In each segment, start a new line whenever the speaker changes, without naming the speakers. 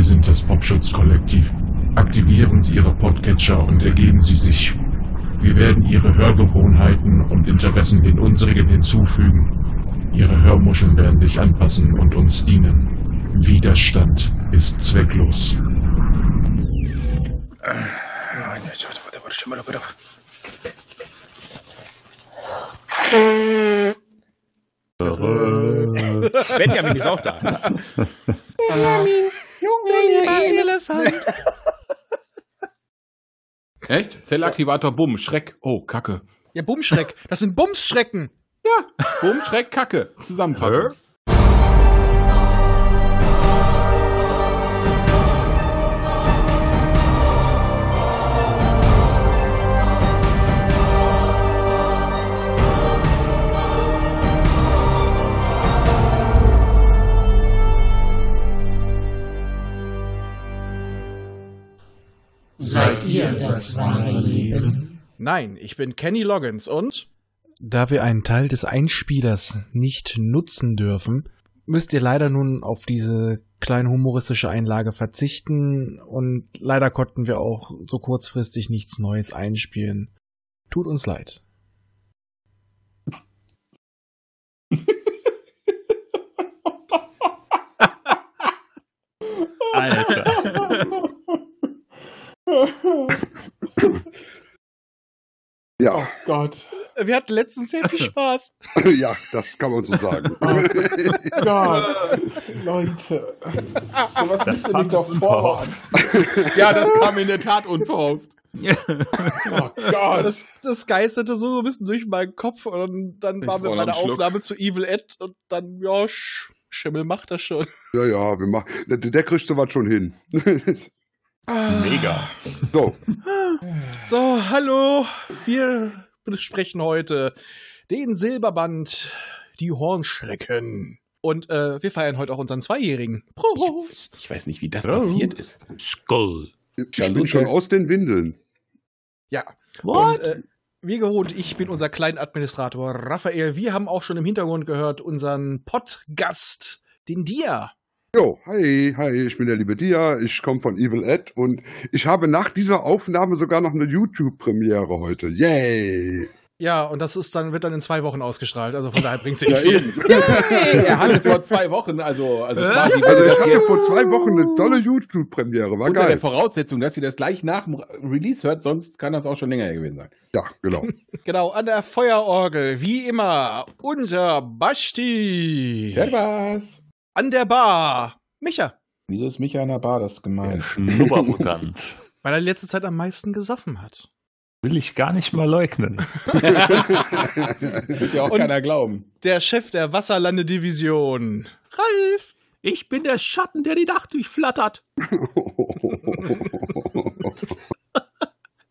sind das Popschutz-Kollektiv. Aktivieren Sie Ihre Podcatcher und ergeben Sie sich. Wir werden Ihre Hörgewohnheiten und Interessen den unsrigen hinzufügen. Ihre Hörmuscheln werden sich anpassen und uns dienen. Widerstand ist zwecklos.
Benjamin ist auch da.
Echt? Zellaktivator, Bumm, Schreck. Oh, Kacke.
Ja, Bumschreck. Das sind Bumsschrecken.
Bumm, Schreck, Kacke. Zusammenfassung.
Seid ihr das wahre Leben?
Nein, ich bin Kenny Loggins und
Da wir einen Teil des Einspielers nicht nutzen dürfen, müsst ihr leider nun auf diese kleine humoristische Einlage verzichten und leider konnten wir auch so kurzfristig nichts Neues einspielen. Tut uns leid.
Ja,
Gott.
wir hatten letztens sehr viel Spaß.
ja, das kann man so sagen.
Gott. Leute. Was
Das kam doch unverhofft.
Ja, das kam in der Tat unverhofft. Oh Gott.
Das, das geisterte so, so ein bisschen durch meinen Kopf und dann
Ich
waren wir
brauch
bei
noch
der
einen Schluck.
Aufnahme zu Evil Ed und dann, ja, sch, Schimmel macht das schon.
ja, ja, wir machen. Der, der kriegt sowas schon hin.
Mega.
So,
So, hallo, wir besprechen heute den Silberband, die Hornschrecken. Und äh, wir feiern heute auch unseren Zweijährigen. Prost!
Ich weiß nicht, wie das passiert ist.
Skull.
ich
Ja,
bin
gut,
schon
ja.
aus den Windeln.
Ja,
What?
Und, äh, wie gewohnt, ich bin unser kleiner Administrator Raphael. Wir haben auch schon im Hintergrund gehört unseren Podgast, den Dia.
Jo, hi, hi, ich bin der liebe Dia, ich komme von Evil Ed und ich habe nach dieser Aufnahme sogar noch eine YouTube-Premiere heute. Yay!
Ja, und das ist dann, wird dann in zwei Wochen ausgestrahlt. Also von daher bringt's nicht
Ja,
viel.
eben. Er hatte vor zwei Wochen, also, also
Äh?
quasi,
Also ich
das
hatte
jetzt
vor zwei Wochen eine tolle YouTube-Premiere, war
unter der
geil.
Voraussetzung, dass ihr das gleich nach dem Release hört, sonst kann das auch schon länger her gewesen sein.
Ja, genau.
eh.
Genau, an der Feuerorgel, wie immer, unser Basti.
Servus.
An der Bar, Micha,
Wieso ist Micha an der Bar das gemeint?
Schnuppermutant.
weil er letzte Zeit am meisten gesoffen hat.
Will ich gar nicht mal leugnen.
Wird ja auch
Und-
keiner glauben.
Der Chef der Wasserlandedivision, Ralf.
Ich bin der Schatten, der die Nacht durchflattert.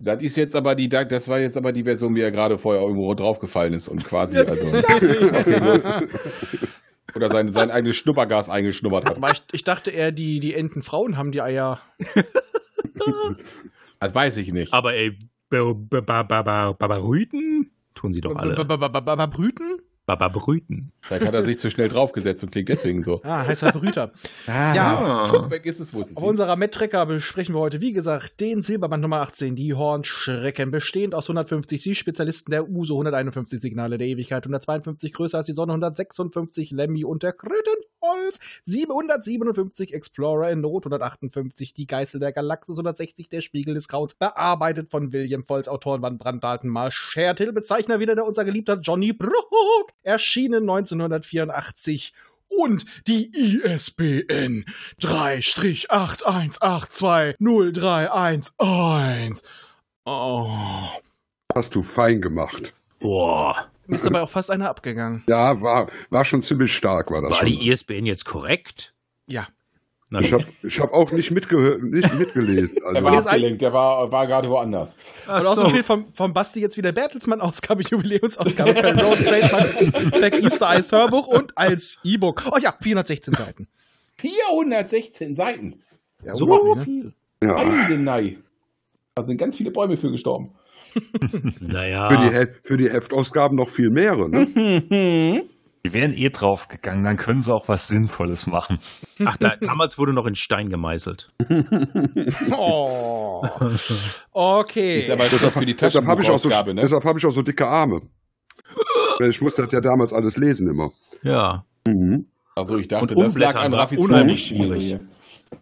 Das ist jetzt aber die, das war jetzt aber die Version, die ja gerade vorher irgendwo draufgefallen ist und quasi also, oder sein, sein eigenes Schnuppergas eingeschnuppert hat.
Aber ich, ich dachte eher, die, die Entenfrauen haben die Eier.
Das weiß ich nicht.
Aber ey, Ba- Ba- Ba- Ba- Ba- Barbarüten? Tun sie doch alle.
Brüten?
Barbarüten.
Vielleicht hat er sich zu schnell draufgesetzt und klingt deswegen so.
Ah, heißt er Brüter.
Ah.
Ja.
Schupp, weg ist es, wo ist Also, es
Auf
liegt.
unserer Mettrecker besprechen wir heute, wie gesagt, den Silberband Nummer 18, die Hornschrecken, bestehend aus 150 T-Spezialisten der USO, 151 Signale der Ewigkeit, 152 größer als die Sonne, 156 Lemmy und der Krötenwolf, 757 Explorer in Not, 158 die Geißel der Galaxis, 160 der Spiegel des Grauens, bearbeitet von William Volz, Autoren waren Branddaten mal Schertill, Bezeichner wieder der unser geliebter Johnny Brook, erschienen 1984 und die ISBN 3-818203111. Oh.
Hast du fein gemacht.
Boah,
Mir ist dabei auch fast einer abgegangen.
Ja, war, war schon ziemlich stark, war das
war
schon.
die ISBN jetzt korrekt?
Ja.
Na,
Ich habe ich hab auch nicht mitgehört, nicht mitgelesen.
Der
Also,
war
Mir ist
abgelenkt, der war, war gerade woanders.
Und auch so viel vom, vom Basti jetzt wieder Bertelsmann-Ausgabe, Jubiläumsausgabe, Perron, Trademark, Black Easter Ice Hörbuch und als E-Book. Oh ja, 416 Seiten.
416 Seiten. Ja,
so
wow.
viel.
ja.
Heidenei. Da sind ganz viele Bäume für gestorben.
Für die,
Naja, Ah.
Heft- für die Heftausgaben noch viel mehr, ne?
Die wären eh draufgegangen, dann können sie auch was Sinnvolles machen.
Ach, da, damals wurde noch in Stein gemeißelt.
Oh.
Ist
Okay.
aber deshalb, für die
Deshalb habe ich, auch so,
Taschenbuchausgabe, ne?
deshalb hab ich auch so dicke Arme. Weil ich musste das ja damals alles lesen immer.
Ja.
Mhm.
Also ich dachte,
Und
das lag an
umblättern war
Raffis
unheimlich
Vorliebe.
schwierig.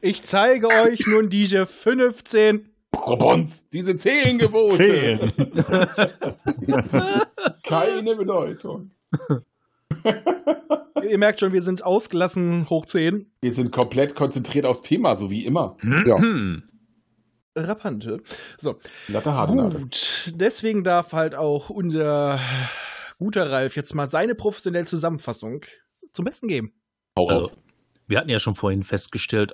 Ich zeige euch nun diese 15.
Robons, diese zehn Gebote.
Zehn.
Keine Bedeutung.
Ihr merkt schon, wir sind ausgelassen hoch 10.
Wir sind komplett konzentriert aufs Thema, so wie immer.
Hm.
Rappante. So,
Latte Hardenade.
gut. Deswegen darf halt auch unser guter Ralf jetzt mal seine professionelle Zusammenfassung zum Besten geben.
Hau raus.
Also, wir hatten ja schon vorhin festgestellt,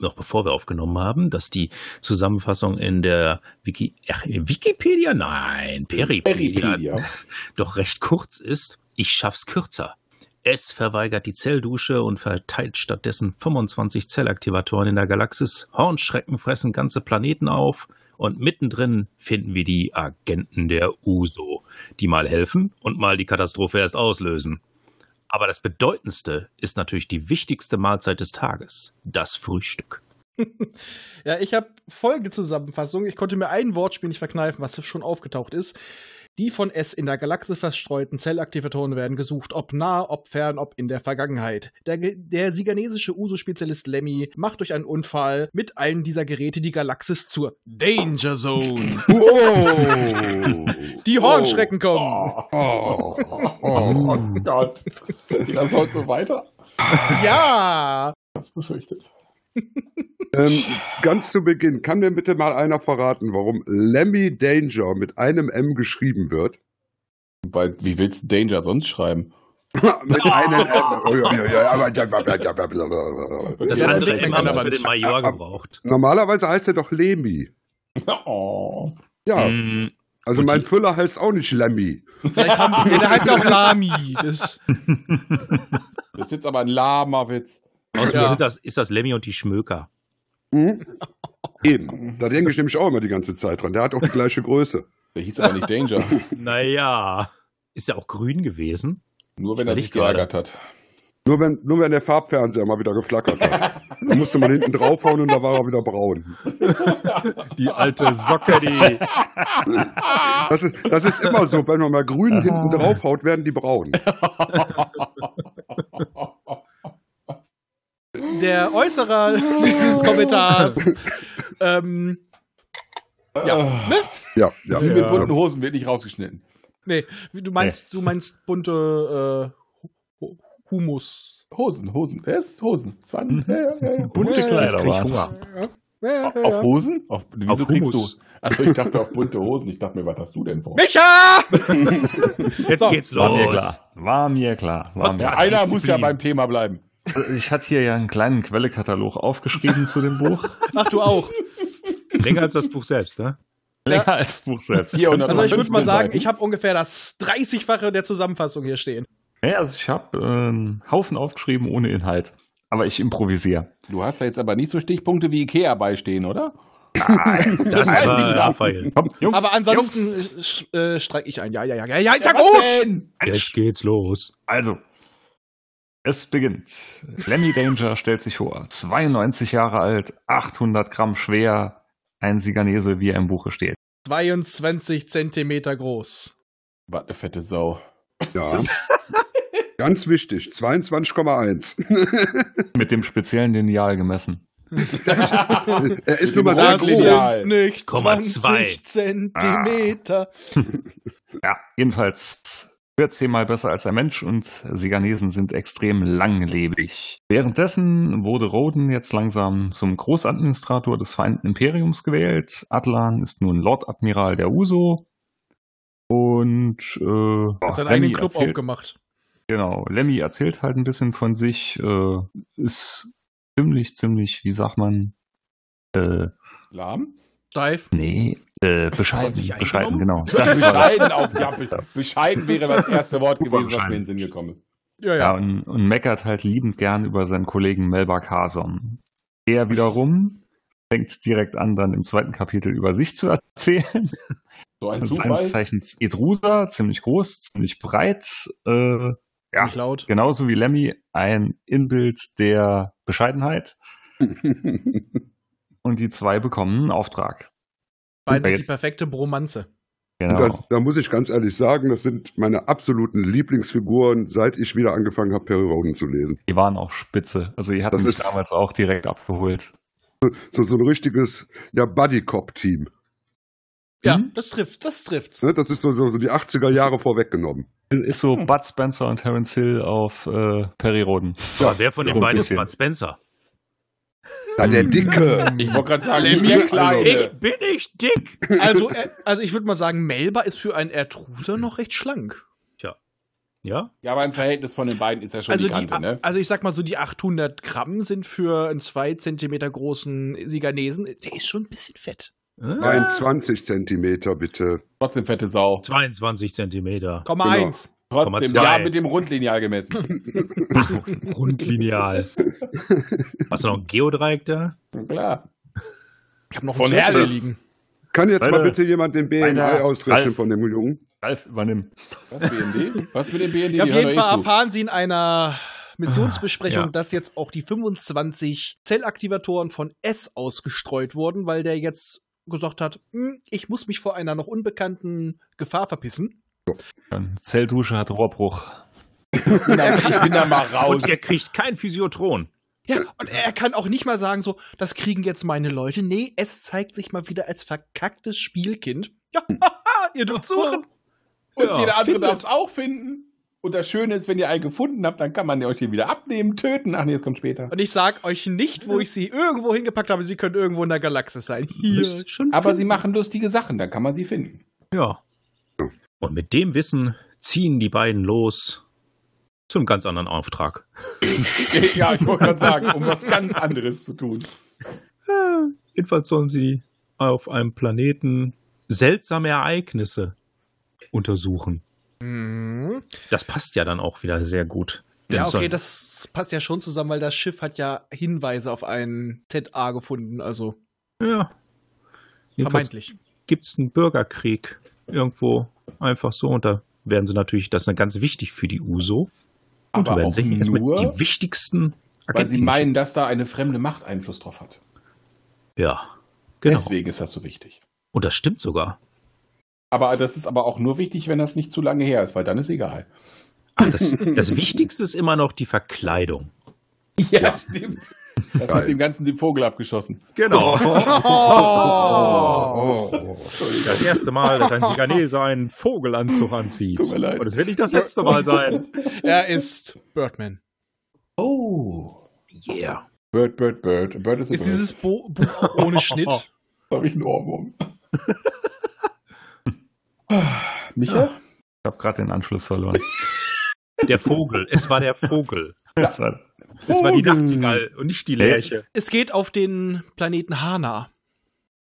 noch bevor wir aufgenommen haben, dass die Zusammenfassung in der Wiki ach, Wikipedia, nein,
Uh.
Peripedia,
Peripedia.
doch recht kurz ist. Ich schaff's kürzer. Es verweigert die Zelldusche und verteilt stattdessen 25 Zellaktivatoren in der Galaxis. Hornschrecken fressen ganze Planeten auf. Und mittendrin finden wir die Agenten der USO, die mal helfen und mal die Katastrophe erst auslösen. Aber das Bedeutendste ist natürlich die wichtigste Mahlzeit des Tages, das Frühstück.
Ja, ich habe folgende Zusammenfassung. Ich konnte mir ein Wortspiel nicht verkneifen, was schon aufgetaucht ist. Die von S in der Galaxie verstreuten Zellaktivatoren werden gesucht, ob nah, ob fern, ob in der Vergangenheit. Der, Ge- der siganesische Uso-Spezialist Lemmy macht durch einen Unfall mit einem dieser Geräte die Galaxis zur Danger Zone.
Oh.
Die Hornschrecken kommen.
Oh, oh, oh, oh, oh Gott. Geht das heute so weiter?
Ja!
Das befürchtet.
ähm, ganz zu Beginn, kann mir bitte mal einer verraten, warum Lemmy Danger mit einem M geschrieben wird?
Weil, wie willst du Danger sonst schreiben?
mit einem M.
Das
Ja,
andere
das kann
M haben
aber
sie für
nicht. Ah,
den Major gebraucht.
Normalerweise heißt er doch Lemmy.
Oh.
Ja,
Hm,
also
Und
mein
die-
Füller heißt auch nicht Lemmy.
Vielleicht haben, nee, der heißt ja auch Lami. Das,
Das ist jetzt aber ein Lama-Witz.
Außerdem
Ja.
sind das, ist das Lemmy und die Schmöker. Mhm.
Hm? Eben. Da denke ich nämlich auch immer die ganze Zeit dran. Der hat auch die gleiche Größe.
Der hieß aber nicht Danger.
Naja, ist ja auch grün gewesen.
Nur wenn er
Nicht
sich geärgert hat.
Nur wenn, nur wenn der Farbfernseher mal wieder geflackert hat. Da musste man hinten draufhauen und da war er wieder braun.
Die alte Socke, die.
Das ist, das ist immer so. Wenn man mal grün hinten draufhaut, werden die braun.
Ah,
der Äußerer dieses Kommentars. ähm,
Ja, ne?
Ja, ja.
Sie mit
ja.
bunten Hosen wird nicht rausgeschnitten.
Nee, wie du meinst, du meinst bunte äh, Hu- Humus.
Hosen, Hosen. Es ist Hosen. Es waren, ja, ja, ja, ja.
Bunte Kleider
krieg ich
waren's.
Ja, ja,
Auf
ja.
Hosen? Auf, wieso
Auf
kriegst
Hummus.
du? Achso, ich dachte auf bunte Hosen. Ich dachte mir, was hast du denn vor?
Micha!
Jetzt
So.
geht's
War mir
los.
klar. War mir klar. War mir
Ja,
klar.
einer muss ja beim Thema bleiben.
Ich hatte hier ja einen kleinen Quellekatalog aufgeschrieben zu dem Buch.
Ach, du auch.
Länger als das Buch selbst, ne?
Länger als Buch selbst.
400.
Also ich würde mal
15
sagen,
Seiten.
ich habe ungefähr das 30-fache der Zusammenfassung hier stehen.
Ja, also ich habe äh, einen Haufen aufgeschrieben ohne Inhalt. Aber ich improvisiere.
Du hast da jetzt aber nicht so Stichpunkte wie Ikea beistehen, oder?
Das war Raphael.
Komm, Jungs,
Aber
Jungs.
ansonsten sch- äh, streike ich ein. Ja, ja, ja, ja, ja, ist ja gut!
Jetzt geht's los.
Also, es beginnt. Lemmy Danger stellt sich vor. 92 Jahre alt, 800 Gramm schwer, ein Siganese, wie er im Buche steht.
22 Zentimeter groß.
Was eine fette Sau.
ja. Ganz wichtig, 22,1.
Mit dem speziellen Lineal gemessen.
er ist nur mal sehr
Ordentlich,
Das
groß.
ja.
sind nicht
Komma
20 Zentimeter.
Ja, jedenfalls 14 mal besser als der Mensch und Siganesen sind extrem langlebig. Währenddessen wurde Roden jetzt langsam zum Großadministrator des Vereinten Imperiums gewählt. Atlan ist nun Lordadmiral der Uso. Und äh,
Hat seinen
Remy
eigenen Club
erzählt,
aufgemacht.
Genau, Lemmy erzählt halt ein bisschen von sich, äh, ist ziemlich, ziemlich, wie sagt man, äh,
Lahm?
Steif.
nee, äh, bescheiden,
Sich
bescheiden,
eingenommen?
genau. Das war das.
Bescheiden auf Jappel. Bescheiden wäre das erste Wort
Super
gewesen, was mir in den
bescheiden.
Sinn gekommen ist.
Ja,
Ja,
ja.
und, und meckert halt liebend gern über seinen Kollegen Melba Carson. Der wiederum fängt direkt an, dann im zweiten Kapitel über sich zu erzählen.
So ein
Seines
Zufall.
Zeichens Edrusa, ziemlich groß, ziemlich breit, äh, Ja.
Nicht laut.
Genauso wie Lemmy ein Inbild der Bescheidenheit und die zwei bekommen einen Auftrag.
Beide
Ja,
die
jetzt-
perfekte Bromanze.
Da,
Genau.
da muss ich ganz ehrlich sagen, das sind meine absoluten Lieblingsfiguren, seit ich wieder angefangen habe, Perry Roden zu lesen.
Die waren auch spitze. Also die hatten
Das
mich
ist-
damals auch direkt abgeholt.
So, so ein richtiges ja, Buddy-Cop-Team.
Ja,
Hm?
das trifft, das trifft.
Ne? Das ist so, so, so die 80er Jahre vorweggenommen.
Ist so Bud Spencer und Terence Hill auf äh, Perry Roden.
Ja, wer von den
so ein
beiden ist
bisschen.
Bud Spencer?
Na, der Dicke.
Ich wollte gerade sagen,
Lemmy
der
Kleine.
Äh.
Ich bin nicht dick.
Also, äh, also ich würde mal sagen, Melba ist für einen Ertruser noch recht schlank.
Ja,
Ja, aber im Verhältnis von den beiden ist ja schon
Also,
die
die,
Kante, ne?
also ich sag mal so, die 800 Gramm sind für einen 2 Zentimeter großen Siganesen, der ist schon ein bisschen fett.
Nein,
Ah,
20 Zentimeter bitte.
Trotzdem fette Sau.
22 Zentimeter.
Komma
Genau.
eins.
Komma
Trotzdem,
zwei.
ja, mit dem Rundlineal gemessen.
Rundlineal. Hast du noch ein Geodreieck da?
Klar.
Ich habe noch
Von
einen Zwerchfell
Herlitz.
liegen.
Kann jetzt mal
Leute.
bitte jemand den BMI
Alter.
ausrechnen
Alter.
von dem Jungen?
Ralf, übernimm.
Was, BND? Was mit dem BND?
Ja, auf
Die
jeden
hören doch eh
Fall
zu.
erfahren Sie in einer Missionsbesprechung,
Ah, ja.
dass jetzt auch die 25 Zellaktivatoren von S ausgestreut wurden, weil der jetzt gesagt hat, "Hm, ich muss mich vor einer noch unbekannten Gefahr verpissen.
Zelldusche hat Rohrbruch.
Na, Ich bin da mal raus.
Und ihr kriegt kein Physiotron.
Ja, und er kann auch nicht mal sagen, so, das kriegen jetzt meine Leute. Nee, es zeigt sich mal wieder als verkacktes Spielkind. Ja, haha, ihr dürft suchen.
Und
Ja,
jeder andere
findet.
darf es auch finden. Und das Schöne ist, wenn ihr einen gefunden habt, dann kann man euch den wieder abnehmen, töten. Ach nee, das kommt später.
Und ich sag euch nicht, wo ich sie irgendwo hingepackt habe. Sie können irgendwo in der Galaxis sein. Hier.
Müsst schon
Aber sie machen lustige Sachen, dann kann man sie finden.
Ja. Und mit dem Wissen ziehen die beiden los zu einem ganz anderen Auftrag.
ja, ich wollte gerade sagen, um was ganz anderes zu tun.
Ja, jedenfalls sollen sie auf einem Planeten seltsame Ereignisse untersuchen.
Mhm.
Das passt ja dann auch wieder sehr gut.
Ja,
Denn so-
okay, das passt ja schon zusammen, weil das Schiff hat ja Hinweise auf einen ZA gefunden, also
ja. Jedenfalls
vermeintlich.
gibt es einen Bürgerkrieg irgendwo einfach so und da werden sie natürlich, das ist dann ganz wichtig für die USO. Und da
Aber
werden
auch
sie erstmal
nur,
die wichtigsten
weil sie
Agenten-
meinen, dass da eine fremde Macht Einfluss drauf hat.
Ja, genau.
Deswegen ist das so wichtig.
Und das stimmt sogar.
Aber das ist aber auch nur wichtig, wenn das nicht zu lange her ist, weil dann ist egal.
Ach, das, das Wichtigste ist immer noch die Verkleidung.
Ja, stimmt. Das
Geil.
hat dem Ganzen den Vogel abgeschossen. Genau.
Oh.
Das erste Mal, dass ein Siganese einen Vogelanzug anzieht.
Tut mir leid.
Und es wird nicht das letzte Mal sein.
Er ist Birdman.
Oh.
Yeah.
Bird, Bird, Bird. Bird ist,
Ist dieses Bo Buch auch ohne Schnitt?
habe ich einen Ohrwurm. Micha?
Ich habe gerade den Anschluss verloren.
Der Vogel. Es war der Vogel.
Das war-
Es war die Nachtigall und nicht die Lerche.
Es geht auf den Planeten Hana.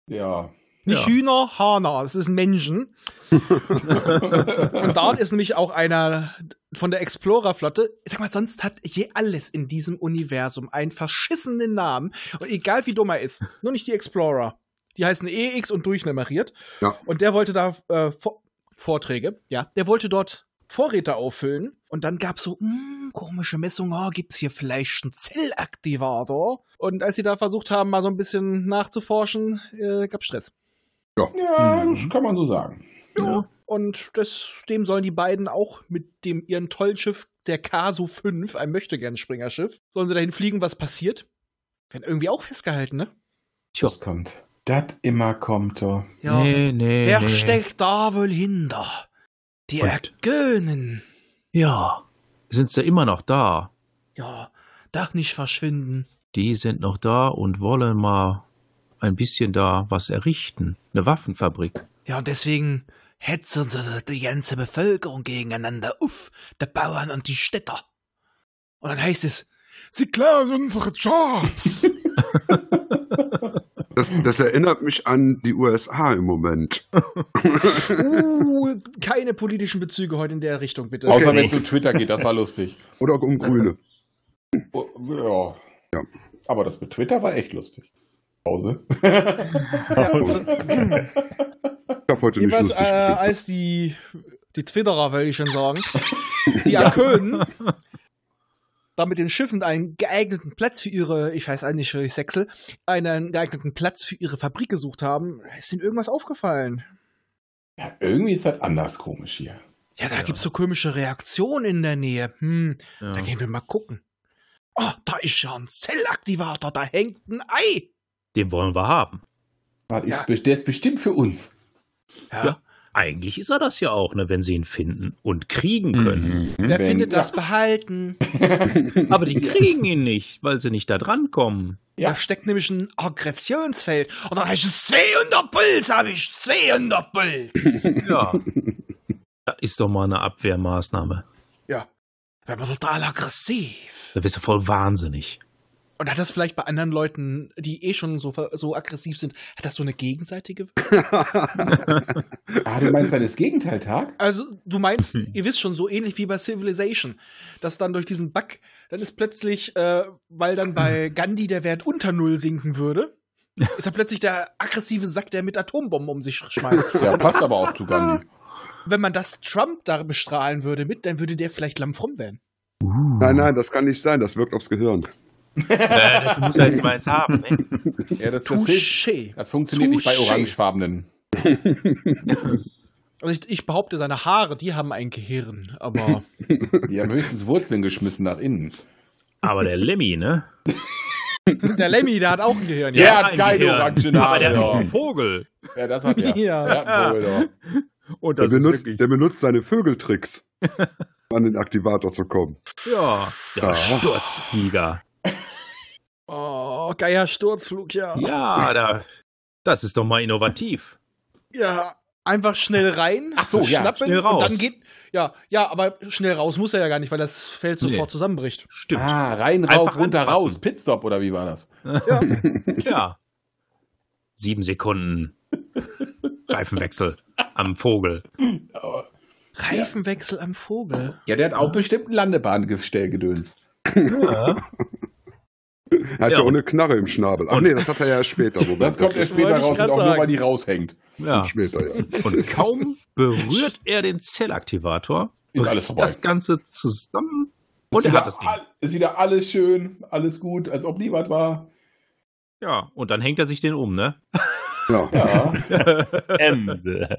Ja.
Nicht
Ja.
Hühner, Hana. Es ist ein Menschen. Und dort ist nämlich auch einer von der Explorer-Flotte. Ich Sag mal, sonst hat je alles in diesem Universum einen verschissenen Namen. Und egal wie dumm er ist, nur nicht die Explorer. Die heißen EX und durchnummeriert.
Ja.
Und der wollte da äh, Vor Vorträge, ja, der wollte dort Vorräte auffüllen. Und dann gab es so mm, komische Messungen, oh, gibt es hier vielleicht einen Zellaktivator? Und als sie da versucht haben, mal so ein bisschen nachzuforschen, äh, gab Stress.
Ja, das kann man so sagen.
Ja.
Und das, dem sollen die beiden auch mit dem ihren tollen Schiff, der Kasu 5, ein Möchtegern-Springerschiff, sollen sie dahin fliegen, was passiert? Werden irgendwie auch festgehalten, ne?
Tja.
Das kommt. Das immer kommt. oh.
Nee, nee.
Wer
nee.
steckt da wohl hinter? Die
Und-
ergönen.
Ja. Sind sie immer noch da?
Ja, darf nicht verschwinden.
Die sind noch da und wollen mal ein bisschen da was errichten. Eine Waffenfabrik.
Ja, und deswegen hetzen sie die ganze Bevölkerung gegeneinander auf, die Bauern und die Städter. Und dann heißt es, sie klauen unsere Jobs.
Das, das erinnert mich an die USA im Moment.
uh, keine politischen Bezüge heute in der Richtung, bitte.
Okay.
Außer wenn es um Twitter geht, das war lustig.
Oder um Grüne.
Oh, Ja.
Ja.
Aber das mit Twitter war echt lustig. Pause.
Ich habe heute nicht
Jedenfalls,
lustig
äh,
gefunden.
als die, die Twitterer, will ich schon sagen, die Arkönen da mit den Schiffen einen geeigneten Platz für ihre, ich weiß eigentlich, ich sechsel, einen geeigneten Platz für ihre Fabrik gesucht haben, ist ihnen irgendwas aufgefallen.
Ja, irgendwie ist das anders komisch hier.
Ja, da
Ja.
gibt's so komische Reaktionen in der Nähe. Hm, da
Ja.
gehen wir mal gucken. Oh, da ist ja ein Zellaktivator, da hängt ein Ei.
Den wollen wir haben.
Das
Ja.
ist, be- Der ist bestimmt für uns.
Ja,
Eigentlich ist er das ja auch, ne, wenn sie ihn finden und kriegen können.
wer
Wenn-
findet das
Ja.
behalten?
Aber die kriegen ihn nicht, weil sie nicht da drankommen.
Ja.
Da steckt nämlich ein Aggressionsfeld. Und da hab ich 200 Puls, hab ich 200 Puls.
Ja. Das ist doch mal eine Abwehrmaßnahme.
Wenn man total aggressiv.
Da bist du voll wahnsinnig.
Und hat das vielleicht bei anderen Leuten, die eh schon so, ver- so aggressiv sind, hat das so eine gegenseitige Wirkung?
Ah, du meinst, das ist Gegenteil, Tag?
Also, du meinst, ihr wisst schon, so ähnlich wie bei Civilization, dass dann durch diesen Bug, dann ist plötzlich, äh, weil dann bei Gandhi der Wert unter Null sinken würde, ist er plötzlich der aggressive Sack, der mit Atombomben um sich schmeißt.
Ja, passt aber auch zu Gandhi.
Wenn man das Trump da bestrahlen würde mit, dann würde der vielleicht lammfromm werden.
Nein, nein, das kann nicht sein. Das wirkt aufs Gehirn.
Äh, das muss er jetzt mal eins haben, ne?
Ja, das, das, hilft.
Touché.
das funktioniert nicht bei
Touché.
Orangefarbenen.
Also ich, ich behaupte, seine Haare, die haben ein Gehirn, aber
Die haben höchstens Wurzeln geschmissen nach innen.
Aber der Lemmy, ne?
der Lemmy, der hat auch ein Gehirn.
Ja,
Ein
geil,
Gehirn.
orangene
Aber der
Haare,
hat
ja.
einen Vogel.
Ja, das hat er.
Ja.
ja wohl, doch.
Und
Der
das ist
benutzt,
wirklich.
der benutzt seine Vögeltricks, um an den Aktivator zu kommen.
Ja, der
Ah.
Sturzflieger.
Oh, geier Sturzflug, ja.
Ja, da, das ist doch mal innovativ.
Ja, einfach schnell rein,
Ach so, ja,
schnappen
schnell raus.
und dann geht. Ja, ja, aber schnell raus muss er ja gar nicht, weil das Feld
Nee.
sofort zusammenbricht.
Stimmt.
Ah, rein, rauf,
Einfach
runter,
anfassen.
raus. Pitstop oder wie war das?
Ja. Sieben Sekunden. Reifenwechsel am Vogel.
Reifenwechsel am Vogel.
Ja, der hat auch bestimmt ein Landebahngestell gedöns.
Er hat
Ja,
ja, auch
und-
eine Knarre im Schnabel. Ach
und-
nee, das hat er ja erst später. Moment,
Das kommt erst später
wollte ich
raus, und
grad
auch nur,
sagen.
weil die raushängt.
Ja.
später, ja.
Und kaum berührt er den Zellaktivator,
Ist alles vorbei.
das Ganze zusammen und
ist
er
wieder
hat das Ding.
all- Ist wieder alles schön, alles gut, als ob nie was war.
Ja, und dann hängt er sich den um, ne?
ja.
Ja.
Ende.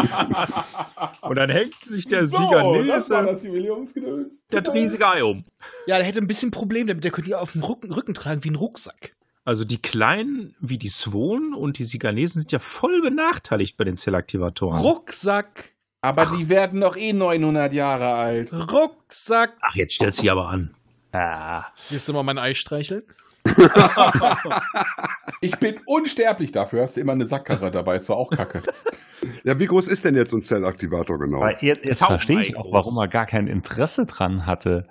Und dann hängt sich der
So, das war das Jubiläumsgedöns.
das riesige Ei um.
Ja, der hätte ein bisschen Problem damit. Der könnte die auf dem Rücken, Rücken tragen wie einen Rucksack.
Also die Kleinen wie die Swonen und die Siganesen sind ja voll benachteiligt bei den Zellaktivatoren.
Rucksack,
Aber die werden noch eh 900 Jahre alt.
Rucksack.
Ach, jetzt stellt sich aber an.
Willst du mal mein Ei streicheln?
Ich bin unsterblich dafür. Hast du immer eine Sackkarre dabei, ist doch auch kacke.
ja, wie groß ist denn jetzt so ein Zellaktivator genau?
Aber jetzt, jetzt
Kaum
verstehe ich
ein
auch,
groß.
warum er gar kein Interesse dran hatte,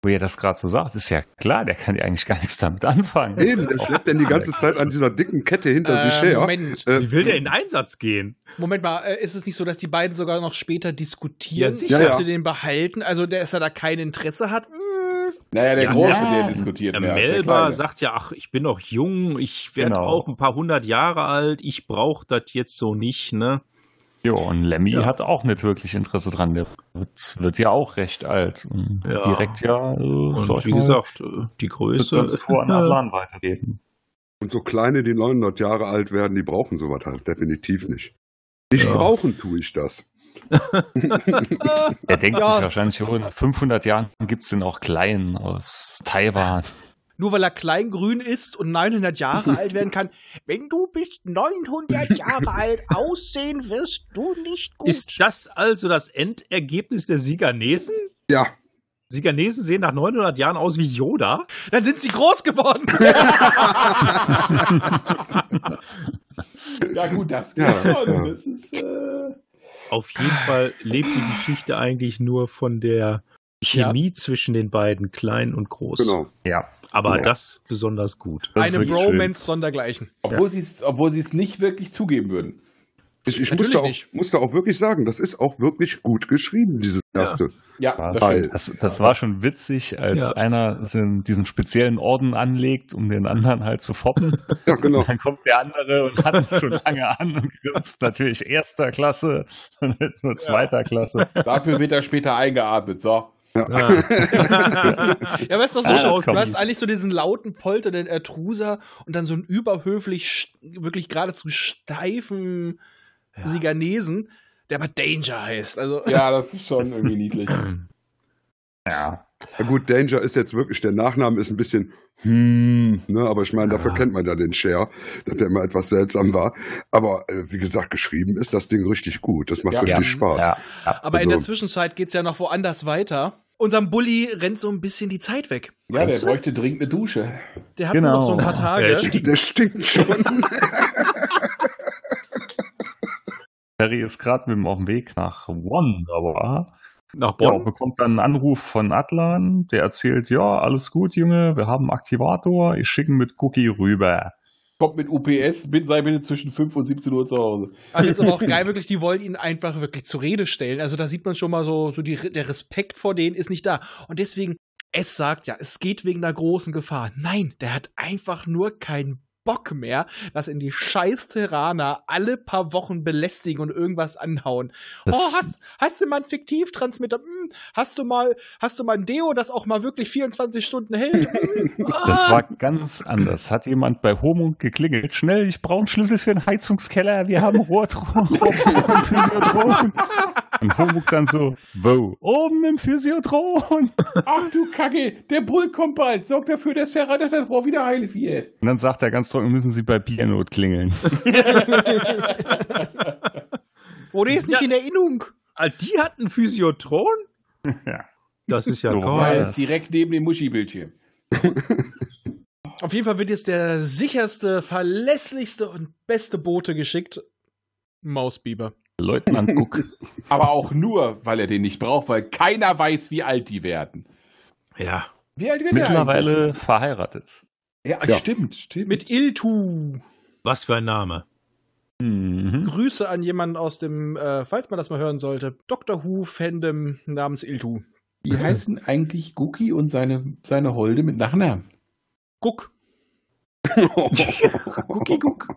wo ihr das gerade so sagt. Ist ja klar, der kann ja eigentlich gar nichts damit anfangen.
Eben, der schleppt denn die ganze Zeit an dieser dicken Kette hinter sich
Äh,
her.
Moment,
Äh,
Wie will der in Einsatz gehen?
Moment mal, äh, ist es nicht so, dass die beiden sogar noch später diskutieren,
Ja, sicher.
ob
Ja, ja.
sie den behalten? Also, der, dass er da kein Interesse hat? Mm.
Naja, der
Ja,
Große,
na.
der diskutiert
Der
mehr. als der
Melba
Kleine.
sagt ja, ach, ich bin noch jung, ich werde
Genau.
auch ein paar hundert Jahre alt, ich brauche das jetzt so nicht, ne?
Jo, und Lemmy
Ja.
hat auch nicht wirklich Interesse dran. Der wird, wird ja auch recht alt. Und
Ja.
Direkt ja, äh,
Und
sag ich
wie
mal,
gesagt, äh, die
wird
Größe.
ganz vor und nach Lahn weitergeben.
Und so kleine, die 900 Jahre alt werden, die brauchen sowas halt definitiv nicht. Nicht
Ja.
brauchen tue ich das.
Der denkt
Ja.
sich wahrscheinlich, oh, in 500 Jahren gibt es den auch kleinen aus Taiwan.
Nur weil er kleingrün ist und 900 Jahre alt werden kann. Wenn du bis 900 Jahre alt aussehen wirst, du nicht gut.
Ist das also das Endergebnis der Siganesen?
Ja,
Siganesen sehen nach 900 Jahren aus wie Yoda.
Dann sind sie groß geworden.
ja gut, das geht
Ja,
schon.
ja.
Das ist, äh,
Auf jeden Fall lebt die Geschichte eigentlich nur von der
Ja.
Chemie zwischen den beiden, klein und groß.
genau.
Ja.
Aber
Ja.
das besonders gut.
Das ist
Eine
wirklich
Bromance sondergleichen.
obwohl sie es nicht wirklich zugeben würden.
Ich, ich
Natürlich
musste, auch,
nicht.
musste auch wirklich sagen, das ist auch wirklich gut geschrieben, dieses erste.
Ja, das
Weil-
stimmt.
Das,
Äh,
das war schon witzig, als
Ja.
einer sin- diesen speziellen Orden anlegt, um den anderen halt zu foppen.
Ja, genau.
Dann kommt der andere und hat ihn schon lange an und grinst natürlich erster Klasse und jetzt nur zweiter Klasse.
Dafür wird er später eingeatmet. So.
Ja.
Ja, weißt du, was so
Ah,
schaust, du
komm.
hast eigentlich so diesen lauten, polternden Ertruser und dann so einen überhöflich, sch- wirklich geradezu steifen
Ja.
Siganesen, der aber Danger heißt. Also,
Ja, das ist schon irgendwie niedlich.
Ja.
Ja, gut, Danger ist jetzt wirklich, der Nachname ist ein bisschen hm, ne, aber ich meine, dafür
Ja.
kennt man ja den Cher, dass der immer etwas seltsam war. Aber äh, wie gesagt, geschrieben ist das Ding richtig gut. Das macht
Ja.
richtig
Ja.
Spaß.
Ja.
aber in der
also-
Zwischenzeit geht's ja noch woanders weiter. Unserem Bulli rennt so ein bisschen die Zeit weg.
Ja, der
Meinst du?
bräuchte dringend eine Dusche.
Der hat
Genau.
nur noch so ein paar Tage.
Ja, ich-
Der stinkt schon.
Harry ist gerade mit ihm auf dem Weg nach Wonderbar.
Nach
Ja,
Bonn?
bekommt dann einen Anruf von Atlan, der erzählt, ja, alles gut, Junge, wir haben einen Aktivator, ich schicke ihn mit Cookie rüber.
Kommt mit UPS, bin, sei bitte zwischen 5 und 17 Uhr zu Hause.
Also jetzt aber auch geil, wirklich, die wollen ihn einfach wirklich zur Rede stellen. Also da sieht man schon mal so, so die, der Respekt vor denen ist nicht da. Und deswegen, es sagt ja, es geht wegen einer großen Gefahr. Nein, der hat einfach nur keinen Bock mehr, dass ihn die scheiß Terraner alle paar Wochen belästigen und irgendwas anhauen.
Das-
oh, hast, hast du mal einen Fiktivtransmitter? Hm, hast du mal, hast du mal ein Deo, das auch mal wirklich 24 Stunden hält? Hm,
Das
ah.
war ganz anders. Hat jemand bei Homo geklingelt? Schnell, ich brauche einen Schlüssel für den Heizungskeller. Wir haben Rohrtropen und Physiotropen. Und Homo dann so, wow, oben im Physiotron.
Ach du Kacke, der Bull kommt bald. Sorg dafür, dass der Radar das Rohr wieder heil wird.
Und dann sagt er ganz trocken, müssen Sie bei Pianot klingeln.
Oder ist nicht
Ja.
in Erinnerung.
Ah, Die hat einen Physiotron?
Ja.
Das ist ja
So
geil.
war
Weil
das.
es direkt neben dem Muschi-Bildschirm.
Auf jeden Fall wird jetzt der sicherste, verlässlichste und beste Bote geschickt. Mausbiber.
Leutnant Guck.
Aber auch nur, weil er den nicht braucht, weil keiner weiß, wie alt die werden.
Ja.
Wie alt wird der
Mittlerweile verheiratet.
eigentlich? Ja,
Ja.
stimmt, stimmt.
Mit Iltu.
Was für ein Name.
Mhm.
Grüße an jemanden aus dem, äh, falls man das mal hören sollte, Dr. Who-Fandom namens Iltu.
wie heißen eigentlich Guki und seine, seine Holde mit Nachnamen?
Guck,
Guki Guck.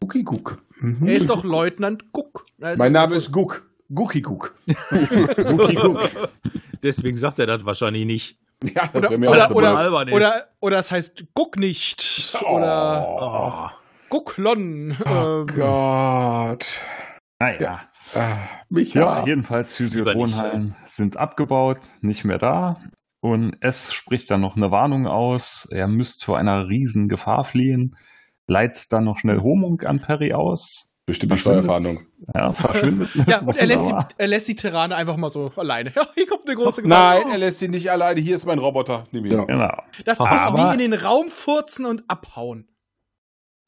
Guki Guck. Mhm.
er ist doch Leutnant Guck. Er
mein Name ist Guck. Guki Guck.
Deswegen sagt er das wahrscheinlich nicht.
Ja, das
Oder,
wär mir
oder,
auch so
oder,
blöd.
albern ist.
oder, oder es heißt Guck nicht. Oder
Oh,
Oh.
Gucklon.
oh
ähm,
Gott.
Naja.
Ah, mich
Ja,
ja.
jedenfalls
Lieber nicht,
Physiotronhallen sind abgebaut, nicht mehr da. Und es spricht dann noch eine Warnung aus, er müsst vor einer riesen Gefahr fliehen, leitet dann noch schnell Homung an Perry aus.
Bestimmt die Steuerfahndung.
Ja, verschwindet. mit
ja, und er lässt, die,
Wunderbar.
er lässt die Terrane einfach mal so alleine. Ja, hier kommt eine große
Nein, er lässt ihn nicht alleine. Hier ist mein Roboter. Nimm ihn.
Ja.
Genau.
Oh, Das ist
Aber-
wie in den Raum furzen und abhauen.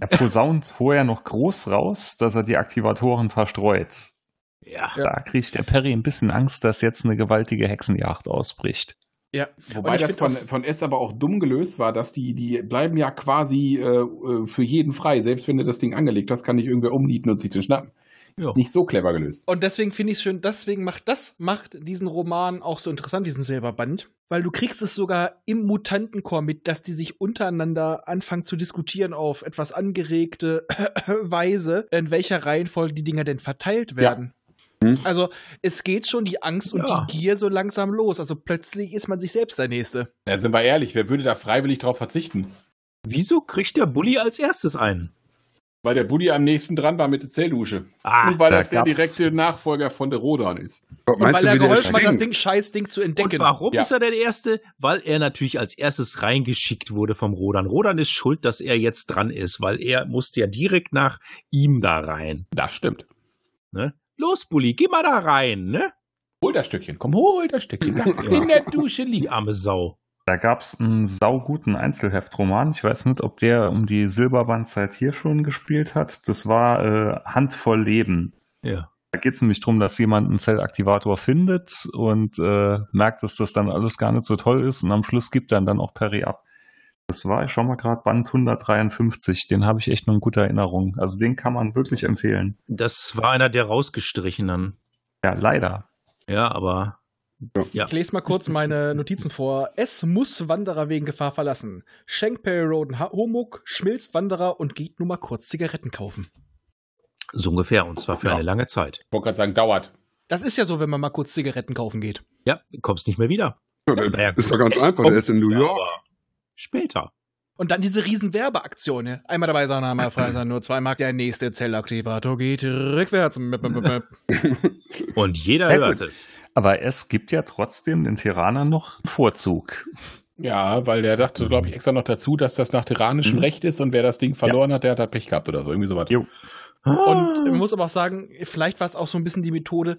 Er posaunt vorher noch groß raus, dass er die Aktivatoren verstreut.
Ja.
Ja.
Da kriegt der Perry ein bisschen Angst, dass jetzt eine gewaltige Hexenjagd ausbricht.
Ja. Und
Wobei
ich
das
find
von,
auch-
von S aber auch dumm gelöst war, dass die, die bleiben ja quasi äh, äh, für jeden frei. Selbst wenn du das Ding angelegt hast, kann dich irgendwer umnieten und sich den schnappen.
Ja.
Nicht so clever gelöst.
Und deswegen finde ich es schön, deswegen macht das macht diesen Roman auch so interessant, diesen Silberband, weil du kriegst es sogar im Mutantenchor mit, dass die sich untereinander anfangen zu diskutieren auf etwas angeregte Weise, in welcher Reihenfolge die Dinger denn verteilt werden.
Hm.
Also es geht schon die Angst und
Ja.
die Gier so langsam los. Also plötzlich ist man sich selbst der Nächste.
Ja, sind wir ehrlich, wer würde da freiwillig drauf verzichten?
Wieso kriegt der Bulli als erstes einen?
Weil der Bulli am nächsten dran war mit der Zelldusche.
Ah,
und weil
da
das der
gab's-
direkte Nachfolger von der Rodan ist.
Aber
Und weil
der
er geholfen hat, das
stinkt?
Ding, scheiß Ding zu
Und
entdecken.
warum
Ja.
ist er der Erste? Weil er natürlich als erstes reingeschickt wurde vom Rodan. Rodan ist schuld, dass er jetzt dran ist, weil er musste ja direkt nach ihm da rein.
Das stimmt.
Ne? Los, Bulli, geh mal da rein, ne?
Hol das Stückchen, komm, hol das Stückchen. Ja, In der Dusche
Die
liegt.
arme Sau.
Da gab es einen sauguten Einzelheftroman. Ich weiß nicht, ob der um die Silberbandzeit hier schon gespielt hat. Das war äh, Handvoll Leben.
Ja.
Da geht es nämlich darum, dass jemand einen Zellaktivator findet und äh, merkt, dass das dann alles gar nicht so toll ist und am Schluss gibt dann dann auch Perry ab. Das war, ich schau mal gerade, Band 153. Den habe ich echt noch in guter Erinnerung. Also den kann man wirklich empfehlen.
Das war einer der rausgestrichenen.
Ja, leider.
Ja, aber Ja.
Ich lese mal kurz meine Notizen vor. Es muss Wanderer wegen Gefahr verlassen. Schenkt Perry Roden Homuk, schmilzt Wanderer und geht nur mal kurz Zigaretten kaufen.
so ungefähr und zwar für
Ja.
eine lange Zeit.
wollte gerade sagen, dauert.
Das ist ja so, wenn man mal kurz Zigaretten kaufen geht.
Ja, du kommst nicht mehr wieder.
Ja, der
Naja,
ist
gut,
doch ganz
es
einfach,
kommt
der ist in New
wieder,
York.
aber Später.
Und dann diese riesen Werbeaktion. ne? Einmal dabei sein, einmal frei sein, nur zwei Mark. Der nächste Zellaktivator geht rückwärts. Mip, mip, mip, mip.
Und jeder
Ja,
hört
gut.
es.
Aber es gibt ja trotzdem den Tiraner noch einen Vorzug.
Ja, weil der dachte, glaube ich, extra noch dazu, dass das nach tyrannischem
Mhm.
Recht ist und wer das Ding verloren hat, der hat halt Pech gehabt oder so. Irgendwie sowas.
Jo.
Ah. Oh.
Und man muss aber auch sagen, vielleicht war es auch so ein bisschen die Methode,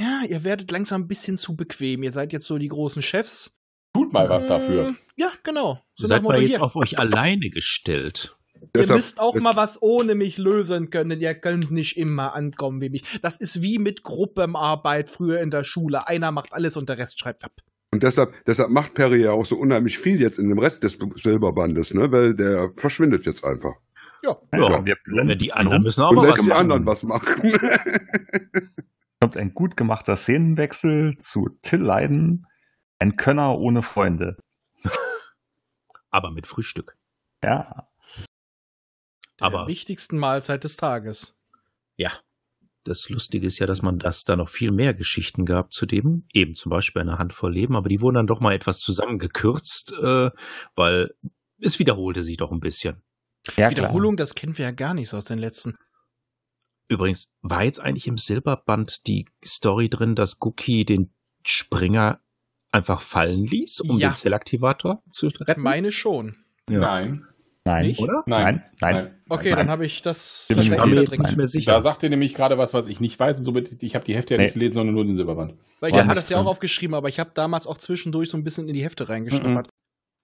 ja, ihr werdet langsam ein bisschen zu bequem. Ihr seid jetzt so die großen Chefs.
Tut mal was
Mm,
dafür.
Ja, genau. So nach
Seid
dem Motto,
mal jetzt
hier,
auf euch alleine gestellt.
Ihr
Deshalb-
müsst auch mal was ohne mich lösen können, denn ihr könnt nicht immer ankommen wie mich. Das ist wie mit Gruppenarbeit früher in der Schule. Einer macht alles und der Rest schreibt ab.
Und deshalb, deshalb macht Perry ja auch so unheimlich viel jetzt in dem Rest des Silberbandes, ne? Weil der verschwindet jetzt einfach.
Ja.
Ja.
wir blenden
Die anderen müssen auch
Mhm. Und
mal
lässt
was
die
machen.
anderen was machen.
kommt ein gut gemachter Szenenwechsel zu Till Leiden, ein Könner ohne Freunde.
Aber mit Frühstück.
Ja,
Aber
Der wichtigsten Mahlzeit des Tages.
Ja. Das Lustige ist ja, dass man das da noch viel mehr Geschichten gab zu dem, eben zum Beispiel eine Handvoll Leben, aber die wurden dann doch mal etwas zusammengekürzt, äh, weil es wiederholte sich doch ein bisschen.
ja
Wiederholung, das kennen wir ja gar nicht so aus den letzten.
Übrigens, war jetzt eigentlich im Silberband die Story drin, dass Guki den Springer einfach fallen ließ, um
Ja.
den Zellaktivator zu retten?
Meine schon.
Ja.
Nein.
Klar. Nein,
Nicht?
Oder?
nein, nein.
Okay,
Nein.
dann habe ich das.
Bin
das
ich
war
Ich war
Nein.
mir
wieder
jetzt
drin.
nicht mehr
Da
sicher.
sagte nämlich gerade was, was ich nicht weiß und somit, ich habe die Hefte ja nicht
Nee.
gelesen, sondern nur den Silberband.
Weil
War
ich habe
nicht
das ja auch
drin.
aufgeschrieben, aber ich habe damals auch zwischendurch so ein bisschen in die Hefte reingeschnuppert.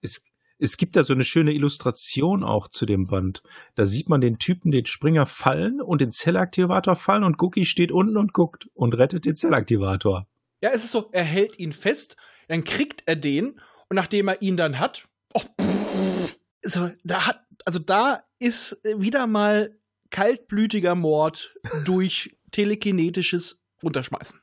Es, es gibt da so eine schöne Illustration auch zu dem Band. Da sieht man den Typen, den Springer fallen und den Zellaktivator fallen und Guki steht unten und guckt und rettet den Zellaktivator.
Ja, es ist so, er hält ihn fest, dann kriegt er den und nachdem er ihn dann hat, oh, pff, so, da hat, also da ist äh, wieder mal kaltblütiger Mord durch telekinetisches Runterschmeißen.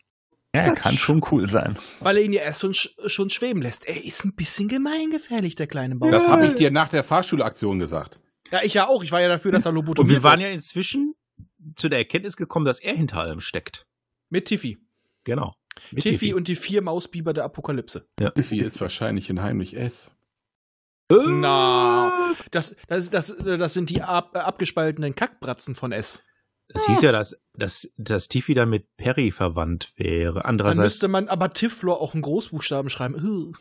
Ja, er kann schon cool sein.
Weil er ihn ja erst schon, sch- schon schweben lässt. Er ist ein bisschen gemeingefährlich, der kleine Bauer.
Das habe ich dir nach der Fahrschulaktion gesagt.
Ja, ich ja auch. Ich war ja dafür, dass er Lobotomiert
Und wir waren
wird.
ja inzwischen zu der Erkenntnis gekommen, dass er hinter allem steckt.
mit Tiffy.
Genau. Mit
Tiffy, und die vier Mausbiber der Apokalypse.
Wie ist wahrscheinlich in heimlich S.
Äh,
Na. Das, das, das, das sind die ab, äh, abgespaltenen Kackbratzen von S.
Das hieß ja, dass, dass, dass Tiffy dann mit Perry verwandt wäre.
Dann
Andererseits,
müsste man aber Tiflor auch in Großbuchstaben schreiben. Ugh.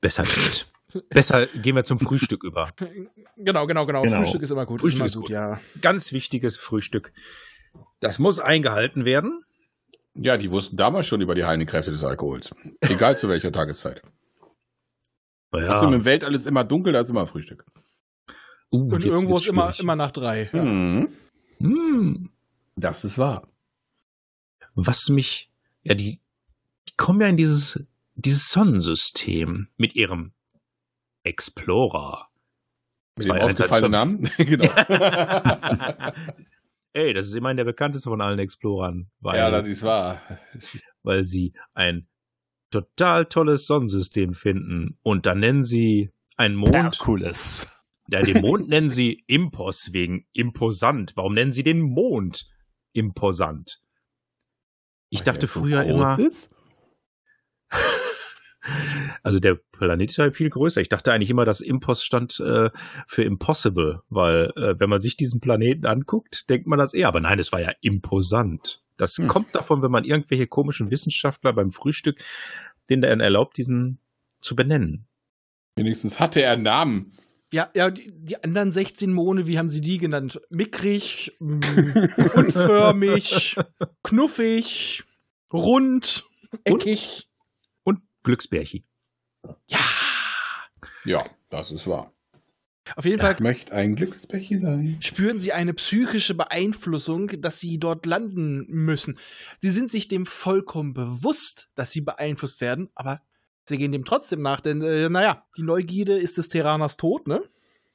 besser nicht. Besser gehen wir zum Frühstück über.
Genau, genau, genau.
Genau.
Frühstück ist immer gut.
Frühstück
immer
ist gut.
ja.
Ganz wichtiges Frühstück. Das muss eingehalten werden.
Ja, die wussten damals schon über die heilenden Kräfte des Alkohols. Egal zu welcher Tageszeit. Ja. Ist im Welt alles immer dunkel, da ist immer Frühstück.
Uh,
Und
jetzt
irgendwo
wird's
ist immer,
schwierig.
immer nach drei.
Mhm.
Hm,
Das ist wahr.
was mich, ja, die, die kommen ja in dieses, dieses Sonnensystem mit ihrem Explorer.
Mit dem
2, 1, 1,
ausgefallenen Namen. genau.
Ey, das ist immerhin der bekannteste von allen Explorern, weil,
ja, das ist wahr.
weil sie ein total tolles Sonnensystem finden. Und dann nennen sie einen Mond.
Herkules.
Ja, den Mond nennen sie Impos wegen imposant. Warum nennen sie den Mond imposant? Ich
Weil
dachte
der so
früher
groß
immer.
ist?
Also der Planet ist ja viel größer. Ich dachte eigentlich immer, dass Impos stand äh, für Impossible, weil äh, wenn man sich diesen Planeten anguckt, denkt man das eher. Aber nein, es war ja imposant. Das
Hm.
kommt davon, wenn man irgendwelche komischen Wissenschaftler beim Frühstück denen dann erlaubt, diesen zu benennen.
Wenigstens hatte er einen Namen.
Ja, ja die, die anderen 16 Monde, wie haben sie die genannt? Mickrig, mm, unförmig, knuffig, rund, eckig.
Und Glücksbärchi.
Ja.
Ja, das ist wahr.
Auf jeden Fall
Ich möchte ein Glückspechi sein.
spüren sie eine psychische Beeinflussung, dass sie dort landen müssen. Sie sind sich dem vollkommen bewusst, dass sie beeinflusst werden, aber sie gehen dem trotzdem nach, denn äh, naja, die Neugierde ist des Terraners Tod, ne?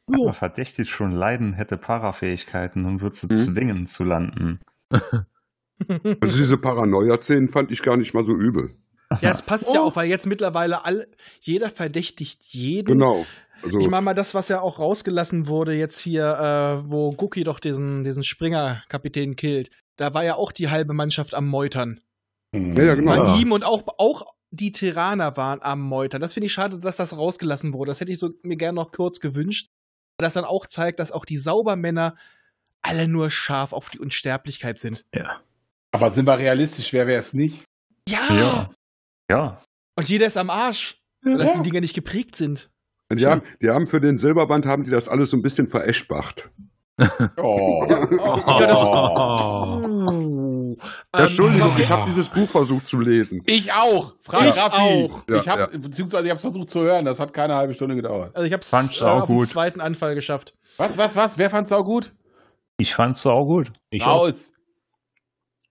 Aber verdächtigt schon Leiden hätte Parafähigkeiten und würde sie
Mhm.
zwingen zu landen.
Also diese Paranoia-Szenen fand ich gar nicht mal so übel.
Ja, es passt ja auch, weil jetzt mittlerweile all, jeder verdächtigt jeden.
Genau. Also,
Ich meine mal das, was ja auch rausgelassen wurde jetzt hier, äh, wo Guki doch diesen, diesen Springer-Kapitän killt. Da war ja auch die halbe Mannschaft am Meutern.
ja, ja, genau.
Hm.
Bei ihm und auch, auch die Terraner waren am Meutern. Das finde ich schade, dass das rausgelassen wurde. Das hätte ich so mir gerne noch kurz gewünscht. weil Das dann auch zeigt, dass auch die Saubermänner alle nur scharf auf die Unsterblichkeit sind.
Ja.
Aber sind wir realistisch, wer wäre es nicht?
Ja!
Ja. Ja.
Und jeder ist am Arsch, weil dass die Dinger nicht geprägt sind.
Die haben, die haben für den Silberband haben die das alles so ein bisschen veräschbacht.
Oh.
Oh.
Ja, Entschuldigung,
Ähm,
ich habe dieses Buch versucht zu lesen.
Ich auch. Frag
Ich
Raffi.
auch.
Ja,
ich hab, Beziehungsweise ich habe es versucht zu hören. Das hat keine halbe Stunde gedauert.
Also ich hab's
Fand's
äh,
auch
auf den
gut.
zweiten Anfall geschafft.
Was, was, was? Wer fand's auch gut?
Ich fand's auch gut.
Ich auch.
Raus.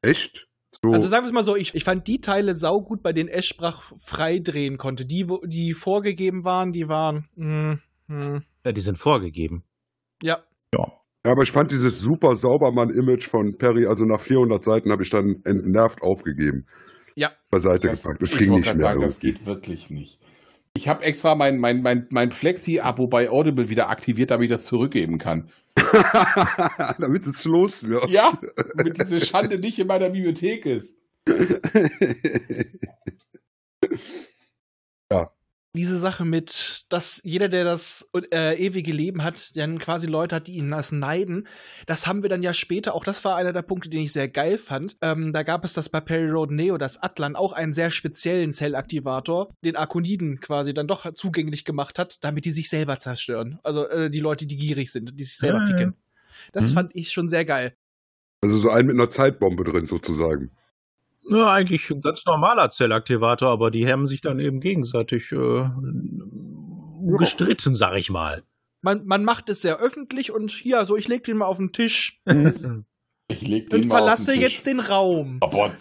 Echt? So,
Also sagen wir es mal so, ich, ich fand die Teile saugut, bei denen Eschbrach frei drehen konnte. Die, wo- die vorgegeben waren, die waren. Mh, mh,
Ja, die sind vorgegeben.
ja.
ja, aber ich fand dieses super Saubermann-Image von Perry, also nach 400 Seiten habe ich dann entnervt aufgegeben.
Ja.
Beiseite gepackt. Das
ich
ging
wollt
nicht
grad
mehr.
Sagen, das
irgendwie.
geht wirklich nicht. Ich habe extra mein, mein, mein, mein Flexi-Abo bei Audible wieder aktiviert, damit ich das zurückgeben kann.
Damit es los wird.
Ja, damit diese Schande nicht in meiner Bibliothek ist.
Diese Sache mit, dass jeder, der das äh, ewige Leben hat, dann quasi Leute hat, die ihn das neiden, das haben wir dann ja später, auch das war einer der Punkte, den ich sehr geil fand. Ähm, da gab es das bei Perry Road Neo, das Atlan, auch einen sehr speziellen Zellaktivator, den Arkoniden quasi dann doch zugänglich gemacht hat, damit die sich selber zerstören. Also äh, die Leute, die gierig sind, die sich selber
Ja,
Ah,
ja.
ficken. Das
Mhm.
fand ich schon sehr geil.
Also so einen mit einer Zeitbombe drin sozusagen.
Ja, eigentlich ein ganz normaler Zellaktivator, aber die haben sich dann eben gegenseitig äh, gestritten, sag ich mal.
Man, man macht es sehr öffentlich und hier, so ich leg den mal auf den Tisch
Ich leg den
und
mal auf
verlasse
den Tisch. Oh
jetzt den Raum.
Aber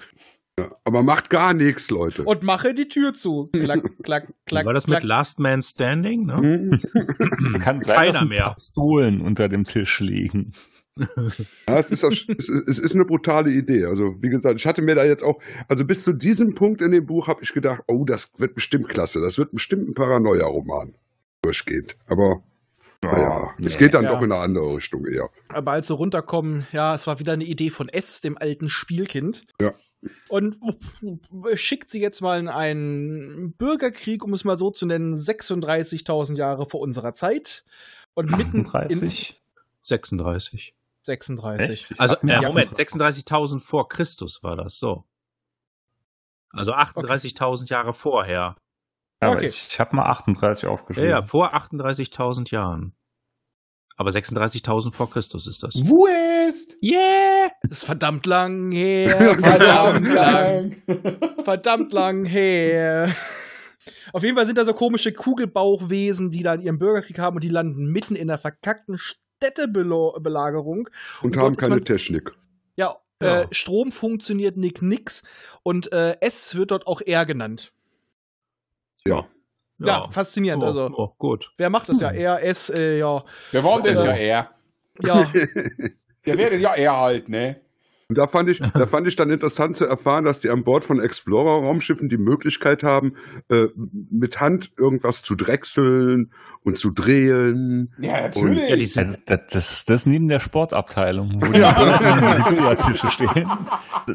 Aber macht gar nichts, Leute.
und mache die Tür zu. Klack, klack, klack.
War das
klack.
mit Last Man Standing? Ne?
Hm?
Es kann sein,
Keiner
dass ein
mehr.
paar Stuhlen unter dem Tisch liegen.
Ja, es, ist, auch- es, ist, es ist eine brutale Idee. Also, wie gesagt, ich hatte mir da jetzt auch, also bis zu diesem Punkt in dem Buch habe ich gedacht, oh, das wird bestimmt klasse, das wird bestimmt ein Paranoia-Roman durchgehend. Aber naja, es geht dann
Ja.
doch in eine andere Richtung eher.
Aber als sie runterkommen, ja, es war wieder eine Idee von S, dem alten Spielkind.
Ja.
Und äh, schickt sie jetzt mal in einen Bürgerkrieg, um es mal so zu nennen, 36.000 Jahre vor unserer Zeit. Und mitten in
38.
36.
36.
Also,
hab mir
äh,
ja-
Moment, 36.000 vor Christus war das, so. Also 38.000 Jahre vorher.
Aber
Okay.
ich habe mal 38
Ja,
aufgeschrieben.
ja,
Mhm.
vor 38.000 Jahren. Aber 36.000 vor Christus ist das.
West!
Yeah!
Das ist verdammt lang her. verdammt lang. verdammt lang her. Auf jeden Fall sind da so komische Kugelbauchwesen, die dann ihren Bürgerkrieg haben und die landen mitten in der verkackten Städtebelagerung.
Und
Und
haben
sonst
keine
man-
Technik.
Ja,
Ja.
Äh, Strom funktioniert nick nix und äh, S wird dort auch R genannt. Ja, faszinierend.
oh,
Also,
oh, gut.
wer macht das ja? R, S, äh, ja.
Wer war denn das
Also-
ja er?
Ja,
Der wäre ja er halt, ne?
Und da fand, ich, da fand ich dann interessant zu erfahren, dass die an Bord von Explorer-Raumschiffen die Möglichkeit haben, äh, mit Hand irgendwas zu drechseln und zu drehen.
Ja,
natürlich.
Ja, die sind,
Das, das- das, das neben der Sportabteilung, wo die
Ja.
Böllern und die Billardtische stehen.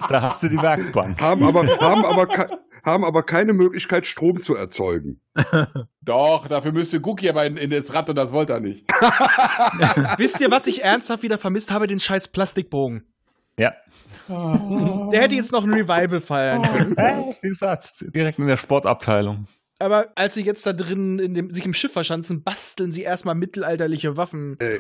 Da hast du die Werkbank.
Haben aber, haben, aber, ke- haben aber keine Möglichkeit, Strom zu erzeugen.
Doch, dafür müsste Guki aber in, in das Rad und das wollte er nicht.
wisst ihr, was ich ernsthaft wieder vermisst habe? Den scheiß Plastikbogen.
Ja.
Der hätte jetzt noch ein Revival feiern
Oh.
können.
Äh, Wie gesagt, direkt in der Sportabteilung.
Aber als sie jetzt da drin in dem, sich im Schiff verschanzen, basteln sie erstmal mittelalterliche Waffen.
Ey.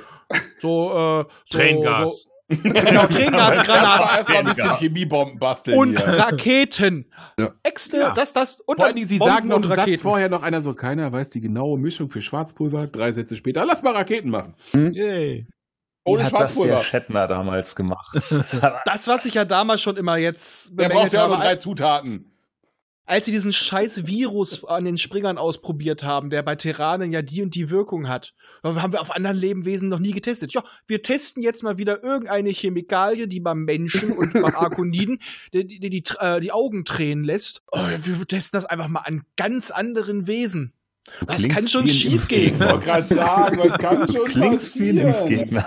So, äh, so,
Tränengas.
So, Genau, Tränengasgranaten
erstmal ein bisschen Chemiebomben basteln.
und
hier.
Raketen.
Ja.
Exte,
Ja.
das, das und
Vor allen
dann
Dingen, sie
Bomben
sagen noch
und
einen Satz
Raketen.
vorher noch einer so, keiner weiß die genaue Mischung für Schwarzpulver. Drei Sätze später, lass mal Raketen machen.
Hm?
Hm? Yay.
Wie
Ohne
hat das der
Schwarzpulver.
Shatner damals gemacht? Hat
Das, was ich ja damals schon immer jetzt
Der braucht
bemängelt
ja auch
habe,
nur drei
als,
Zutaten.
als sie diesen scheiß Virus an den Springern ausprobiert haben, der bei Terranen ja die und die Wirkung hat. Aber Haben wir auf anderen Lebewesen noch nie getestet. Ja, wir testen jetzt mal wieder irgendeine Chemikalie, die beim Menschen und beim Arkoniden die, die, die, die, äh, die Augen tränen lässt. Oh, wir testen das einfach mal an ganz anderen Wesen. Das
klingst
kann schon
wie ein
schief gehen.
Ich wollte gerade sagen, man kann
Du
schon
klingst wie ein
passieren.
Impfgegner.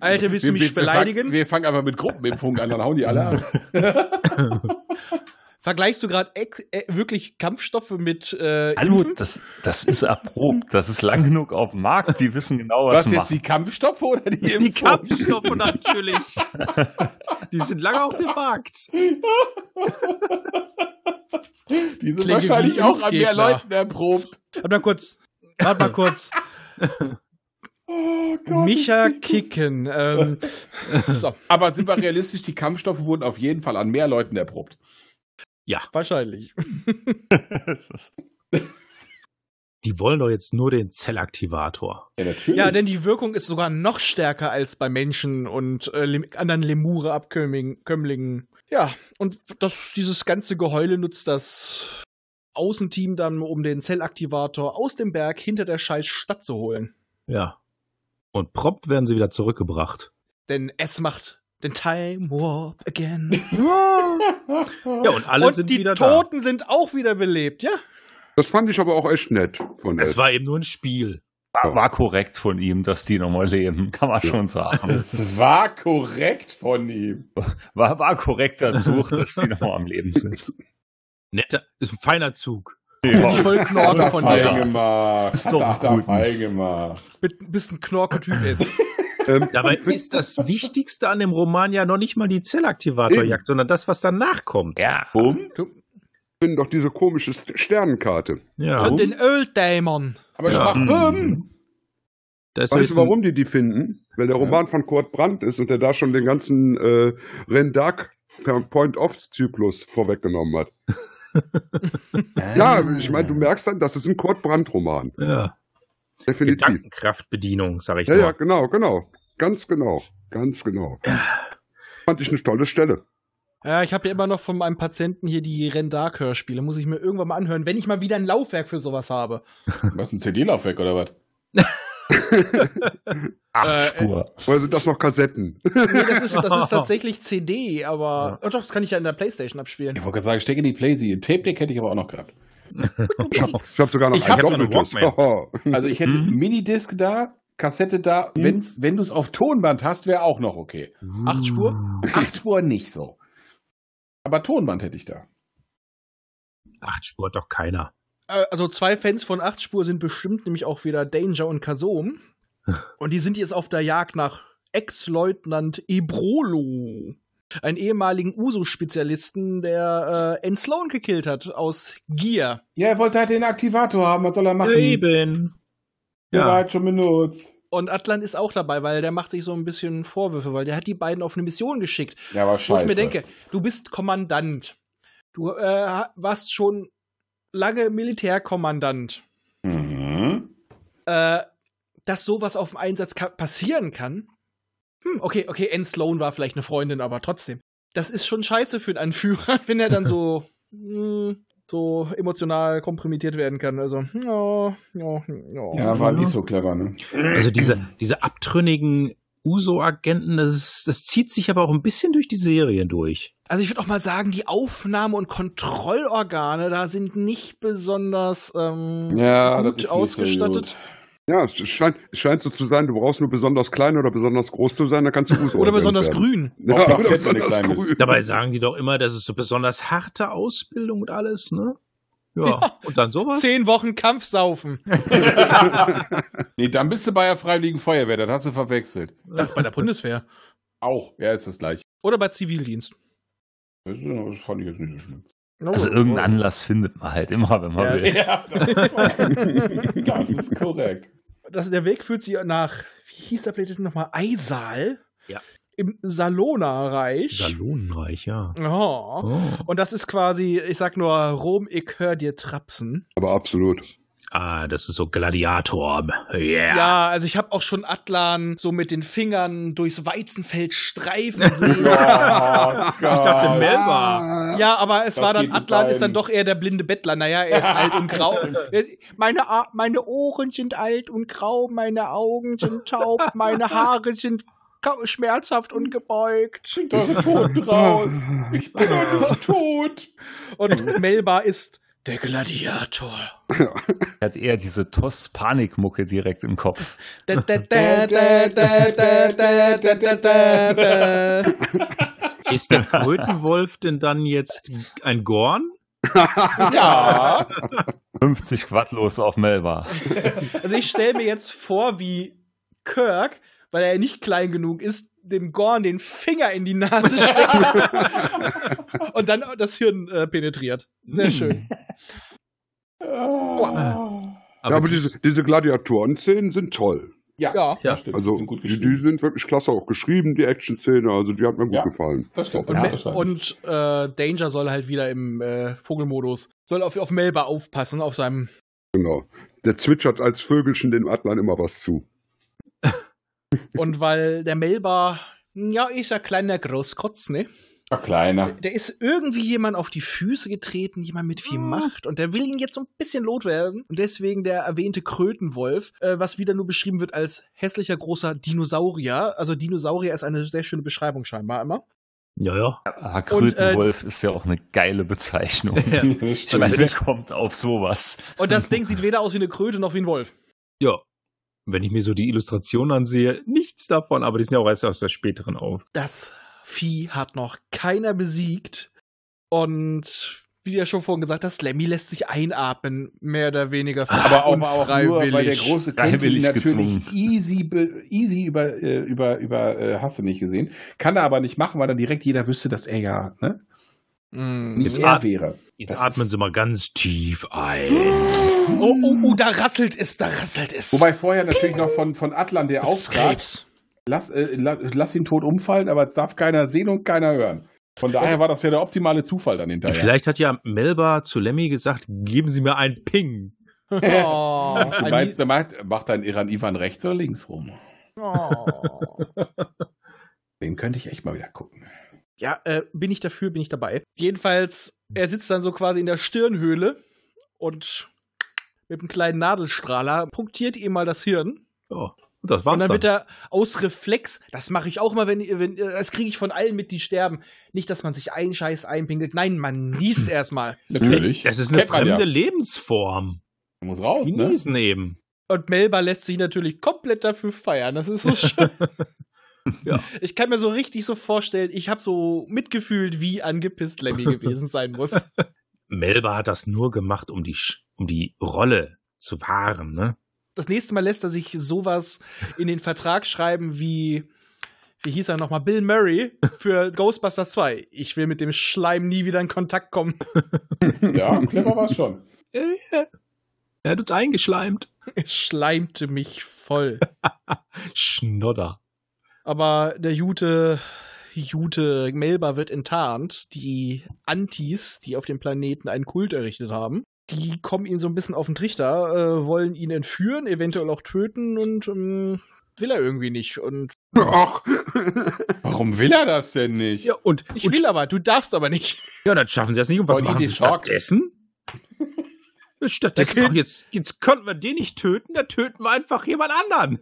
Alter, willst du mich beleidigen?
Fangen, wir fangen einfach mit Gruppenimpfungen an, dann hauen die alle ab.
Vergleichst du gerade ex- äh, wirklich Kampfstoffe mit äh,
Hallo,
Impfen?
das, das ist erprobt. Das ist lang genug auf dem Markt. Die wissen genau, was
Was
sie
jetzt die
machen.
Kampfstoffe oder die Impfungen?
Die Kampfstoffe natürlich. Die sind lange auf dem Markt.
Die sind
Klinge wie
wahrscheinlich
ein
auch an mehr
Impfgegner.
Leuten erprobt.
Warte mal kurz. Warte mal kurz.
Oh Gott.
Micha Kicken. Ähm, so,
Aber sind wir realistisch, die Kampfstoffe wurden auf jeden Fall an mehr Leuten erprobt.
wahrscheinlich.
Das ist-
Die wollen doch jetzt nur den Zellaktivator.
Ja, natürlich.
Ja, denn die Wirkung ist sogar noch stärker als bei Menschen und äh, Lem anderen Lemure-Abkömmlingen. Ja, und das, dieses ganze Geheule nutzt das Außenteam dann, um den Zellaktivator aus dem Berg hinter der scheiß Stadt zu holen.
Ja. Und prompt werden sie wieder zurückgebracht.
Denn es macht den Time Warp again.
Ja, und alle
und
sind
die
wieder
Toten sind auch wieder belebt, ja?
Das fand ich aber auch echt nett von
da.
Ed.
Es war eben nur ein Spiel.
war, war korrekt von ihm, dass die nochmal leben. Kann man schon sagen.
Es war korrekt von ihm.
War, war korrekter Zug, dass die nochmal am Leben sind.
Netter, ist ein feiner Zug.
Ja.
Voll Knorke von
Fein.
dir.
dir.
gemacht.
Ist doch
Hat er
gut.
fein gemacht.
Mit ein bisschen Knorke-Typ ist.
Ähm,
Dabei
ich find-
ist das Wichtigste an dem Roman ja noch nicht mal die Zellaktivatorjagd, sondern das, was danach kommt.
ja.
Bumm.
finden doch diese komische St- Sternenkarte.
Ja.
Und den Öldämon.
Aber Äh,
Ja.
ja.
Hm.
bumm.
Da ist
Weißt
jetzt
du,
ein-
warum die die finden? Weil der Roman von Kurt Brandt ist und der da schon den ganzen äh, Rendark Point-of-Zyklus vorweggenommen hat. ja, ich meine, du merkst dann, das ist ein Kurt Brandt-Roman.
Ja.
Definitiv.
Gedankenkraftbedienung, sag ich
Ja,
mal.
ja, genau, genau. Ganz genau. Ganz genau. Fand ich eine tolle Stelle.
Ja, ich habe ja immer noch von meinem Patienten hier die Rendark-Hörspiele. Muss ich mir irgendwann mal anhören, wenn ich mal wieder ein Laufwerk für sowas habe.
Was, ein CD-Laufwerk oder was?
Acht
Äh,
Spur.
Oder sind das noch Kassetten?
Nee, das ist, das ist tatsächlich CD, aber. Oh, doch, das kann ich ja in der Playstation abspielen.
Ich wollte gerade sagen, steck in die Playsee. Ein Tape-Deck hätte ich aber auch noch gehabt.
Ich habe sogar noch
Ich
ein
hab
sogar noch
doppeltes.
Walkman.
Haha.
Also ich hätte
Mhm.
Minidisc da, Kassette da. Wenn's, wenn du es auf Tonband hast, wäre auch noch okay.
Acht Spur?
Acht Spuren nicht so. Aber Tonband hätte ich da.
Acht Spur hat doch keiner.
Äh, also zwei Fans von 8 Spur sind bestimmt nämlich auch wieder Danger und Kasom. Und die sind jetzt auf der Jagd nach Ex-Leutnant Ebrolo. Einen ehemaligen Uso-Spezialisten, der äh, Anne Sloan gekillt hat aus Gier.
Ja, er wollte halt den Aktivator haben. Was soll er machen?
Eben.
Der war
Ja.
halt schon benutzt.
Und Atlan ist auch dabei, weil der macht sich so ein bisschen Vorwürfe, weil der hat die beiden auf eine Mission geschickt.
Ja, war
Wo
scheiße.
ich mir denke, du bist Kommandant. Du äh, ha- warst schon lange Militärkommandant.
Mhm.
Äh, dass sowas auf dem Einsatz ka passieren kann. Hm, okay, okay, Anne Sloan war vielleicht eine Freundin, aber trotzdem. Das ist schon scheiße für einen Anführer, wenn er dann so, mh, so emotional komprimiert werden kann. Also, ja, ja, ja.
Ja, war nicht so clever, ne?
Also diese, diese abtrünnigen Uso-Agenten, das, das zieht sich aber auch ein bisschen durch die Serien durch.
Also ich würde auch mal sagen, die Aufnahme- und Kontrollorgane da sind nicht besonders ähm,
Ja,
gut ausgestattet.
Ja, es scheint, es scheint so zu sein, du brauchst nur besonders klein oder besonders groß zu sein, dann kannst du Fuß
oder besonders grün.
Ja,
Hauptsache
oder
fett, wenn du
besonders
klein
grün.
Dabei sagen die doch immer, das ist so besonders harte Ausbildung und alles, ne? Ja. Und dann sowas?
Zehn Wochen Kampfsaufen.
nee, dann bist du bei der Freiwilligen Feuerwehr, das hast du verwechselt.
Äh,
Ach, bei der Bundeswehr.
Auch, ja, ist das gleiche.
Oder bei Zivildienst.
Das ist- fand ich jetzt nicht so schlimm.
Also
Oh.
irgendeinen Anlass findet man halt immer, wenn man
Ja.
will.
Ja, das, das ist korrekt.
das, der Weg führt sie nach, wie hieß der Planet nochmal? Eisal?
Ja.
Im Salona-Reich.
Salonenreich, ja.
Oh.
Oh.
Und das ist quasi, ich sag nur, Rom, ich hör dir trapsen.
Aber absolut.
Ah, das ist so Gladiator. Yeah.
Ja, also ich habe auch schon Atlan so mit den Fingern durchs Weizenfeld streifen
Oh,
sehen.
Ich dachte Melba.
Ja, aber es
Das
war dann,
geht mit
Atlan ist dann
beiden.
doch eher der blinde Bettler. Naja, er ist alt und grau. Er ist- Meine, A- meine Ohren sind alt und grau, meine Augen sind taub, meine Haare sind kau- schmerzhaft und gebeugt.
Eure Toten raus. Ich bin doch nicht tot.
Und Melba ist der Gladiator.
Er hat eher diese Toss-Panikmucke direkt im Kopf.
Da, da, da, da, da, da, da, da, da, da, da.
Ist der Krötenwolf denn dann jetzt ein Gorn?
Ja.
50 Quad los auf Melba.
Also ich stelle mir jetzt vor, wie Kirk, weil er ja nicht klein genug ist, dem Gorn den Finger in die Nase steckt und dann das Hirn äh, penetriert.
Hm.
Sehr schön.
Aber, ja, aber diese, diese Gladiatoren-Szenen sind toll.
Ja.
Ja.
stimmt.
Also,
sind gut
die, die
geschrieben.
sind wirklich klasse auch geschrieben, die Action-Szene. Also, die hat mir gut
Ja.
gefallen.
Das stimmt.
Und,
ja,
Me-
das stimmt.
und äh, Danger soll halt wieder im äh, Vogelmodus, soll auf, auf Melba aufpassen, auf seinem.
Genau. Der zwitschert als Vögelchen dem Atlan immer was zu.
Und weil der Melba, ja, ist ja kleiner Großkotz, ne?
War kleiner.
Der ist irgendwie jemand auf die Füße getreten, jemand mit
Ah.
viel Macht und der will ihn jetzt so ein bisschen loswerden. Und deswegen der erwähnte Krötenwolf, äh, was wieder nur beschrieben wird als hässlicher großer Dinosaurier. Also Dinosaurier ist eine sehr schöne Beschreibung scheinbar immer.
ja, ja.
Ah,
Und, äh,
Krötenwolf ist ja auch eine geile Bezeichnung.
Ja.
Also
Ich meine, wer kommt auf sowas?
Und das Ding sieht weder aus wie eine Kröte noch wie ein Wolf.
ja. Wenn ich mir so die Illustrationen ansehe, nichts davon, aber die sind ja auch erst aus der späteren auf.
Das Vieh hat noch keiner besiegt. Und wie ja schon vorhin gesagt, das Lemmy lässt sich einatmen, mehr oder weniger.
aber auch, aber auch nur,
freiwillig.
weil der große könnte
Freiwillig
ihn natürlich
gezwungen.
easy, be- easy über, äh, über, über äh, hast du nicht gesehen. Kann er aber nicht machen, weil dann direkt jeder wüsste, dass er ja ne?
Mm.
nicht
Jetzt
er
at-
wäre.
Jetzt
Das
atmen
ist-
sie Also mal ganz tief ein.
Oh, oh, oh, da rasselt es, da rasselt es.
Wobei vorher natürlich noch von, von Atlan der
das ist
Auftrag,
Krebs.
lass, äh, la, lass ihn tot umfallen, aber es darf keiner sehen und keiner hören. Von daher war das ja der optimale Zufall dann hinterher.
Vielleicht hat ja Melba zu Lemmy gesagt, geben Sie mir einen Ping.
Oh,
du meinst, der macht, macht dann Iran Ivan rechts oder links rum?
oh.
Den könnte ich echt mal wieder gucken.
Ja, äh, bin ich dafür, bin ich dabei. Jedenfalls, er sitzt dann so quasi in der Stirnhöhle und mit einem kleinen Nadelstrahler punktiert ihm mal das Hirn.
Ja, und das
Und
war's
dann wird
dann.
er aus Reflex, das mache ich auch mal, wenn, wenn äh, das kriege ich von allen mit, die sterben. Nicht, dass man sich einen Scheiß einpinkelt. Nein, man niest erstmal.
Natürlich.
Das ist eine
Kennt man ja.
fremde Lebensform.
Der Muss raus, ne?
Genießen eben.
Und Melba lässt sich natürlich komplett dafür feiern. Das ist so schön.
Ja.
Ich kann mir so richtig so vorstellen, ich habe so mitgefühlt, wie angepisst Lemmy gewesen sein muss.
Melba hat das nur gemacht, um die, Sch- um die Rolle zu wahren, ne?
das nächste Mal lässt er sich sowas in den Vertrag schreiben wie, wie hieß er nochmal, Bill Murray für Ghostbusters 2. Ich will mit dem Schleim nie wieder in Kontakt kommen.
Ja, clever war es schon.
Er hat uns eingeschleimt.
Es schleimte mich voll.
Schnodder.
Aber der Jute, Jute Melba wird enttarnt. Die Antis, die auf dem Planeten einen Kult errichtet haben, die kommen ihm so ein bisschen auf den Trichter, äh, wollen ihn entführen, eventuell auch töten und ähm, will er irgendwie nicht. Und
Ach,
Warum will er das denn nicht?
Ja, und,
ich
und
will aber, du darfst aber nicht.
Ja, dann schaffen sie das nicht. Und was
Wollen die
machen
die
sie
Sorg-
stattdessen? Stattdessen,
Der Kind-
ach, jetzt, jetzt könnten wir den nicht töten, dann töten wir einfach jemand anderen.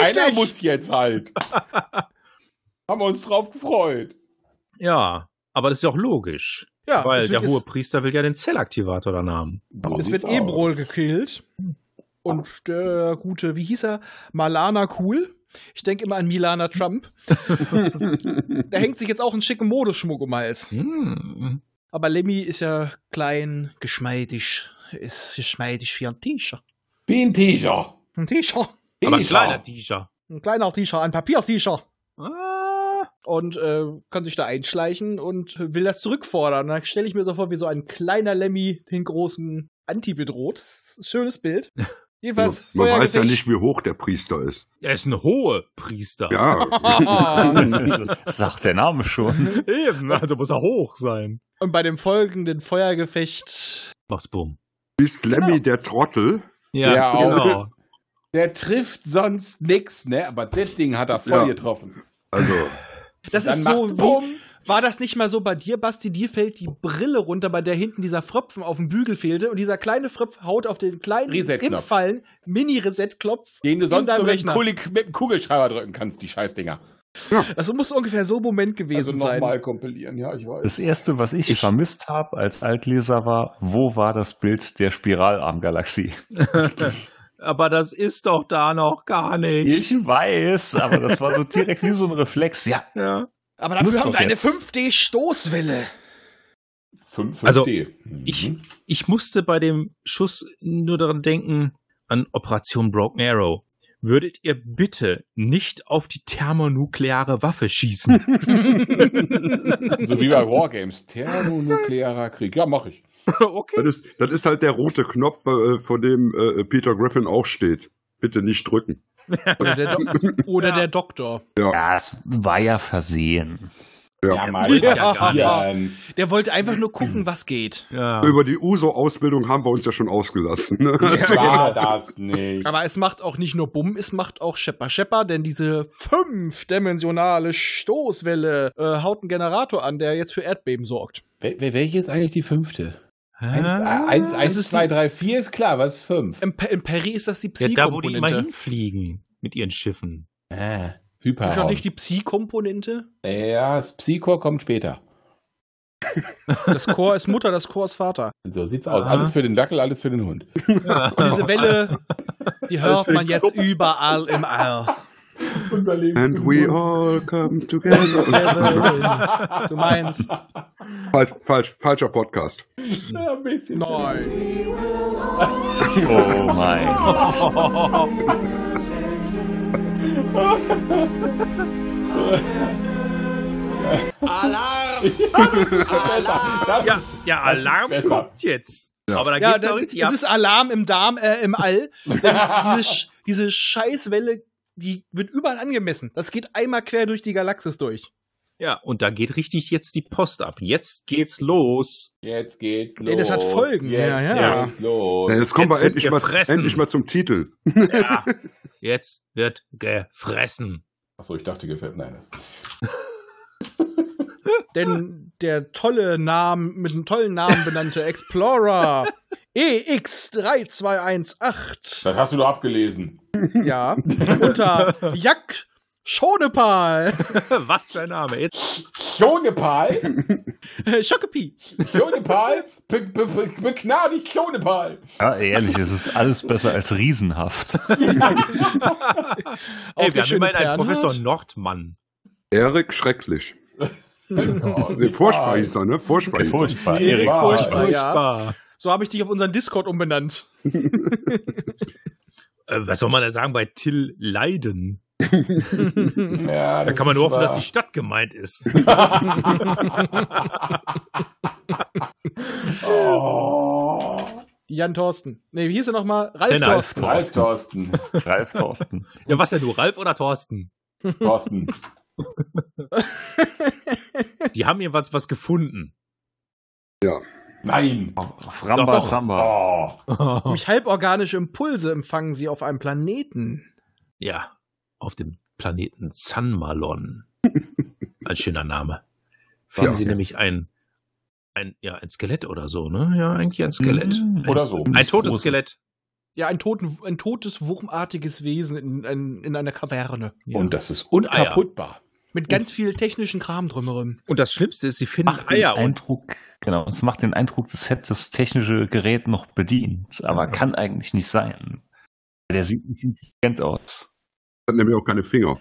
Einer muss jetzt halt. Haben wir uns drauf gefreut.
Ja, aber das ist ja auch logisch.
Ja,
weil
deswegen
der hohe Priester will ja den Zellaktivator dann haben.
So
Es
sieht's
wird Ebrol
aus.
gekillt. Und der gute, wie hieß er? Malana Cool. Ich denke immer an Milana Trump. da hängt sich jetzt auch ein schicken Modeschmuck um den Hals.
Hm.
Aber Lemmy ist ja klein, geschmeidig. Ist geschmeidig wie ein T-Shirt.
Wie ein Tiger.
Ein T-Shirt.
Aber ein kleiner Tischer.
Ein kleiner T-Shirt, ein Papier-T-Shirt.
Ah,
Und äh, kann sich da einschleichen und will das zurückfordern. Da stelle ich mir so vor, wie so ein kleiner Lemmy den großen Anti bedroht. Das ist ein Schönes Bild. Jedenfalls,
Also, man weiß ja
Feuergefecht.
nicht, wie hoch der Priester ist.
Er ist ein hoher Priester.
Ja.
Sagt der Name schon.
Eben, also muss er hoch sein.
Und bei dem folgenden Feuergefecht
Macht's bumm.
ist Lemmy der Trottel?
Ja,
Ja, auch.
genau.
Der trifft sonst nix, ne? Aber das Ding hat er voll
Ja.
getroffen.
Also,
Das
Dann
ist so
macht's
wie,
bumm.
war das nicht mal so bei dir, Basti? Dir fällt die Brille runter, bei der hinten dieser Fröpfen auf dem Bügel fehlte und dieser kleine Fröpf haut auf den kleinen
Reset-Knopf.
Fallen Mini-Reset-Knopf.
Den du
In
sonst
deinem
nur mit,
Rechner.
einem Kulik- mit einem Kugelschreiber drücken kannst, die Scheißdinger.
Das muss ungefähr so ein Moment
Also
gewesen sein.
nochmal kompilieren, ja, ich weiß.
Das erste, was ich, vermisst habe als Altleser war, wo war das Bild der Spiralarmgalaxie?
Aber das ist doch da noch gar nicht.
Ich weiß, aber das war so direkt wie so ein Reflex. Ja,
Ja.
Aber
Muss
dafür haben
doch
wir eine
jetzt.
5D-Stoßwelle.
5,
Also,
mhm.
ich- Ich musste bei dem Schuss nur daran denken, an Operation Broken Arrow. Würdet ihr bitte nicht auf die thermonukleare Waffe schießen?
So wie bei Wargames. Thermonuklearer Krieg. Ja, mach ich.
okay.
das ist, das ist halt der rote Knopf, äh, vor dem äh, Peter Griffin auch steht. Bitte nicht drücken.
Oder der, Do oder der Doktor.
ja das war ja versehen.
Ja.
mal.
Ja.
passieren.
Der wollte einfach nur gucken, was geht.
Ja.
Über die Uso-Ausbildung haben wir uns ja schon ausgelassen. Ne?
Ich War genau das nicht.
Aber es macht auch nicht nur Bumm, es macht auch Schepper Schepper, denn diese fünfdimensionale Stoßwelle äh, haut einen Generator an, der jetzt für Erdbeben sorgt.
Wel- wel- Welche ist eigentlich die fünfte? Eins,
Ah.
eins,
das
eins
ist
zwei,
die-
drei, vier ist klar, was ist fünf?
Im, Pe- im Perry ist das die
ja, da, wo die immer
Psi-Komponente.
hinfliegen mit ihren Schiffen.
Ah,
ist
Hyperraum.
das nicht die Psi-Komponente?
ja, das Psychor kommt später.
Das Chor ist Mutter, das Chor ist Vater.
So sieht's aus.
Aha.
Alles für den Dackel, alles für den Hund.
Und diese Welle, die hört man jetzt überall im All.
Unser Leben.
And we all come together.
Du meinst,
falsch, falsch, falscher Podcast.
Ja, ein bisschen.
nein.
Oh mein.
Besser.
ja, ja, Alarm
besser.
kommt jetzt. Aber da
Ja,
geht's
da,
auch richtig
es
ab.
ist Alarm im Darm, äh, im All. diese, Sch diese Scheißwelle, die wird überall angemessen. Das geht einmal quer durch die Galaxis durch.
Ja, und da geht richtig jetzt die Post ab. Jetzt geht's los.
Jetzt geht's los.
Ey, das hat Folgen.
Jetzt
Ja, ja.
geht's los.
Ja, Äh, jetzt kommen
Jetzt
wir
wird
endlich mal,
gefressen.
endlich mal zum Titel.
Ja, jetzt wird gefressen.
Achso, ich dachte, gefällt mir eines.
Denn der tolle Name, mit einem tollen Namen benannte Explorer E EX3218,
Das hast du doch abgelesen.
ja, unter Jack Schonepal,
Was für ein Name. Jetzt
Schonepal?
Äh, Schokopi.
Schonepal? Be be be begnadigt Schonepal!
Ja, ehrlich, es ist alles besser als riesenhaft.
Auch
Ey, wir
der
haben
schöne
immerhin einen
Bernhard.
Professor Nordmann.
Erik Schrecklich.
Oh,
Nee, Vorspeich ist er, ne? Vorspeich ist er.
Furchtbar,
Erik,
Erik,
furchtbar.
furchtbar.
Ja, so habe ich dich auf unseren Discord umbenannt.
Äh, was soll man da sagen bei Till Leiden?
Ja,
Da
das
kann man nur
ist
hoffen, dass
wahr.
die Stadt gemeint ist.
oh,
Jan Thorsten. Nee, wie hieß er nochmal? Ralf
Den Ralf
Thorsten.
Ralf Thorsten.
Ralf Thorsten.
Ja, was denn du, Ralf oder Thorsten?
Thorsten.
Die haben jeweils was gefunden.
Nein.
Ramba Zamba.
Oh.
Durch halborganische Impulse empfangen sie auf einem Planeten.
Ja, auf dem Planeten Zanmalon. Ein schöner Name. Finden
Ja.
sie nämlich ein, ein, ja, ein Skelett oder so, ne? Ja, eigentlich ein Skelett.
Mhm.
Ein,
Oder so.
ein totes
Großes.
Skelett.
Ja, ein, toten, ein totes, wurmartiges Wesen in, in, in einer Kaverne.
Ah, Ja.
Oh. Und das ist unkaputtbar.
Mit ganz viel technischen Kram drumherum.
Und das Schlimmste ist, sie finden
macht den
Eier und
Eindruck, genau, es macht den Eindruck, das hätte das technische Gerät noch bedient, aber kann eigentlich nicht sein. Der sieht nicht intelligent aus.
Hat nämlich auch keine Finger.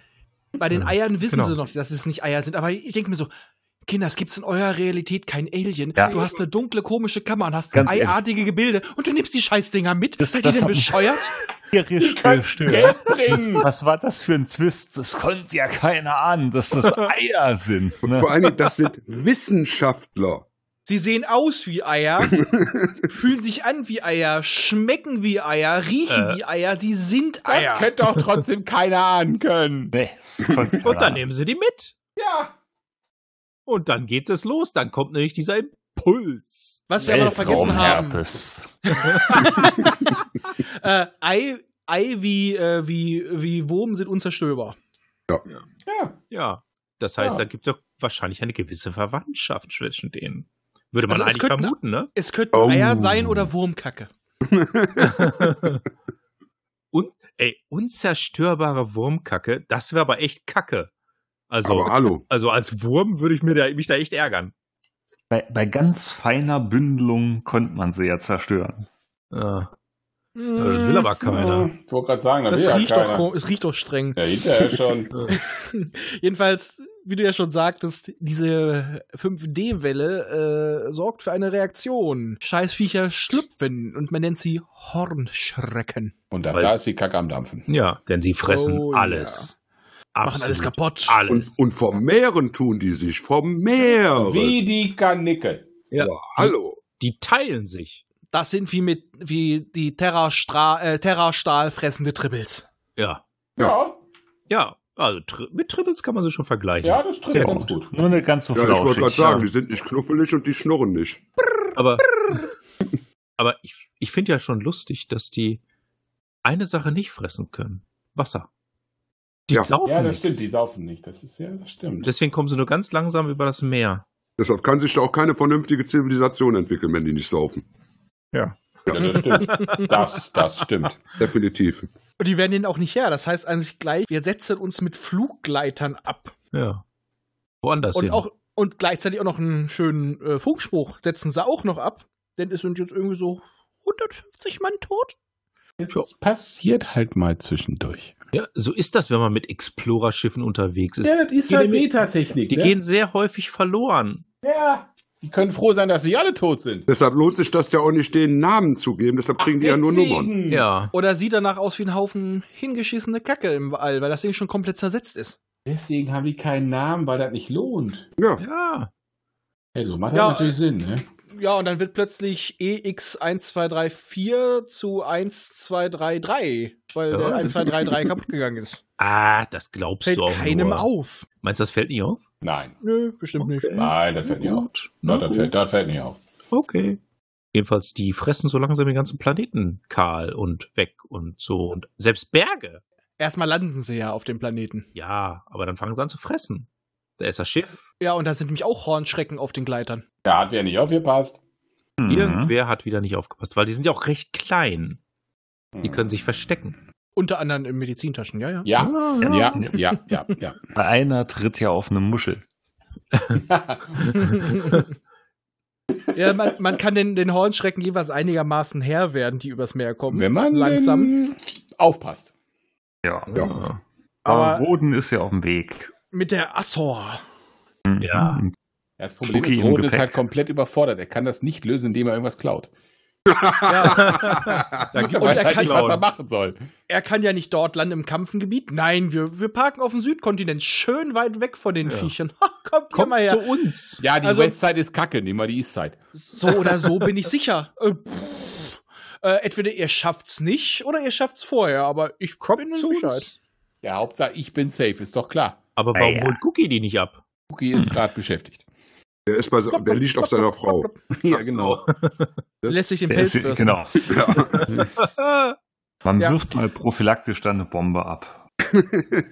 Bei den
Ja,
Eiern wissen
genau.
sie noch, dass es nicht Eier sind. Aber ich denke mir so, Kinder, es gibt in eurer Realität kein Alien.
Ja.
Du hast eine dunkle, komische Kammer und hast
Ganz ehrlich.
eiartige Gebilde und du nimmst die Scheißdinger mit.
Das-
Seid
das
ihr denn
hat-
bescheuert?
Tierisch
Geld
gestört. Was,
bringen.
was war das für ein Twist? Das konnte ja keiner ahnen, dass das Eier sind. Ne?
Vor allen Dingen, das sind Wissenschaftler.
Sie sehen aus wie Eier, fühlen sich an wie Eier, schmecken wie Eier, riechen
Äh.
wie Eier, sie sind
Das
Eier.
hätte doch trotzdem keiner ahnen können.
Nee, das konnte keiner
Und dann
ahnen.
nehmen sie die mit.
Ja.
Und dann geht es los. Dann kommt nämlich dieser Impuls.
Was wir aber noch vergessen haben.
Weltraumherpes.
Äh, Ei, Ei wie, äh, wie, wie Wurm sind unzerstörbar.
Ja.
Ja. Das heißt,
Ja.
da gibt es doch wahrscheinlich eine gewisse Verwandtschaft zwischen denen. Würde man
Also es
eigentlich
könnten-
vermuten, ne?
Es könnten
Oh.
Eier sein oder Wurmkacke.
Und, ey, unzerstörbare Wurmkacke, das wäre aber echt Kacke. Also,
Aber hallo.
also als Wurm würde ich mir da, mich da echt ärgern.
Bei, bei ganz feiner Bündelung konnte man sie ja zerstören.
Ja, das will aber
Hm,
keiner.
Ich wollte gerade sagen,
Das
will ja
riecht
keiner.
doch, ko- es riecht doch streng.
Ja, hinterher schon.
Jedenfalls, wie du ja schon sagtest, diese 5D-Welle äh, sorgt für eine Reaktion. Scheißviecher schlüpfen und man nennt sie Hornschrecken.
Und da,
Weil-
da ist die Kacke am Dampfen.
Ja, denn sie fressen
Oh,
alles.
Machen alles
Absolut Ah.
kaputt.
Und,
Alles.
und vermehren tun die sich. Vermehren.
Wie die Kanickel.
Ja.
Boah, hallo.
Die teilen sich.
Das sind wie mit wie die Terrastra äh, Terrastahl fressende Tribbles.
Ja.
Ja,
Ja. Also tri mit Triples kann man sie schon vergleichen.
ja das trifft
Sehr
ganz
gut.
gut.
Nur eine ganz so
Ja, ich wollte
flauschig.
gerade sagen,
Ja.
die sind nicht knuffelig und die schnurren nicht.
Aber, aber ich, ich finde ja schon lustig, dass die eine Sache nicht fressen können. Wasser. Die
Ja.
saufen
Ja, das
nichts.
stimmt, die saufen nicht. Das ist ja, das stimmt.
Deswegen kommen sie nur ganz langsam über das Meer.
Deshalb kann sich da auch keine vernünftige Zivilisation entwickeln, wenn die nicht saufen.
ja, das stimmt. Das, das stimmt.
Definitiv.
Und die werden denen auch nicht her. Das heißt an sich gleich, wir setzen uns mit Fluggleitern ab.
Ja. Woanders
und
hin.
auch und gleichzeitig auch noch einen schönen äh, Funkspruch setzen sie auch noch ab. Denn es sind jetzt irgendwie so 150 Mann tot.
Es passiert halt mal zwischendurch.
ja, so ist das, wenn man mit Explorerschiffen unterwegs ist.
das ist halt
Die gehen-
Metatechnik. ne?
die gehen sehr häufig verloren.
Ja. Die können froh sein, dass sie alle tot sind.
Deshalb lohnt sich das ja auch nicht, denen Namen zu geben. Deshalb kriegen die ja nur Nummern.
Deswegen.
Ja.
Oder sieht danach aus wie ein Haufen hingeschissene Kacke im All, weil das Ding schon komplett zersetzt ist.
Deswegen haben die keinen Namen, weil das nicht lohnt.
Ja.
Ja.
Hey, so macht
Ja,
das natürlich Sinn, ne?
Ja, und dann wird plötzlich E EX1234 zu 1233, weil
Ja.
der 1233 kaputt gegangen ist.
Ah, das glaubst
Fällt
du auch
keinem
nur.
auf.
Meinst du, das fällt nicht auf?
Nein.
Nö, bestimmt nicht.
Nein, das fällt nicht auf.
Gut.
Ja,
Na
das,
gut.
fällt, das fällt nicht auf.
Okay. Jedenfalls, die fressen so langsam den ganzen Planeten kahl und weg und so. Und selbst Berge.
Erstmal landen sie ja auf dem Planeten.
Ja, aber dann fangen sie an zu fressen. Da ist das Schiff.
Ja, und da sind nämlich auch Hornschrecken auf den Gleitern.
Da hat wer nicht aufgepasst.
Mhm.
Irgendwer hat wieder nicht aufgepasst, weil die sind ja auch recht klein. Die können sich verstecken.
Unter anderem in Medizintaschen, ja, ja.
Ja, ja, Mhm. ja, ja, ja.
Bei einer tritt ja auf eine Muschel.
ja man, man kann den, den Hornschrecken jeweils einigermaßen Herr werden, die übers Meer kommen.
Wenn man
langsam.
ähm, aufpasst.
Ja.
Ja.
Aber
Aber
Roden ist ja auf dem Weg.
mit der Assor.
Mhm.
Ja.
Das Problem
Cookie
ist,
im
Roden ist
Gepäck.
halt komplett überfordert. Er kann das nicht lösen, indem er irgendwas klaut.
Ja. da
Er
gibt
Und
weiß
er
es
halt
kann-
nicht, was er
Clown.
machen soll.
Er kann ja nicht dort landen im Kampfengebiet. Nein, wir, wir parken auf dem Südkontinent, schön weit weg von den
Ja.
Viechern. Ha, kommt, kommt
Kommt
mal her.
zu uns.
Ja, die
Also-
Westside ist kacke, nimm mal die Eastside.
So oder so bin ich sicher. Äh, pff. äh, entweder ihr schafft's nicht oder ihr schafft's vorher, aber ich komme in
zu
Sicherheit.
uns.
Ja, Hauptsache, ich bin safe, ist doch klar.
Aber warum
Ja, ja.
holt Cookie die nicht ab?
Cookie ist gerade beschäftigt.
Der, ist bei, der liegt auf seiner Frau.
Ja,
Also
Lässt sich den
Der ist,
Pelz bürsten.
genau.
Ah,
Man
Ja.
wirft mal prophylaktisch dann eine Bombe ab.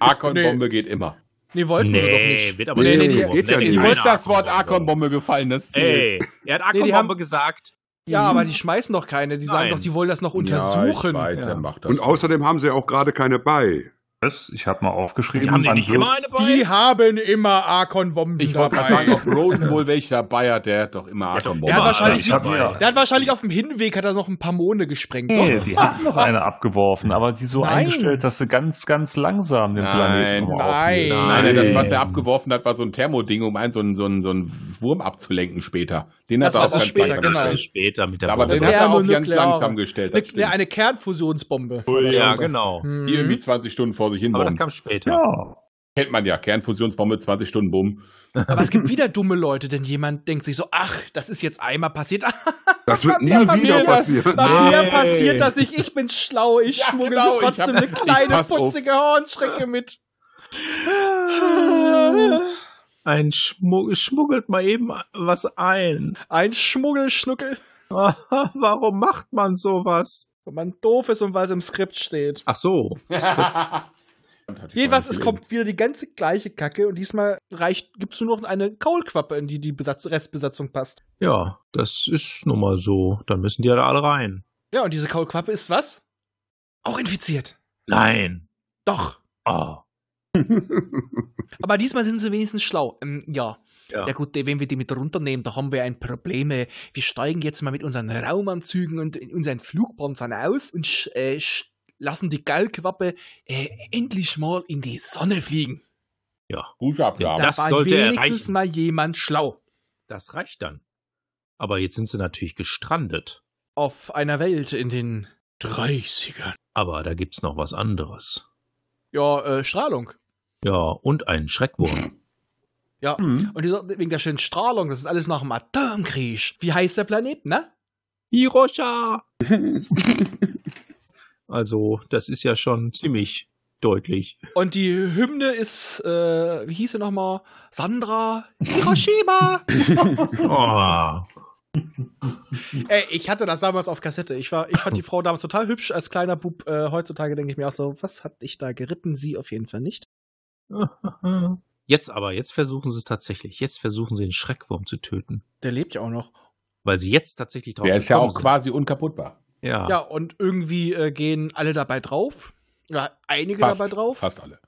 Arkon-Bombe geht immer.
nee, wollten sie doch
Nee,
nicht.
wird aber
Nee,
nicht
nee,
geworfen.
geht ja
Nee,
nicht.
Ihm
keine
ist das Wort
Arkon-Bombe.
Arkon-Bombe gefallen, das ist
Ey, er hat
Nee, die
Arkon-Bombe
haben-
gesagt.
Ja, aber die schmeißen doch keine. Die sagen
Nein.
doch, die wollen das noch
Ja, ich
untersuchen.
weiß,
Ja.
er macht das.
Und außerdem haben sie ja auch gerade keine bei.
Was? Ich habe mal aufgeschrieben.
Die haben die
man
nicht immer
wirft-
eine
die
bei?
haben immer Arkon-Bomben
ich wollte gerade sagen,
dabei.
ob Roden wohl welche dabei hat, der hat doch immer
hat doch
Arkon-Bombe.
Ja,
immer
wahrscheinlich-
eine dabei.
Ich hab mir-
Der hat wahrscheinlich auf dem Hinweg hat er noch ein paar Monde gesprengt. So.
Nee, die haben noch eine abgeworfen, aber die so
Nein.
eingestellt, dass sie ganz, ganz langsam den
Nein.
Planeten
Nein.
aufnehmen.
Nein, nein, das, was
Nein.
er abgeworfen hat, war so ein Thermoding, um einen so einen, so einen, so einen Wurm abzulenken später. Den
Das
hat er
war's
auch ganz
später,
langsam
genau.
Das ist
gestellt.
Später mit der
Aber
Bombe.
den hat er auch ganz
Thermonukleare.
langsam gestellt. das
Eine,
stimmt.
nee, eine Kernfusionsbombe.
ja, genau.
Hm.
Die irgendwie 20 Stunden vor sich hin
Aber das
bomben.
kam später.
Ja.
Kennt man ja, Kernfusionsbombe, 20 Stunden Bumm.
Aber es gibt wieder dumme Leute, denn jemand denkt sich so, ach, das ist jetzt einmal passiert.
Das wird nie
Bei
wieder
mir-
passieren.
Bei mir
Nee.
passiert das nicht. Ich bin schlau. Ich
Ja,
schmuggle
genau, ich hab-
trotzdem eine kleine,
pass auf.
putzige Hornschrecke mit.
Ah. Ein Schmuggel schmuggelt mal eben was ein.
Ein Schmuggelschnuckel.
Warum macht man sowas?
Wenn man doof ist und weil es im Skript steht.
Ach so.
Jedenfalls, es kommt wieder die ganze gleiche Kacke und diesmal reicht, gibt's nur noch eine Kaulquappe, in die die Besatz Restbesatzung passt.
Ja, das ist nun mal so. Dann müssen die ja da alle rein.
Ja, und diese Kaulquappe ist was? Auch infiziert.
Nein.
Doch.
Ah.
Aber diesmal sind sie wenigstens schlau. Ähm, ja.
Ja.
Ja gut, wenn wir die mit runternehmen, da haben wir ein Problem. äh, Wir steigen jetzt mal mit unseren Raumanzügen und in unseren Flugpanzern aus und sch, äh, sch, lassen die Galgwappe äh, endlich mal in die Sonne fliegen.
Buchstabgabe.
Das
da war
sollte
wenigstens
reichen.
mal jemand schlau.
Das reicht dann. Aber jetzt sind sie natürlich gestrandet.
Auf einer Welt in den 30ern.
Aber da gibt's noch was anderes.
Ja, äh, Strahlung.
Ja, und einen Schreckwurm.
Ja.
Mhm.
Und die sagt, wegen der schönen Strahlung, das ist alles nach dem Atomkrieg. Wie heißt der Planet, ne?
Hirosha! also, das ist ja schon ziemlich deutlich.
Und die Hymne ist, äh, wie hieß sie nochmal? Sandra Hiroshima!
Oh.
Ey, ich hatte das damals auf Kassette. Ich, war, ich fand die Frau damals total hübsch als kleiner Bub. Äh, heutzutage denke ich mir auch so, was hat ich da geritten? Sie auf jeden Fall nicht.
Jetzt aber, jetzt versuchen sie es tatsächlich. Jetzt versuchen sie den Schreckwurm zu töten.
Der lebt ja auch noch.
Weil sie jetzt tatsächlich drauf
Der ist ja
gekommen
auch quasi unkaputtbar.
sind. Ja.
Ja,
ja.
und irgendwie äh, gehen alle dabei drauf. Ja, einige
Fast,
dabei drauf.
Fast alle.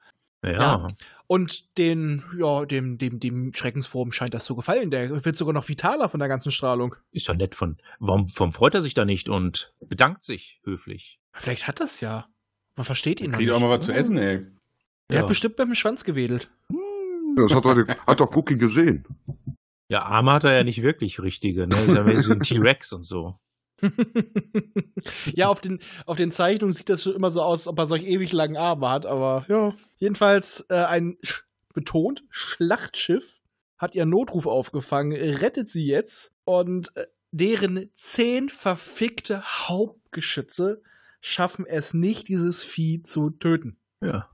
Ja.
Und den, ja, dem, dem, dem Schreckenswurm scheint das zu gefallen. Der wird sogar noch vitaler von der ganzen Strahlung.
Ist ja nett von. Warum, warum freut er sich da nicht und bedankt sich höflich?
Vielleicht hat das ja. Man versteht ihn noch
Kriegt
nicht. ne?
auch mal was zu essen, ey.
Der
Ja.
hat bestimmt mit dem Schwanz gewedelt.
Das hat, heute, hat doch Cookie gesehen.
Ja, Arme hat er ja nicht wirklich richtige, ne? Ist ja mehr so ein T-Rex und so.
ja, auf den, auf den Zeichnungen sieht das schon immer so aus, ob er solch ewig langen Arme hat, aber ja. Jedenfalls äh, ein sch betont Schlachtschiff hat ihren Notruf aufgefangen, rettet sie jetzt und äh, deren zehn verfickte Hauptgeschütze schaffen es nicht, dieses Vieh zu töten.
Ja.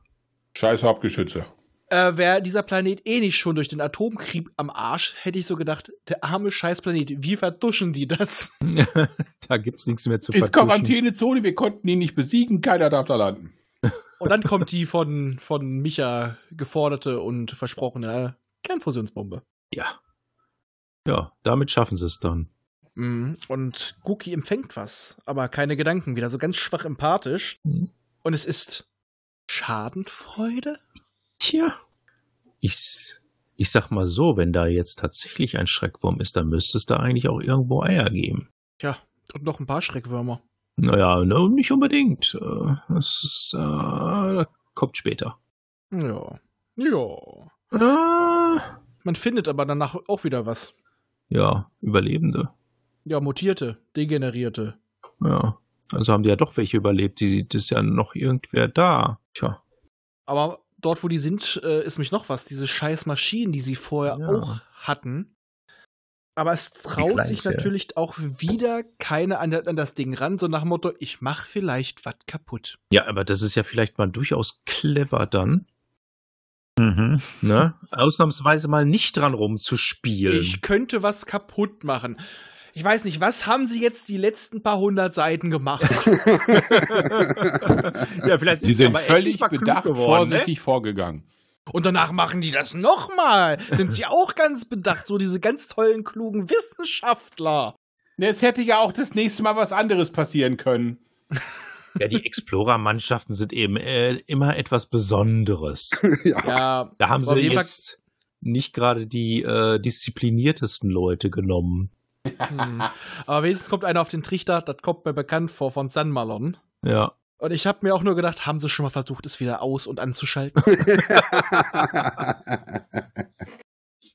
Scheiß Hauptgeschütze.
Äh, Wäre dieser Planet eh nicht schon durch den Atomkrieg am Arsch, hätte ich so gedacht, der arme Scheißplanet, wie vertuschen die das?
da gibt's nichts mehr zu
Ist
vertuschen.
Quarantänezone, wir konnten ihn nicht besiegen, keiner darf da landen.
Und dann kommt die von, von Micha geforderte und versprochene Kernfusionsbombe.
Ja. Ja, damit schaffen sie es dann.
Mhm. Und Guki empfängt was, aber keine Gedanken, wieder so ganz schwach empathisch.
Mhm.
Und es ist Schadenfreude?
Tja. Ich, ich sag mal so, wenn da jetzt tatsächlich ein Schreckwurm ist, dann müsste es da eigentlich auch irgendwo Eier geben.
Tja, und noch ein paar Schreckwürmer.
Naja, ne, nicht unbedingt. Äh, Das ist, äh, kommt später.
Ja. Ja.
Äh.
Ah.
Man findet aber danach auch wieder was.
Ja, Überlebende.
Ja, mutierte, degenerierte.
Ja. Also haben die ja doch welche überlebt. Die, das ist ja noch irgendwer da. Tja.
Aber dort, wo die sind, äh, ist mich noch was. Diese scheiß Maschinen, die sie vorher
Ja.
auch hatten. Aber es traut sich
gleiche.
natürlich auch wieder keiner an, der- an das Ding ran, so nach dem Motto, ich mach vielleicht was kaputt.
Ja, aber das ist ja vielleicht mal durchaus clever dann.
Mhm.
Ne? Ausnahmsweise mal nicht dran rumzuspielen.
Ich könnte was kaputt machen. Ich weiß nicht, was haben sie jetzt die letzten paar hundert Seiten gemacht?
ja, vielleicht
Sie sind völlig
endlich mal klug
bedacht,
geworden, ne?
vorsichtig vorgegangen.
Und danach machen die das nochmal. Sind sie auch ganz bedacht, so diese ganz tollen, klugen Wissenschaftler.
Ne, Es hätte ja auch das nächste Mal was anderes passieren können.
Ja, die Explorer-Mannschaften sind eben äh, immer etwas Besonderes.
Ja,
Da haben
Auf
sie
jeden Fall-
jetzt nicht gerade die äh, diszipliniertesten Leute genommen.
Hm. Aber wenigstens kommt einer auf den Trichter, das kommt mir bekannt vor von San Malon.
Ja.
Und ich habe mir auch nur gedacht, haben sie schon mal versucht, es wieder aus- und anzuschalten?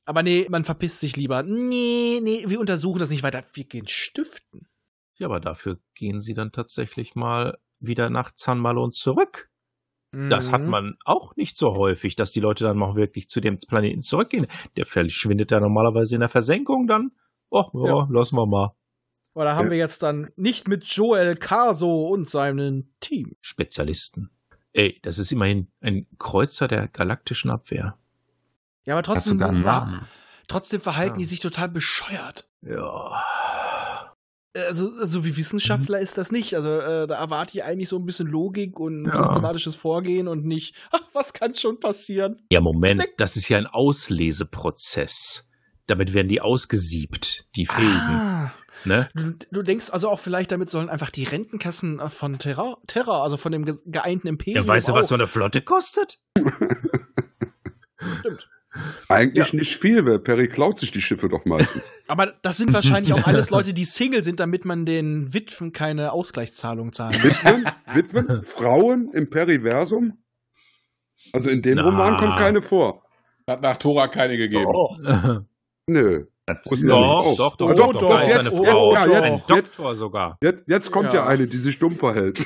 Aber nee, man verpisst sich lieber. Nee, nee, wir untersuchen das nicht weiter. Wir gehen stiften.
Ja, aber dafür gehen sie dann tatsächlich mal wieder nach San Malon zurück. Das
Mhm.
Mhm.
hat man auch nicht so häufig, dass die Leute dann noch wirklich zu dem Planeten zurückgehen. Der verschwindet ja normalerweise in der Versenkung dann. Och, ja,
Ja.
lassen wir mal.
Oder haben wir jetzt dann nicht mit Joel Caso und seinem Team?
Spezialisten. Ey, das ist immerhin ein Kreuzer der galaktischen Abwehr.
Ja, aber
Hast du
trotzdem,
da einen Namen?
trotzdem verhalten
Ja.
die sich total bescheuert.
Ja.
Also, also wie Wissenschaftler
Mhm.
ist das nicht. Also äh, da erwarte ich eigentlich so ein bisschen Logik und
Ja.
systematisches Vorgehen und nicht, ach, was kann schon passieren?
Ja, Moment, das ist ja ein Ausleseprozess. Damit werden die ausgesiebt, die Fähigen.
Ah,
Ne?
du, du denkst also auch vielleicht, damit sollen einfach die Rentenkassen äh, von Terra, Terra also von dem ge- geeinten Imperium.
Ja, weißt du, was so
auch-
eine Flotte kostet?
Eigentlich nicht viel, weil Perry klaut sich die Schiffe doch meistens.
Aber das sind wahrscheinlich auch alles Leute, die Single sind, damit man den Witwen keine Ausgleichszahlung zahlen
Witwen,
muss.
Witwen, Frauen im Periversum? Also in dem
Na.
Roman kommt keine vor.
Hat nach Tora keine gegeben.
Oh. doch,
Nö. Wussten wir nicht.
doch,
Oh.
doch,
Ah,
doch, doch, da ist
jetzt,
eine
jetzt,
Frau,
ja,
ein
jetzt, jetzt,
Doktor sogar.
jetzt, jetzt kommt ja.
Ja.
eine, die sich dumm verhält.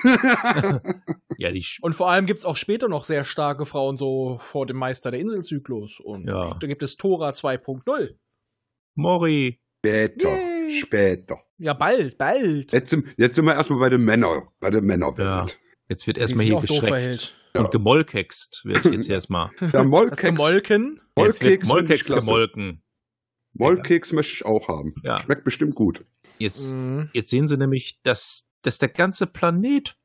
Ja, die Sch-
Und vor allem gibt es auch später noch sehr starke Frauen, so vor dem Meister der Inselzyklus. Und
Ja.
da gibt es Tora 2.0.
Mori.
Später.
Yay.
Später.
Ja, bald, bald.
Jetzt sind, jetzt sind wir erstmal bei den Männern, bei der Männerwelt.
Jetzt wird
Die
erstmal
sich
hier
auch doof verhält.
geschreckt. Und gemolkext wird jetzt erstmal.
Der
Das
Mollkeks,
Gemolken.
Jetzt wird
Mollkeks, find ich
Molkex
klasse.
gemolken.
Mollkeks möchte ich auch haben.
Ja.
Schmeckt bestimmt gut.
Jetzt,
Mhm.
jetzt sehen sie nämlich, dass, dass der ganze Planet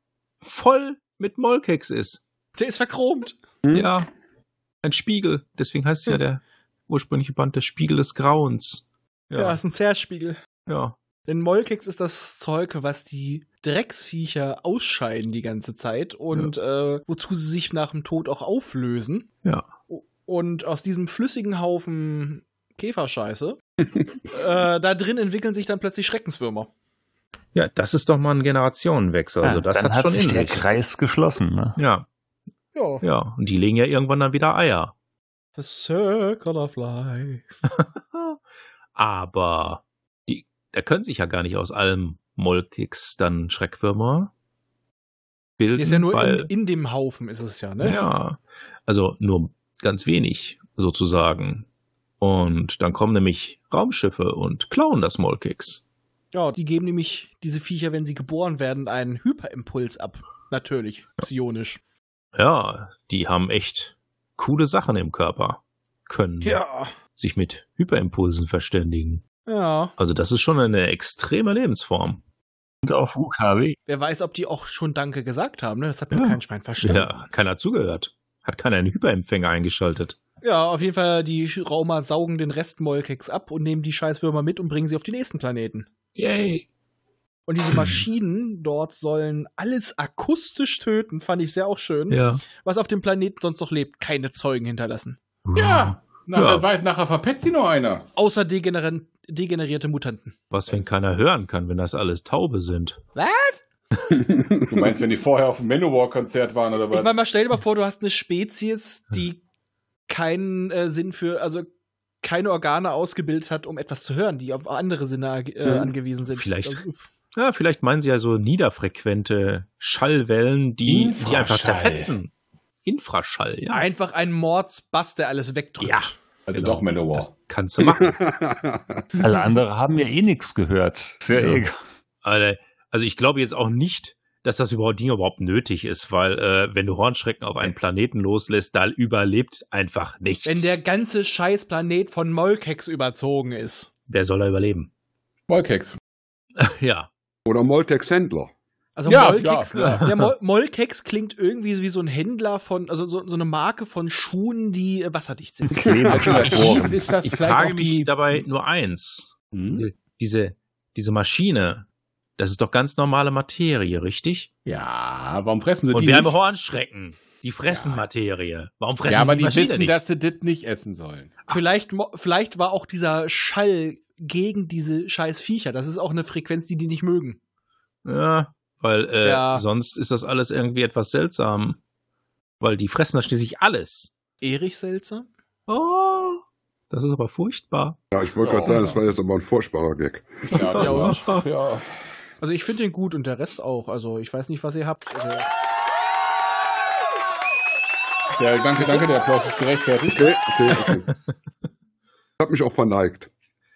voll mit Molkex ist.
Der ist verchromt.
Ja. Ein Spiegel. Deswegen heißt ja der ursprüngliche Band der Spiegel des Grauens.
Ja,
Ja.
ist ein Zerspiegel.
ja.
Denn Molkex ist das Zeug, was die Drecksviecher ausscheiden die ganze Zeit und äh, wozu sie sich nach dem Tod auch auflösen.
Ja.
O- Und aus diesem flüssigen Haufen Käferscheiße, äh, da drin entwickeln sich dann plötzlich Schreckenswürmer.
Ja, das ist doch mal ein Generationenwechsel. Also
Ja,
das
Ah, dann
hat,
hat
schon
sich
in
der
sich.
Kreis geschlossen. Ne?
Ja,
Ja.
ja. Und die legen ja irgendwann dann wieder Eier.
The Circle of Life.
Aber die, da können sich ja gar nicht aus allem Molkix dann Schreckwürmer bilden.
Ist ja nur
weil,
in, in dem Haufen ist es ja, ne?
Ja, also nur ganz wenig sozusagen. Und dann kommen nämlich Raumschiffe und klauen das Molkix.
Ja, die geben nämlich diese Viecher, wenn sie geboren werden, einen Hyperimpuls ab. Natürlich, psionisch.
Ja, die haben echt coole Sachen im Körper. Können
Ja.
sich mit Hyperimpulsen verständigen.
Ja.
Also das ist schon eine extreme Lebensform.
Und auf UKW.
Wer weiß, ob die auch schon Danke gesagt haben, ne? Das hat noch
Ja.
kein Schwein verstanden.
Ja, keiner hat zugehört. Hat keiner einen Hyperempfänger eingeschaltet.
Ja, auf jeden Fall, die Raumer saugen den Rest Molkex ab und nehmen die Scheißwürmer mit und bringen sie auf den nächsten Planeten.
Yay.
Und diese Maschinen dort sollen alles akustisch töten, fand ich sehr auch schön.
Ja.
Was auf dem Planeten sonst noch lebt, keine Zeugen hinterlassen.
Ja, nach
Ja.
der Wald nachher verpetzt sie noch einer.
Außer degener degenerierte Mutanten.
Was, wenn keiner hören kann, wenn das alles Taube sind?
Du meinst, wenn die vorher auf dem Manowar-Konzert waren oder was?
Ich meine, mal stell dir mal vor, du hast eine Spezies, die keinen äh, Sinn für, also keine Organe ausgebildet hat, um etwas zu hören, die auf andere Sinne äh,
Hm.
angewiesen sind.
Vielleicht.
Also,
Ja, vielleicht meinen sie ja so niederfrequente Schallwellen, die, die einfach
Infraschall.
zerfetzen. Infraschall, ja.
Einfach ein Mordsbass, der alles wegdrückt.
Ja.
also
genau.
doch Manowar.
Das kannst du machen.
Alle anderen haben ja eh nichts gehört. Ist ja,
Ja.
egal.
Alter, also ich glaube jetzt auch nicht, dass das überhaupt Ding überhaupt nötig ist, weil äh, wenn du Hornschrecken auf einen Planeten loslässt, da überlebt einfach nichts.
Wenn der ganze Scheißplanet von Molkex überzogen ist.
Wer soll da überleben?
Molkex.
ja.
Oder Moltex Händler.
Also
Ja,
Molkex,
ja,
ja.
Ja, Mol Molkex klingt irgendwie wie so ein Händler von, also so, so eine Marke von Schuhen, die äh, wasserdicht sind.
Alternativ ist das
Ich
vielleicht
frage
auch
mich
die...
dabei nur eins.
Hm?
Diese, diese, diese Maschine, das ist doch ganz normale Materie, richtig?
Ja, warum fressen sie
Und
Also die
wir
nicht?
haben Hornschrecken. Die fressen
Ja.
Materie. Warum fressen
ja, aber die
Maschine
wissen,
nicht?
dass sie das nicht essen sollen.
Ah.
Vielleicht, mo- vielleicht war auch dieser Schall gegen diese scheiß Viecher. Das ist auch eine Frequenz, die die nicht mögen.
Ja, weil äh,
Ja.
sonst ist das alles irgendwie etwas seltsam. Weil die fressen da schließlich alles.
Erich Selzer?
Oh, das ist aber furchtbar.
Ja, ich
Oh.
wollte
Ja.
gerade sagen, das war jetzt aber ein furchtbarer Gag.
Ja,
Ja,
ja,
oder?
genau.
ja.
Also ich finde den gut und der Rest auch. Also ich weiß nicht, was ihr habt. Also
Ja, danke, danke, der Applaus ist gerechtfertigt.
Okay, okay, okay. Ich habe mich auch verneigt.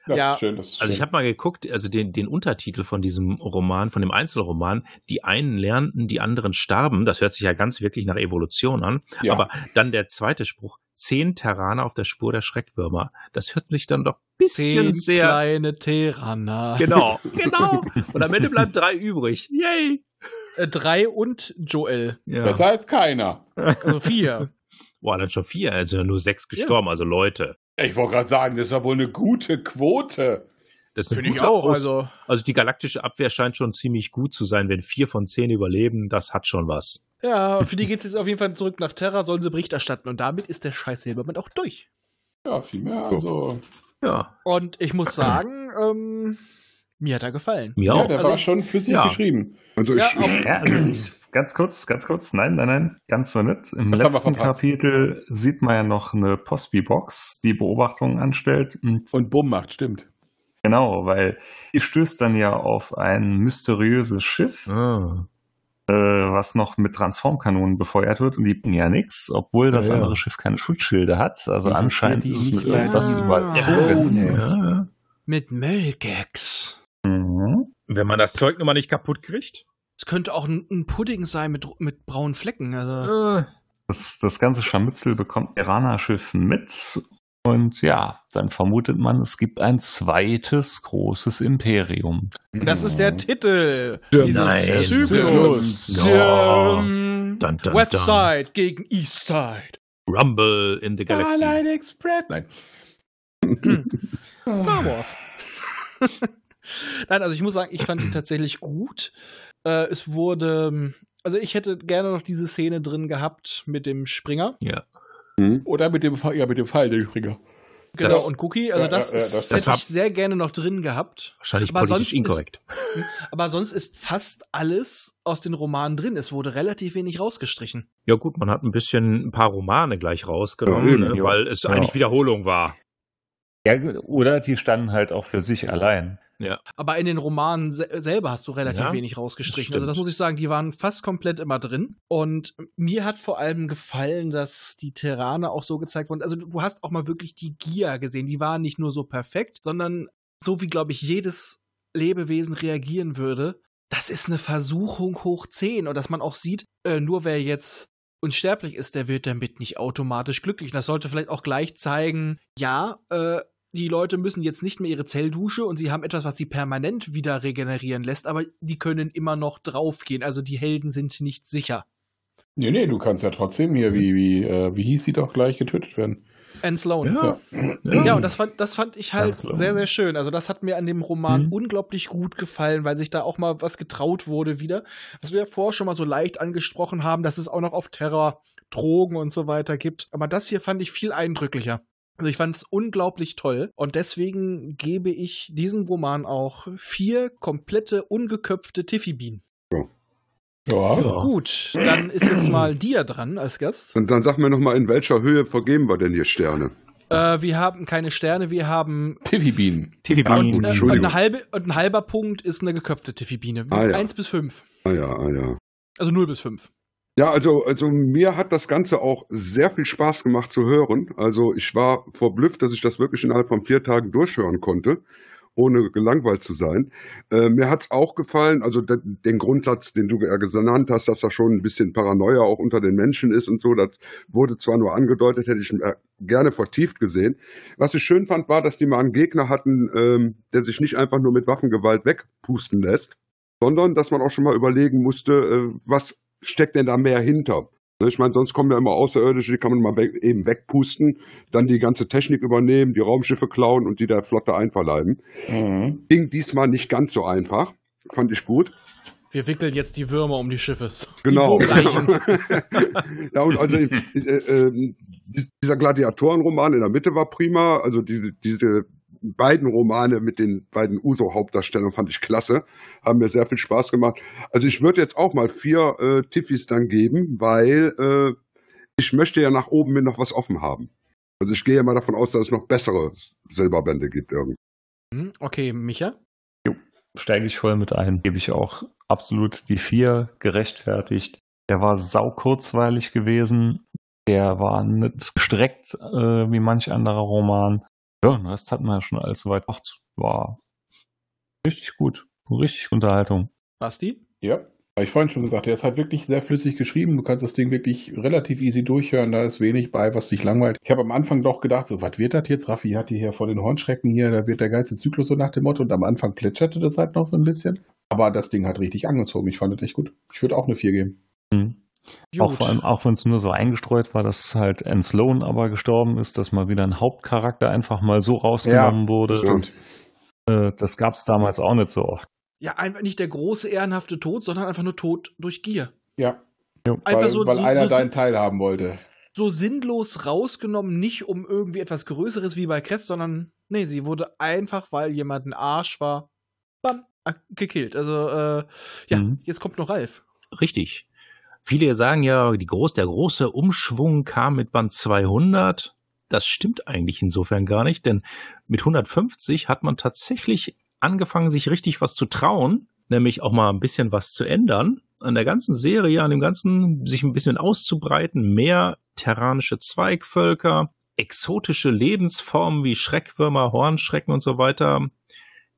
Das
Ja.
ist schön, das ist
Also ich
schön.
habe mal geguckt, also den, den Untertitel von diesem Roman, von dem Einzelroman, die einen lernten, die anderen starben, das hört sich ja ganz wirklich nach Evolution an,
Ja.
aber dann der zweite Spruch, zehn Terraner auf der Spur der Schreckwürmer, das hört mich dann doch ein bisschen
Zehn
sehr...
kleine Terana.
Genau, genau. Und am Ende bleibt drei übrig. Yay!
Äh, drei und Joel.
Ja.
Das heißt keiner.
Also vier.
Boah, dann schon vier, also nur sechs gestorben, also Leute.
Ich wollte gerade sagen, das ist ja wohl eine gute Quote.
Das ist eine
Finde ich
gute
auch.
Aus-
Also,
also die galaktische Abwehr scheint schon ziemlich gut zu sein, wenn vier von zehn überleben, das hat schon was.
ja, für die geht es jetzt auf jeden Fall zurück nach Terra, sollen sie Bericht erstatten. Und damit ist der Scheiß Silbermann auch durch.
Ja, viel mehr. Also,
Ja,
Und ich muss sagen, ähm, mir hat er gefallen.
mir
ja,
auch.
der
Also
war
ich-
schon flüssig
Ja.
geschrieben.
Also
Ja,
ich,
auch-
Ja, also ich, ganz kurz, ganz kurz. Nein, nein, nein, ganz so nicht. Im
Das haben wir
letzten
verpasst.
Kapitel sieht man ja noch eine Postby-Box, die Beobachtungen anstellt. Und
Und bumm macht, stimmt.
genau, weil die stößt dann ja auf ein mysteriöses Schiff,
Ah.
äh, was noch mit Transformkanonen befeuert wird und die bringen ja nichts, obwohl das
Ja, ja.
andere Schiff keine Schutzschilde hat. Also
Ja,
anscheinend
die
ist es mit
Leute.
irgendwas
Ah.
überzogen.
Ja, ja.
Mit Melgags.
Mhm.
Wenn man das Zeug nun mal nicht kaputt kriegt.
Es könnte auch ein, ein Pudding sein mit, mit braunen Flecken. Also,
Äh,
Das, das ganze Scharmützel bekommt Iraner-Schiff mit. Und ja, dann vermutet man, es gibt ein zweites großes Imperium.
Äh, das ist der Titel
Nein.
dieses
Zyklus.
Zyklus.
Ja.
Ähm,
Dun, dun,
Westside gegen Eastside.
Rumble in the Galaxy.
Express. Nein.
Star Wars. Nein, also ich muss sagen, ich fand ihn tatsächlich gut. Äh, es wurde, also ich hätte gerne noch diese Szene drin gehabt mit dem Springer.
Hm?
Oder mit dem, Fa- ja, mit dem Pfeil, der Springer.
Genau,
Das-
und Cookie. Also
Ja,
das,
ja, ja, das-
ist-
das
hätte
war-
ich sehr gerne noch drin gehabt.
Wahrscheinlich
Aber
politisch
sonst
inkorrekt.
Aber sonst ist fast alles aus den Romanen drin. Es wurde relativ wenig rausgestrichen.
Ja gut, man hat ein bisschen ein paar Romane gleich rausgenommen,
Ja, eben,
ne,
ja.
weil es
Ja.
eigentlich Wiederholung war.
Ja, oder die standen halt auch für sich allein.
Aber in den Romanen se selber hast du relativ
Ja,
wenig rausgestrichen.
das
Also das
stimmt.
muss ich sagen, die waren fast komplett immer drin. Und mir hat vor allem gefallen, dass die Terraner auch so gezeigt wurden. Also du hast auch mal wirklich die Gier gesehen. Die waren nicht nur so perfekt, sondern so wie, glaube ich, jedes Lebewesen reagieren würde. Das ist eine Versuchung hoch 10. Und dass man auch sieht, äh, nur wer jetzt unsterblich ist, der wird damit nicht automatisch glücklich. Und Das sollte vielleicht auch gleich zeigen, ja, äh, die Leute müssen jetzt nicht mehr ihre Zelldusche und sie haben etwas, was sie permanent wieder regenerieren lässt, aber die können immer noch draufgehen. Also die Helden sind nicht sicher.
Nee, nee, du kannst ja trotzdem hier, wie, wie, äh, wie hieß sie doch gleich getötet werden.
And Sloan.
Ja.
Oh, Ja, und das fand, das fand ich halt
Ganz logisch.
sehr, sehr schön. Also das hat mir an dem Roman
Mhm.
unglaublich gut gefallen, weil sich da auch mal was getraut wurde wieder. Was wir ja vorher schon mal so leicht angesprochen haben, dass es auch noch auf Terror, Drogen und so weiter gibt. Aber das hier fand ich viel eindrücklicher. Also ich fand es unglaublich toll und deswegen gebe ich diesem Roman auch vier komplette ungeköpfte Tiffy-Bienen.
Ja.
Ja.
Gut, dann ist jetzt mal dir dran als Gast.
und dann sag mir nochmal, in welcher Höhe vergeben wir denn hier Sterne?
Äh, wir haben keine Sterne, wir haben
Tiffy-Bienen.
Gut,
ähm, und
Entschuldigung.
eine halbe und ein halber Punkt ist eine geköpfte Tiffy-Biene.
Ah, ja.
Eins bis fünf.
Ah ja, ah ja.
Also 0 bis 5.
Ja, also, also mir hat das Ganze auch sehr viel Spaß gemacht zu hören. Also ich war verblüfft, dass ich das wirklich innerhalb von vier Tagen durchhören konnte, ohne gelangweilt zu sein. Äh, mir hat's auch gefallen, also de- den Grundsatz, den du ja genannt hast, dass da schon ein bisschen Paranoia auch unter den Menschen ist und so, das wurde zwar nur angedeutet, hätte ich äh, gerne vertieft gesehen. Was ich schön fand, war, dass die mal einen Gegner hatten, ähm, der sich nicht einfach nur mit Waffengewalt wegpusten lässt, sondern dass man auch schon mal überlegen musste, äh, was steckt denn da mehr hinter? Ne, Ich meine, sonst kommen ja immer Außerirdische, die kann man mal we eben wegpusten, dann die ganze Technik übernehmen, die Raumschiffe klauen und die der Flotte einverleiben.
Mhm.
Ging diesmal nicht ganz so einfach. Fand ich gut.
Wir wickeln jetzt die Würmer um die Schiffe. So,
Genau.
Die Wurmleichen.
ja, und also äh, äh, dieser Gladiatorenroman in der Mitte war prima. Also die, diese beiden Romane mit den beiden Uso-Hauptdarstellern fand ich klasse. Haben mir sehr viel Spaß gemacht. Also ich würde jetzt auch mal vier äh, Tiffys dann geben, weil äh, ich möchte ja nach oben mir noch was offen haben. Also ich gehe ja mal davon aus, dass es noch bessere Silberbände gibt irgendwie.
Hm, okay, Micha.
Steige ich voll mit ein. Gebe ich auch absolut die vier gerechtfertigt. Der war sau kurzweilig gewesen. Der war nicht gestreckt äh, wie manch anderer Roman. Ja, den Rest hatten wir ja schon alles soweit. Ach, war richtig gut. Richtig Unterhaltung.
Basti?
Ja, habe ich vorhin schon gesagt, der ist halt wirklich sehr flüssig geschrieben. Du kannst das Ding wirklich relativ easy durchhören. Da ist wenig bei, was dich langweilt. Ich habe am Anfang doch gedacht, so, was wird das jetzt? Raffi hat die hier vor den Hornschrecken hier, da wird der geilste Zyklus so nach dem Motto. Und am Anfang plätscherte das halt noch so ein bisschen. Aber das Ding hat richtig angezogen. Ich fand das echt gut. Ich würde auch eine 4 geben.
Mhm. Auch vor allem, auch wenn es nur so eingestreut war, dass halt Anne Sloan aber gestorben ist, dass mal wieder ein Hauptcharakter einfach mal so rausgenommen
Ja,
wurde.
ne?
stimmt.
Äh, das gab es damals auch nicht so oft.
Ja, einfach nicht der große ehrenhafte Tod, sondern einfach nur Tod durch Gier.
Ja,
Einfach
weil,
so,
weil
so,
einer
so,
deinen Teil haben wollte.
so sinnlos rausgenommen, nicht um irgendwie etwas Größeres wie bei Crest, sondern nee, sie wurde einfach, weil jemand ein Arsch war, bam, äh, gekillt. Also, äh, ja,
Mhm.
jetzt kommt noch Ralf.
Richtig. Viele sagen ja, die groß, der große Umschwung kam mit Band 200. Das stimmt eigentlich insofern gar nicht, denn mit 150 hat man tatsächlich angefangen, sich richtig was zu trauen, nämlich auch mal ein bisschen was zu ändern an der ganzen Serie, an dem ganzen, sich ein bisschen auszubreiten, mehr terranische Zweigvölker, exotische Lebensformen wie Schreckwürmer, Hornschrecken und so weiter,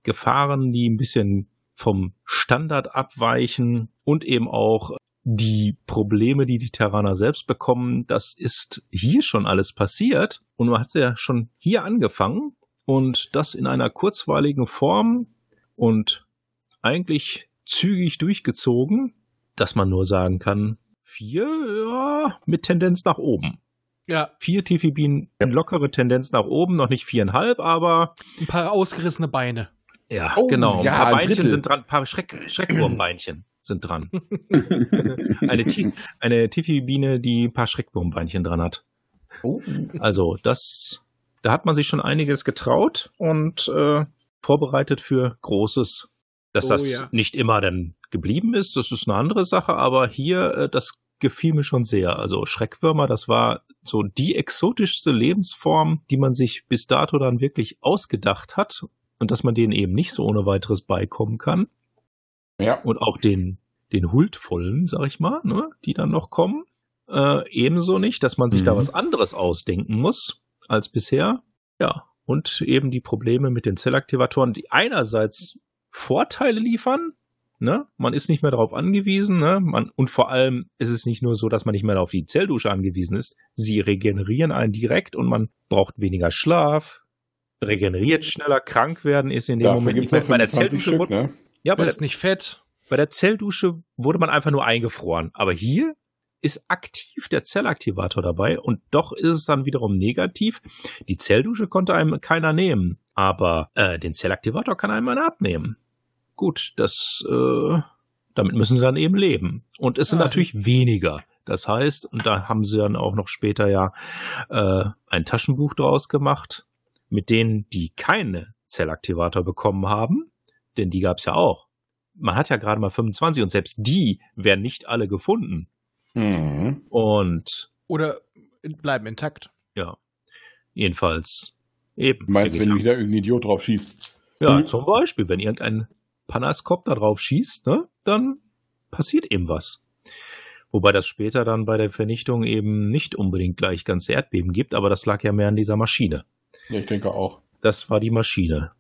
Gefahren, die ein bisschen vom Standard abweichen und eben auch die Probleme, die die Terraner selbst bekommen, das ist hier schon alles passiert und man hat ja schon hier angefangen und das in einer kurzweiligen Form und eigentlich zügig durchgezogen, dass man nur sagen kann, vier, ja, mit Tendenz nach oben.
Ja,
Vier TVB, eine lockere Tendenz nach oben, noch nicht viereinhalb, aber
ein paar ausgerissene Beine.
ja,
Oh,
genau.
ja,
ein paar
ein
Beinchen
Drittel.
sind dran, ein paar Schreck Schreckwurmbeinchen sind dran. eine Ti- eine Tiffy-Biene, die ein paar Schreckwurmbeinchen dran hat.
Oh.
Also, das, da hat man sich schon einiges getraut und äh, vorbereitet für Großes. Dass
Oh,
das
ja.
nicht immer dann geblieben ist, das ist eine andere Sache, aber hier, äh, das gefiel mir schon sehr. Also Schreckwürmer, das war so die exotischste Lebensform, die man sich bis dato dann wirklich ausgedacht hat und dass man denen eben nicht so ohne weiteres beikommen kann.
Ja.
Und auch den, den Huldvollen, sag ich mal, ne, die dann noch kommen. Äh, ebenso nicht, dass man sich da
Mhm.
was anderes ausdenken muss als bisher. Ja. Und eben die Probleme mit den Zellaktivatoren, die einerseits Vorteile liefern, ne? Man ist nicht mehr darauf angewiesen, ne? Man, und vor allem ist es nicht nur so, dass man nicht mehr auf die Zelldusche angewiesen ist. Sie regenerieren einen direkt und man braucht weniger Schlaf, regeneriert schneller, krank werden ist in dem
Dafür
Moment
gibt es
nicht mehr.
noch
Bei der
25
Zelldusche,
Stück,
wurde,
ne?
ja, bei, der,
Ist nicht fett.
bei der Zelldusche wurde man einfach nur eingefroren. Aber hier ist aktiv der Zellaktivator dabei und doch ist es dann wiederum negativ. Die Zelldusche konnte einem keiner nehmen, aber äh, den Zellaktivator kann einem einer abnehmen. Gut, das, äh, damit müssen sie dann eben leben. Und es sind
Ah,
natürlich weniger. Das heißt, und da haben sie dann auch noch später ja äh, ein Taschenbuch draus gemacht, mit denen, die keine Zellaktivator bekommen haben, denn die gab es ja auch. Man hat ja gerade mal 25 und selbst die werden nicht alle gefunden.
Mhm.
Und
Oder bleiben intakt.
jedenfalls eben.
Du meinst, wenn
Ja.
wieder irgendein Idiot drauf schießt?
Ja, zum Beispiel, wenn irgendein Panaskop da drauf schießt, ne, dann passiert eben was. Wobei das später dann bei der Vernichtung eben nicht unbedingt gleich ganze Erdbeben gibt, aber das lag ja mehr an dieser Maschine.
Ja, ich denke auch.
Das war die Maschine.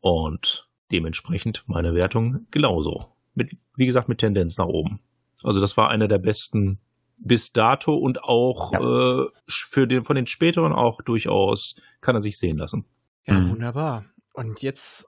Und dementsprechend meine Wertung genauso. Mit, wie gesagt, mit Tendenz nach oben. Also das war einer der besten bis dato und auch äh, für den, von den späteren auch durchaus kann er sich sehen lassen.
Ja,
Mhm.
wunderbar. Und jetzt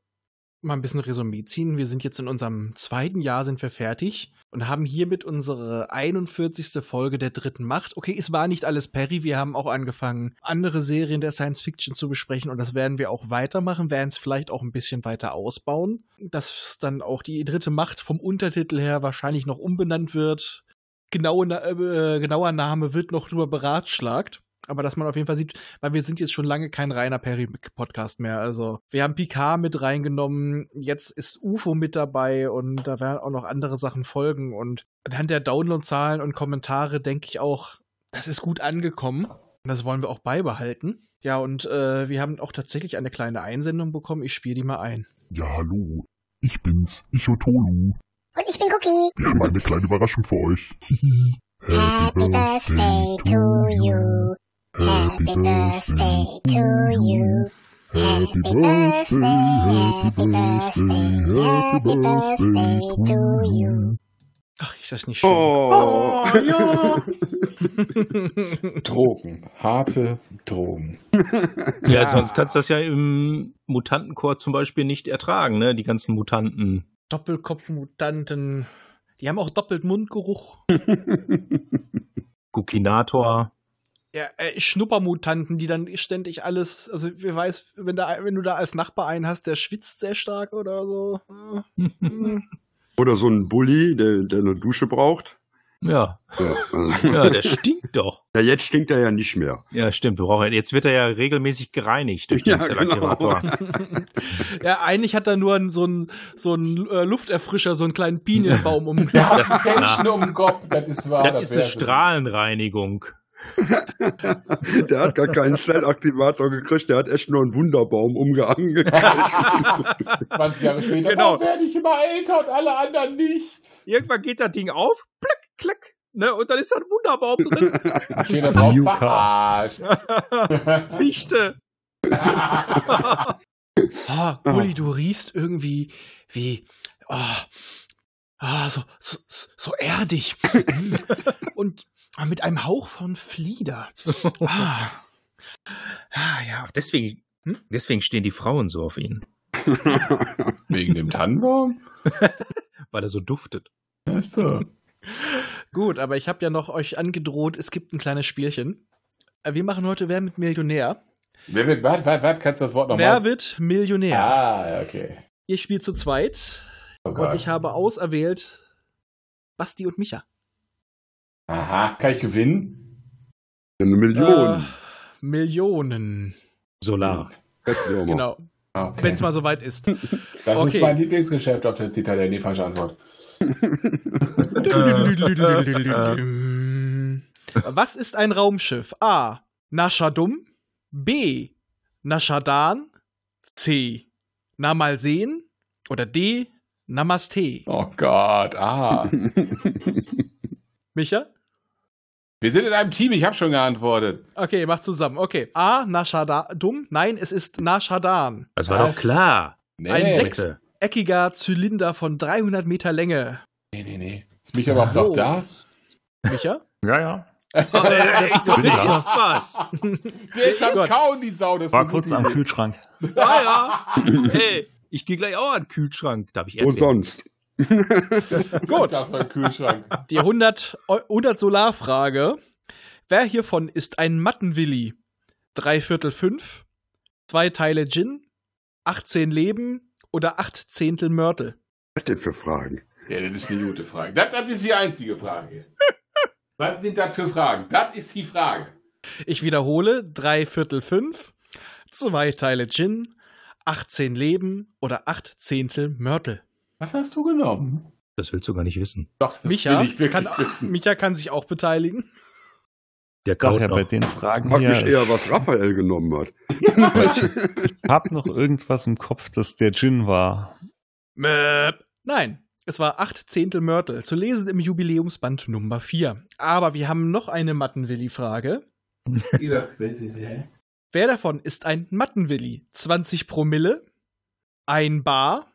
mal ein bisschen Resümee ziehen. Wir sind jetzt in unserem zweiten Jahr, sind wir fertig und haben hiermit unsere 41. Folge der dritten Macht. Okay, es war nicht alles Perry, wir haben auch angefangen, andere Serien der Science Fiction zu besprechen und das werden wir auch weitermachen, werden es vielleicht auch ein bisschen weiter ausbauen, dass dann auch die dritte Macht vom Untertitel her wahrscheinlich noch umbenannt wird. Genaue, Na- äh, genauer Name wird noch drüber beratschlagt, aber dass man auf jeden Fall sieht, weil wir sind jetzt schon lange kein reiner Perry-Podcast mehr. Also wir haben Picard mit reingenommen, jetzt ist UFO mit dabei und da werden auch noch andere Sachen folgen. Und anhand der Downloadzahlen und Kommentare denke ich auch, das ist gut angekommen. Und das wollen wir auch beibehalten. Ja, und äh, wir haben auch tatsächlich eine kleine Einsendung bekommen. Ich spiele die mal ein.
Ja, hallo. Ich bin's, Ichotolu.
Und ich bin Cookie.
Wir haben eine kleine Überraschung für euch.
Happy birthday to you. Happy birthday to you. Happy birthday, happy birthday, happy birthday to you.
Ach, ist das nicht schön?
Oh.
ja.
Drogen. Harte Drogen.
Ja, sonst kannst du das ja im Mutantenchor zum Beispiel nicht ertragen, ne? Die ganzen Mutanten.
Doppelkopfmutanten. Die haben auch doppelt Mundgeruch.
Gukinator.
Ja, äh, Schnuppermutanten, die dann ständig alles, also wer weiß, wenn, da, wenn du da als Nachbar einen hast, der schwitzt sehr stark oder so. Hm.
Oder so ein Bulli, der, der eine Dusche braucht.
ja.
Ja, also,
ja, der stinkt doch.
ja, jetzt stinkt er ja nicht mehr.
Ja, stimmt. Wir brauchen, jetzt wird er ja regelmäßig gereinigt durch
Ja,
den Selektivator.
ja, eigentlich hat er nur einen- so einen, so einen äh, Lufterfrischer, so einen kleinen Pinienbaum um.
hat einen Menschen
um den Kopf, das ist wahr.
Das ist eine Strahlenreinigung.
Der hat gar keinen Zellaktivator gekriegt, der hat echt nur einen Wunderbaum umgehangen.
20 Jahre später
Genau. warum
werde ich immer älter und alle anderen nicht.
Irgendwann geht das Ding auf, plack, klack, ne? Und dann ist da ein Wunderbaum drin.
Steht da drauf,
drauf, New car.
Fichte.
Oh, Uli, du riechst irgendwie wie. Oh, ah, so, so, so erdig. Und ah, mit einem Hauch von Flieder. Ah, ah ja.
Deswegen,
Hm?
deswegen stehen die Frauen so auf ihn,
Wegen dem Tannenbaum?
weil er so duftet.
Achso.
Gut, aber ich habe ja noch euch angedroht, es gibt ein kleines Spielchen. Äh, Wir machen heute Wer mit Millionär.
Wer wird, warte, warte, warte, kannst du das Wort
Wer
nochmal?
wird Millionär?
Ah, okay.
Ihr spielt zu zweit
Oh
und ich habe auserwählt Basti und Micha.
Aha, kann ich gewinnen?
Eine Million.
Äh, Millionen.
Solar.
Hätten wir mal.
Genau,
Okay.
wenn es mal soweit ist.
das
okay.
ist mein Lieblingsgeschäft auf der Zitadelle, die falsche Antwort.
Was ist ein Raumschiff? A. Naschadum. B. Naschadan. C. Na mal sehen. Oder D. Namaste.
Oh Gott, ah.
Micha?
Wir sind in einem Team, ich habe schon geantwortet.
Okay, macht zusammen. Okay. A. Naschadum. Nein, es ist Naschadan.
Das war doch
Was?
klar.
Nee,
Ein Sechs.
Bitte.
Eckiger Zylinder von 300 Meter Länge.
nee, nee, nee. Ist mich aber
So.
noch da?
Micha?
Ja, ja.
Oh, äh, ich doch nicht was.
Der ist
Gott.
das Kauen, die Sau. Das
War
ist
kurz
eine
am
gute Idee.
Kühlschrank.
Ja, ja. Hey, ich gehe gleich auch an den Kühlschrank. Darf ich
Wo
Erdbeeren?
sonst?
Gut.
Das war ein Kühlschrank.
Die 100, Eu- 100 Solarfrage. Wer hiervon ist ein Mattenwilli? Drei Viertel fünf, zwei Teile Gin, 18 Leben oder acht Zehntel Mörtel?
Was denn für Fragen?
Ja, das ist eine gute Frage. Das, das ist die einzige Frage. Was sind das für Fragen? Das ist die Frage.
Ich wiederhole, drei Viertel fünf, zwei Teile Gin, 18 Leben oder acht Zehntel Mörtel.
Was hast du genommen?
Das willst du gar nicht wissen.
Doch, das
Micha
will ich wirklich
kann,
wissen.
Micha kann sich auch beteiligen.
Der kaut
Daher bei
noch.
den Fragen
Frag
hier.
mich eher, was Raphael genommen hat.
Ich hab noch irgendwas im Kopf, dass der Gin war.
Möp. Nein, es war acht Zehntel Mörtel, zu lesen im Jubiläumsband Nummer 4. Aber wir haben noch eine Mattenwilli-Frage. Wer davon ist ein Mattenwilli? 20 Promille, ein Bar,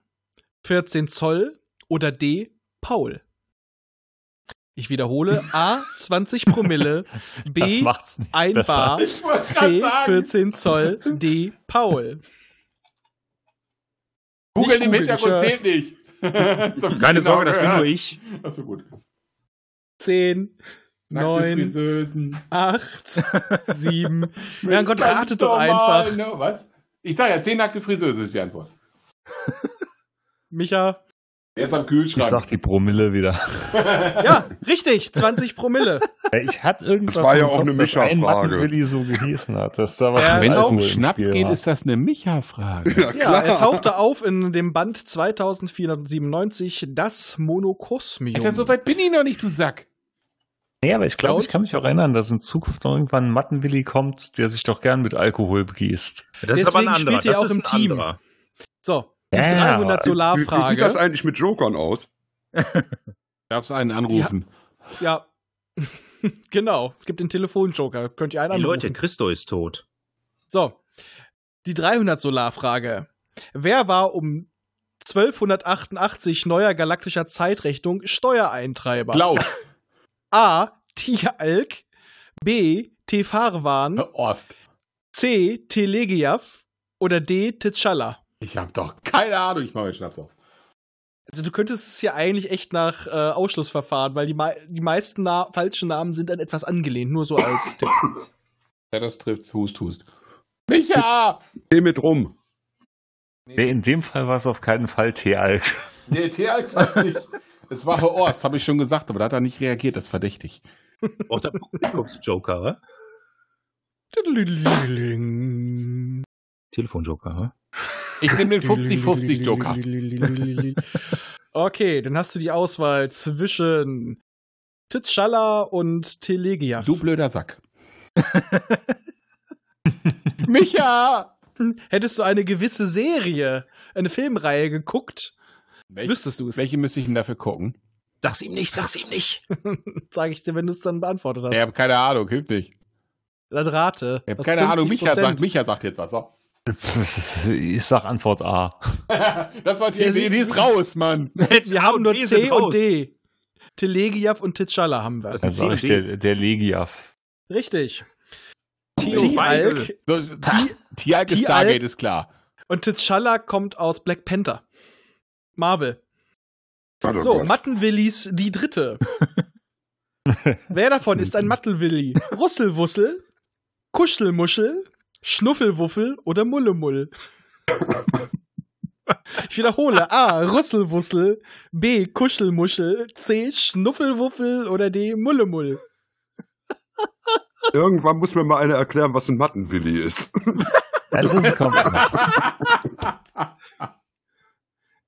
14 Zoll oder D. Paul? Ich wiederhole, A. 20 Promille,
das
B.
macht's nicht
Ein
besser.
Bar,
Ich wollte
C.
grad sagen.
14 Zoll, D. Paul.
Google
Nicht
im
googeln,
Hintergrund
Sir.
zählt nicht.
Keine Sorge, das bin nur ich.
genau, Achso, gut.
10,
Nackte
9,
Friseusen.
8, 7. Ja, Gott,
Ganz
ratet doch
normal,
einfach.
Ne? Was? Ich sag ja, 10 nackte Friseuse ist die Antwort.
Micha.
Er ist am
Ich sag
Kühlschrank.
die Promille wieder.
Ja, richtig, 20 Promille.
Ja, Äh, Ich hatte irgendwas.
Das war ja
im
auch eine
dass ein
Mischerfrage.
Mattenwilli so gehießen hat, dass da was
Ja,
mit
wenn es um
Alkohol im Spiel war.
das eine Micha-Frage.
Ja, er tauchte auf in dem Band 2497, das Monokosmium.
Alter, so weit bin ich noch nicht, du Sack.
Nee, aber ich glaube,
Und?
ich kann mich auch erinnern, dass in Zukunft noch irgendwann ein Mattenwilli kommt, der sich doch gern mit Alkohol begießt.
Das ist aber ein
Deswegen
anderer.
spielt ihr
Das
auch
ist
im
ein
Team.
anderer.
so, die
Ja,
Wie, wie
300
sieht das
Solarfrage.
eigentlich mit Jokern aus?
Darfst einen
anrufen? Ja, genau, es gibt den Telefonjoker. Könnt ihr einen
Hey,
anrufen.
Leute, Christo ist tot.
So, die 300 Solarfrage. Wer war um 1288 neuer galaktischer Zeitrechnung Steuereintreiber?
Klaus,
A. Tialk, B. Tefarwan,
Ost.
C. Telegiaf oder D. T'Challa?
Ich habe doch keine Ahnung, ich mache mir Schnaps auf.
Also du könntest es ja eigentlich echt nach äh, Ausschlussverfahren, weil die, mei- die meisten na falschen Namen sind an etwas angelehnt, nur so als Tipp.
Ja, das trifft, hust, hust. Micha!
Geh mit rum.
Nee, in dem Fall war es auf keinen Fall T-Alk.
Nee, Tealk weiß nicht. Es war Horst, habe ich schon gesagt, aber da hat er nicht reagiert, das ist verdächtig.
Auch der Publikumsjoker, wa? Telefonjoker, wa?
Ich nehme den 50-50 Joker.
Okay, dann hast du die Auswahl zwischen T'Challa und Telegia.
Du blöder Sack. Micha!
Hättest du eine gewisse Serie, eine Filmreihe geguckt,
Welche,
wüsstest du es.
welche müsste ich denn dafür gucken?
Sag's ihm nicht, sag's ihm nicht.
Sage ich dir, wenn du es dann beantwortet hast.
Ich habe keine Ahnung, hilf nicht.
Dann rate.
Ich habe
Das
keine Ahnung,
50%.
Micha sagt, Micha sagt jetzt was. So.
Ich sag Antwort A.
Das war die,
Ja,
die,
sie-
die ist raus, Mann.
Wir haben nur
Die sind
C
raus.
und D. Telegiaf und T'Challa haben wir.
Das
Dann sag ich
C und
der, der Legiaf.
Richtig.
Theo Weigel.
T-Alk
So,
T-
Tiag
T-
ist Stargate, ist klar.
und T'Challa kommt aus Black Panther. Marvel.
Warte
So,
mal.
Mattenwillis die dritte. Wer davon ist ein Mattenwilli? Russelwussel, Kuschelmuschel, Schnuffelwuffel oder Mullemull? Ich wiederhole. A. Russelwussel. B. Kuschelmuschel. C. Schnuffelwuffel oder D. Mullemull.
Irgendwann muss mir mal einer erklären, was ein Mattenwilli ist.
Ja, das kommt noch.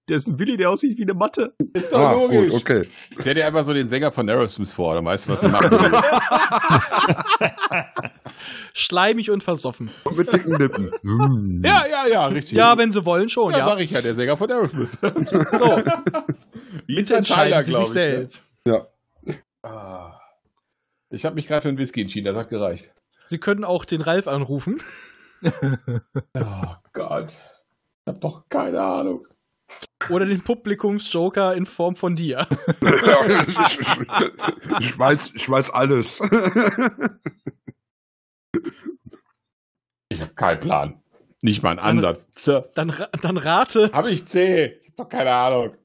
Der ist ein Willi, der aussieht wie eine Matte.
Ist
ah, gut, okay.
Stell dir einfach so den Sänger von Aerosmith vor, dann weißt du, was er macht.
Schleimig und versoffen.
Und mit dicken Lippen. Hm.
ja, ja, ja, richtig.
Ja, wenn sie wollen schon,
ja,
ja.
sag ich ja, der Sänger von Aerosmith.
So,
Bitte
bitte entscheiden Sie sich selbst.
ne? Ah. Ich habe mich gerade für einen Whisky entschieden, das hat gereicht.
Sie können auch den Ralf anrufen.
Oh Gott. Ich habe doch keine Ahnung.
Oder den Publikumsjoker in Form von dir.
ich, ich, weiß, ich weiß alles.
Ich habe keinen Plan. Nicht mal einen Ansatz. Tja.
Dann, ra- dann rate.
Hab ich C. Ich habe doch keine Ahnung.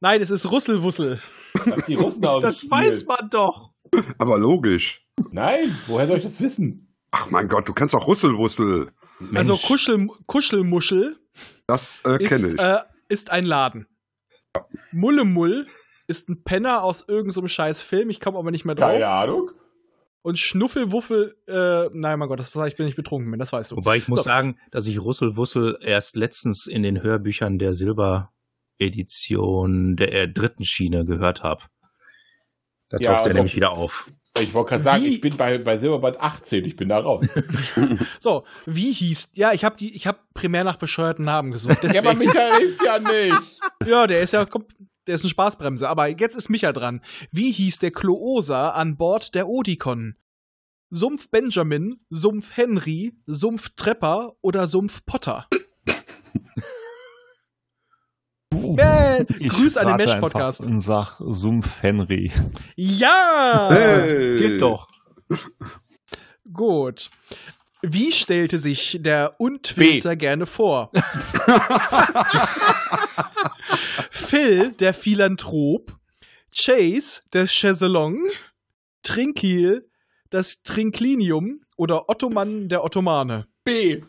Nein, es ist Russelwussel.
Dass die Russen aus dem
Das
Spiel.
weiß man doch.
Aber logisch.
Nein, woher soll ich das wissen?
Ach mein Gott, du kennst auch Russelwussel.
Also
Mensch.
Kuschel, Kuschelmuschel
Das äh, kenne
ist,
ich.
äh, ist ein Laden. Mullemull ist ein Penner aus irgendeinem so einem scheiß Film. Ich komme aber nicht mehr drauf.
Keine Ahnung.
Und Schnuffelwuffel, äh, nein, mein Gott, das war, ich bin nicht betrunken, bin, das weißt du.
Wobei ich muss
So.
sagen, dass ich Russel Wussel erst letztens in den Hörbüchern der Silberedition der äh, dritten Schiene gehört habe. Da
Ja,
taucht er
also-
nämlich wieder auf.
Ich wollte gerade sagen,
Wie?
ich bin bei, bei Silberband 18, ich bin da raus.
So, wie hieß, ja, ich habe die, ich habe primär nach bescheuerten Namen gesucht.
ja,
Deswegen,
aber Micha hilft ja nicht.
ja, der ist ja, komm, der ist eine Spaßbremse. Aber jetzt ist Micha dran. Wie hieß der Klooser an Bord der Odikon? Sumpf Benjamin, Sumpf Henry, Sumpf Trepper oder Sumpf Potter? Yay!
Ich
Äh, Grüß an den
rate
Mesh-Podcast.
einfach Und sag Sumpf Henry.
Ja!
Gilt doch.
Gut. Wie stellte sich der Untwitzer gerne vor? Phil, der Philanthrop, Chase, der Chaiselong, Trinkiel, das Trinklinium oder Ottoman, der Ottomane.
B.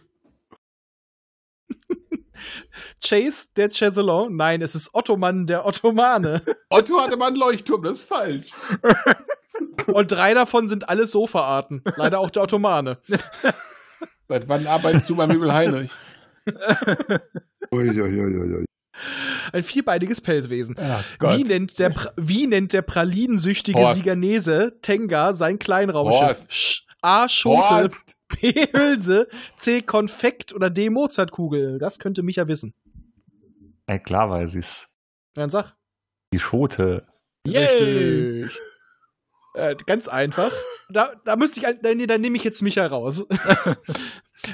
Chase, der Chaiselong, nein, es ist Ottoman, der Ottomane.
Otto hatte mal einen Leuchtturm, das ist falsch.
Und drei davon sind alles Sofaarten. Leider auch der Ottomane.
Seit wann arbeitest du beim Übel Heinrich?
Uiuiuiui.
Ein vierbeiniges Pelzwesen.
Ach
Wie nennt, der, Pra- wie nennt der pralinensüchtige
Horst.
Siganese Tenga sein Kleinraumschiff?
Horst.
Sch A. Schote,
Horst.
B. Hülse, C. Konfekt oder D. Mozartkugel? Das könnte Micha wissen.
Ja, klar weiß ich's.
Dann sag.
Die Schote.
Richtig. Äh, ganz einfach. Da, da müsste ich, ein- nee, da nehme ich jetzt Micha raus.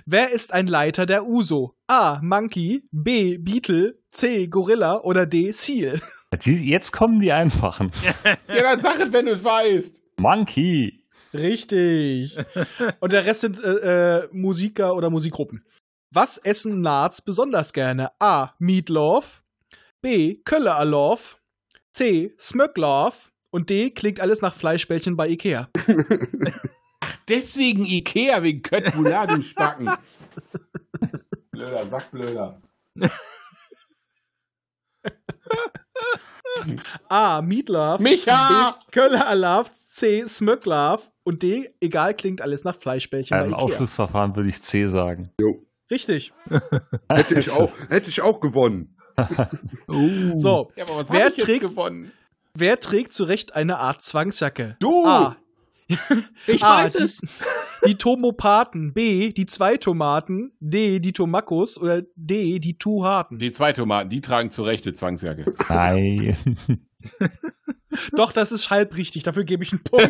Wer ist ein Leiter der Uso? A. Monkey, B. Beetle, C. Gorilla oder D. Seal?
Die, jetzt kommen die einfachen.
Ja, dann sag es, wenn du es weißt.
Monkey.
Richtig. Und der Rest sind äh, äh, Musiker oder Musikgruppen. Was essen Nards besonders gerne? A. Meatloaf, B. Kölleraloaf, C. Smöcklaaf und D. Klingt alles nach Fleischbällchen bei Ikea.
Deswegen Ikea wegen Köttbullar, du Spacken. blöder, sag blöder.
A. Meatloaf,
Micha!
B. Kölleraloaf, C. Smöcklaaf und D. Egal, klingt alles nach Fleischbällchen
Im
bei Ikea.
Ausschlussverfahren würde ich C sagen. Also,
Richtig.
Hätte ich auch, hätte ich auch gewonnen.
Uh.
So,
Ja, aber was
Wer
hab ich
trägt-
jetzt gewonnen?
wer trägt zu Recht eine Art Zwangsjacke?
Du!
A.
ich
ah,
weiß
die-
es.
Die Tomopaten. B, die zwei Tomaten. D, die Tomakos. Oder D, die Tuhaten.
Die zwei Tomaten, die tragen zu Recht die Zwangsjacke.
Nein.
Doch, das ist halb richtig. Dafür gebe ich einen Punkt.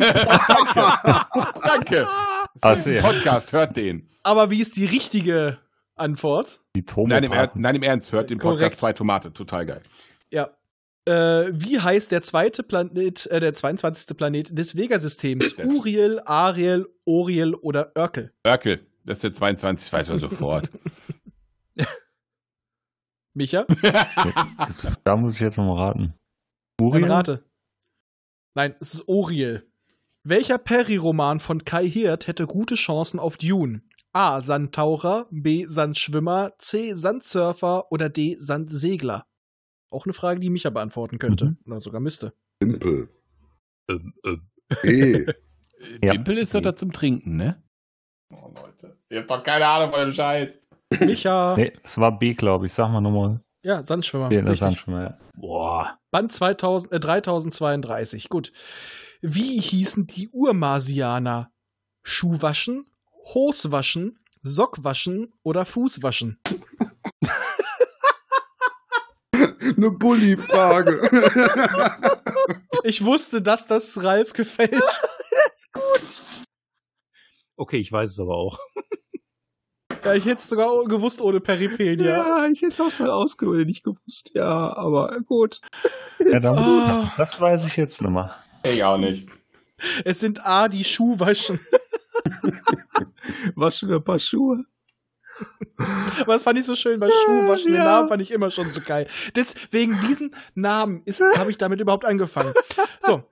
Danke.
Ah,
Das ist ein
sehr.
Podcast, hört den.
Aber wie ist die richtige Antwort?
Die
Nein im, Er-
Tomopaten.
Nein, im Ernst, hört den Podcast
Korrekt.
Zwei Tomate, total geil.
Ja. Äh, wie heißt der zweite Planet, äh, der 22. Planet des Vega-Systems?
Das-
Uriel, Ariel, Oriel oder Örkel?
Örkel, das ist der 22, weiß man sofort.
Micha?
Da muss ich jetzt noch mal raten.
Oriel?
Uriel?
Rate. Nein, es ist Oriel. Welcher Perry-Roman von Kai Hirt hätte gute Chancen auf Dune? A. Sandtaucher, B. Sandschwimmer, C. Sandsurfer oder D. Sandsegler? Auch eine Frage, die Micha beantworten könnte.
Mhm.
Oder sogar müsste.
Simpel.
Ähm, ähm.
E.
Ja.
Dimpel ist doch da zum Trinken, ne? Oh, Leute. Ihr habt doch keine Ahnung von dem Scheiß.
Micha!
Nee, es war B, glaube ich. Sag mal nochmal.
Ja, Sandschwimmer.
Ja, das
Ah, Richtig.
waren schon mal.
Boah.
Band 2000, äh, 3032. Gut. Wie hießen die Urmarsianer? Schuhwaschen, Hoswaschen, Sockwaschen oder Fußwaschen?
Eine Bulli-Frage.
Ich wusste, dass das Ralf gefällt.
Okay, ich weiß es aber auch.
Ja, ich hätte es sogar gewusst ohne Peripedia.
ich hätte es auch mal ausgeholt, nicht gewusst. Ja, aber gut.
Ja, dann,
Ah.
Das weiß ich jetzt nochmal.
Ich auch nicht.
Es sind A, die Schuhwaschen.
Waschen wir ein paar Schuhe.
Aber das fand ich so schön, weil Schuhwaschen,
ja.
den Namen fand ich immer schon so geil. Deswegen diesen Namen ist, habe ich damit überhaupt angefangen. So.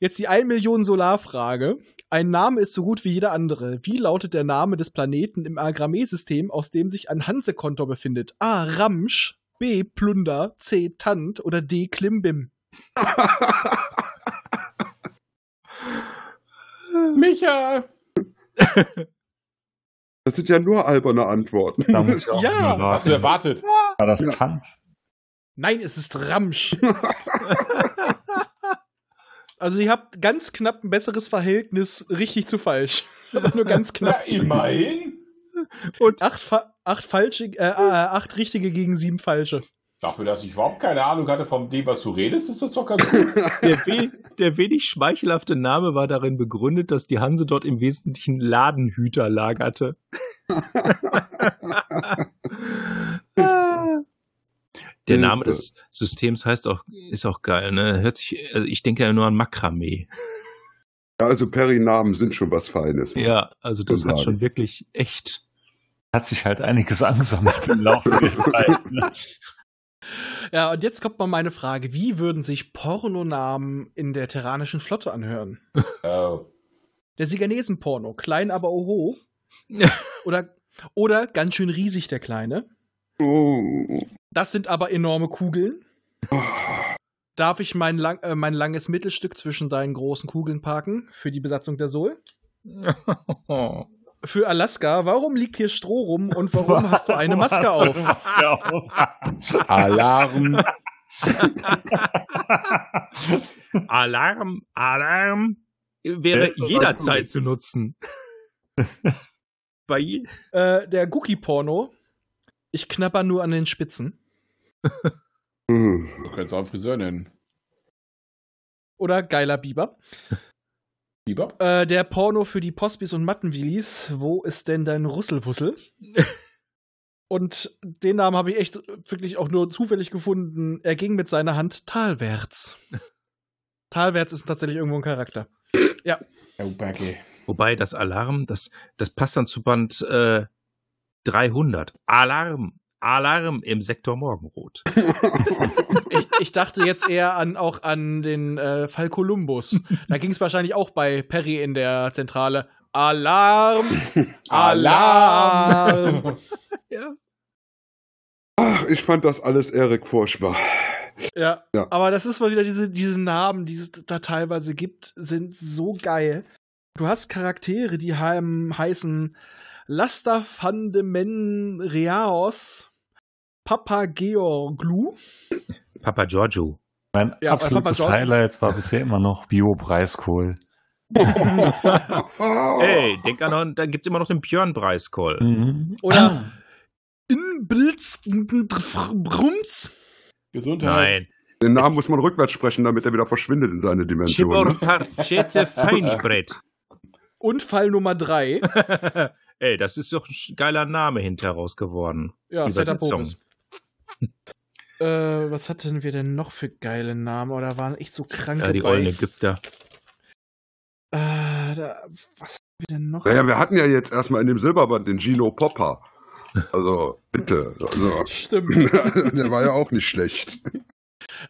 Jetzt die 1 Million Solarfrage. Ein Name ist so gut wie jeder andere. Wie lautet der Name des Planeten im Agramme-System, aus dem sich ein Hansekontor befindet? A. Ramsch, B. Plunder, C. Tant oder D. Klimbim?
Micha!
Das sind ja nur alberne Antworten.
Da muss ich auch
Ja,
mal
Hast du
raten.
erwartet?
War das Tant?
Nein, es ist Ramsch. also ihr habt ganz knapp ein besseres Verhältnis richtig zu falsch. Aber nur ganz
Na,
knapp.
immerhin.
Acht, fa acht, falsche, äh, äh, acht richtige gegen sieben falsche.
Dafür, dass ich überhaupt keine Ahnung hatte von dem, was du redest, ist das doch ganz gut.
Der, we der wenig schmeichelhafte Name war darin begründet, dass die Hanse dort im Wesentlichen Ladenhüter lagerte. der Name des Systems heißt auch, ist auch geil, ne? Hört sich, also ich denke ja nur an Makramee.
Ja, also Perinamen sind schon was Feines.
Ja, also das hat
Laden.
schon wirklich echt.
Hat sich halt einiges angesammelt im Laufe der Zeit. ne?
Ja, und jetzt kommt mal meine Frage. Wie würden sich Pornonamen in der terranischen Flotte anhören?
Oh.
Der Siganesen-Porno, klein aber oho. oder, oder ganz schön riesig der Kleine.
Oh.
Das sind aber enorme Kugeln. Darf ich mein, lang, äh, mein langes Mittelstück zwischen deinen großen Kugeln parken für die Besatzung der Sol?
Oh.
Für Alaska, warum liegt hier Stroh rum und warum hast du eine
Warum
Maske
hast du
auf?
eine Maske auf?
Alarm.
Alarm, Alarm wäre
Ja,
Äh, jederzeit zu nutzen. Bei je
Äh, der Gookie-Porno, ich knapper nur an den Spitzen.
Hm.
Du kannst auch einen Friseur nennen.
Oder geiler Biber.
Bebop?
Äh, der Porno für die Pospis und Mattenwillis. Wo ist denn dein Rüsselwussel? und den Namen habe ich echt wirklich auch nur zufällig gefunden. Er ging mit seiner Hand talwärts. talwärts ist tatsächlich irgendwo ein Charakter.
Oh, Baggy.
Wobei das Alarm, das, das passt dann zu Band äh, 300. Alarm, Alarm im Sektor Morgenrot.
Ich, ich dachte jetzt eher an, auch an den äh, Fall Columbus. Da ging es wahrscheinlich auch bei Perry in der Zentrale. Alarm! Alarm!
Ach, ich fand das alles Erik furchtbar.
ja.
Ja.
aber das ist mal wieder diese, diese Namen, die es da teilweise gibt, sind so geil. Du hast Charaktere, die haben, heißen Lastafandemen Reaos, Papa Georglu.
Papa Giorgio.
Mein
Ja, Papa
absolutes
George.
Highlight war bisher immer noch Bio-Preiskohl.
Oh.
Ey, denk an, da gibt's immer noch den Björn Breiskoll.
Mhm.
Oder Inbilz Brums.
Gesundheit.
Nein.
Den Namen muss man rückwärts sprechen, damit er wieder verschwindet in seine Dimension. Ne?
Chibor Parcete Feinbrett.
und Fall Nummer 3.
Ey, das ist doch ein sch- geiler Name hinterher raus geworden.
Ja, Setup
Übersetzung.
Boris. Äh, was hatten wir denn noch für geile Namen? Oder waren echt so kranke
Ja, die
bei?
ollen Ägypter.
Äh, da, was haben wir denn noch?
Naja, wir hatten ja jetzt erstmal in dem Silberband den Gino Popper. Also, bitte. Also,
Stimmt.
der war ja auch nicht schlecht.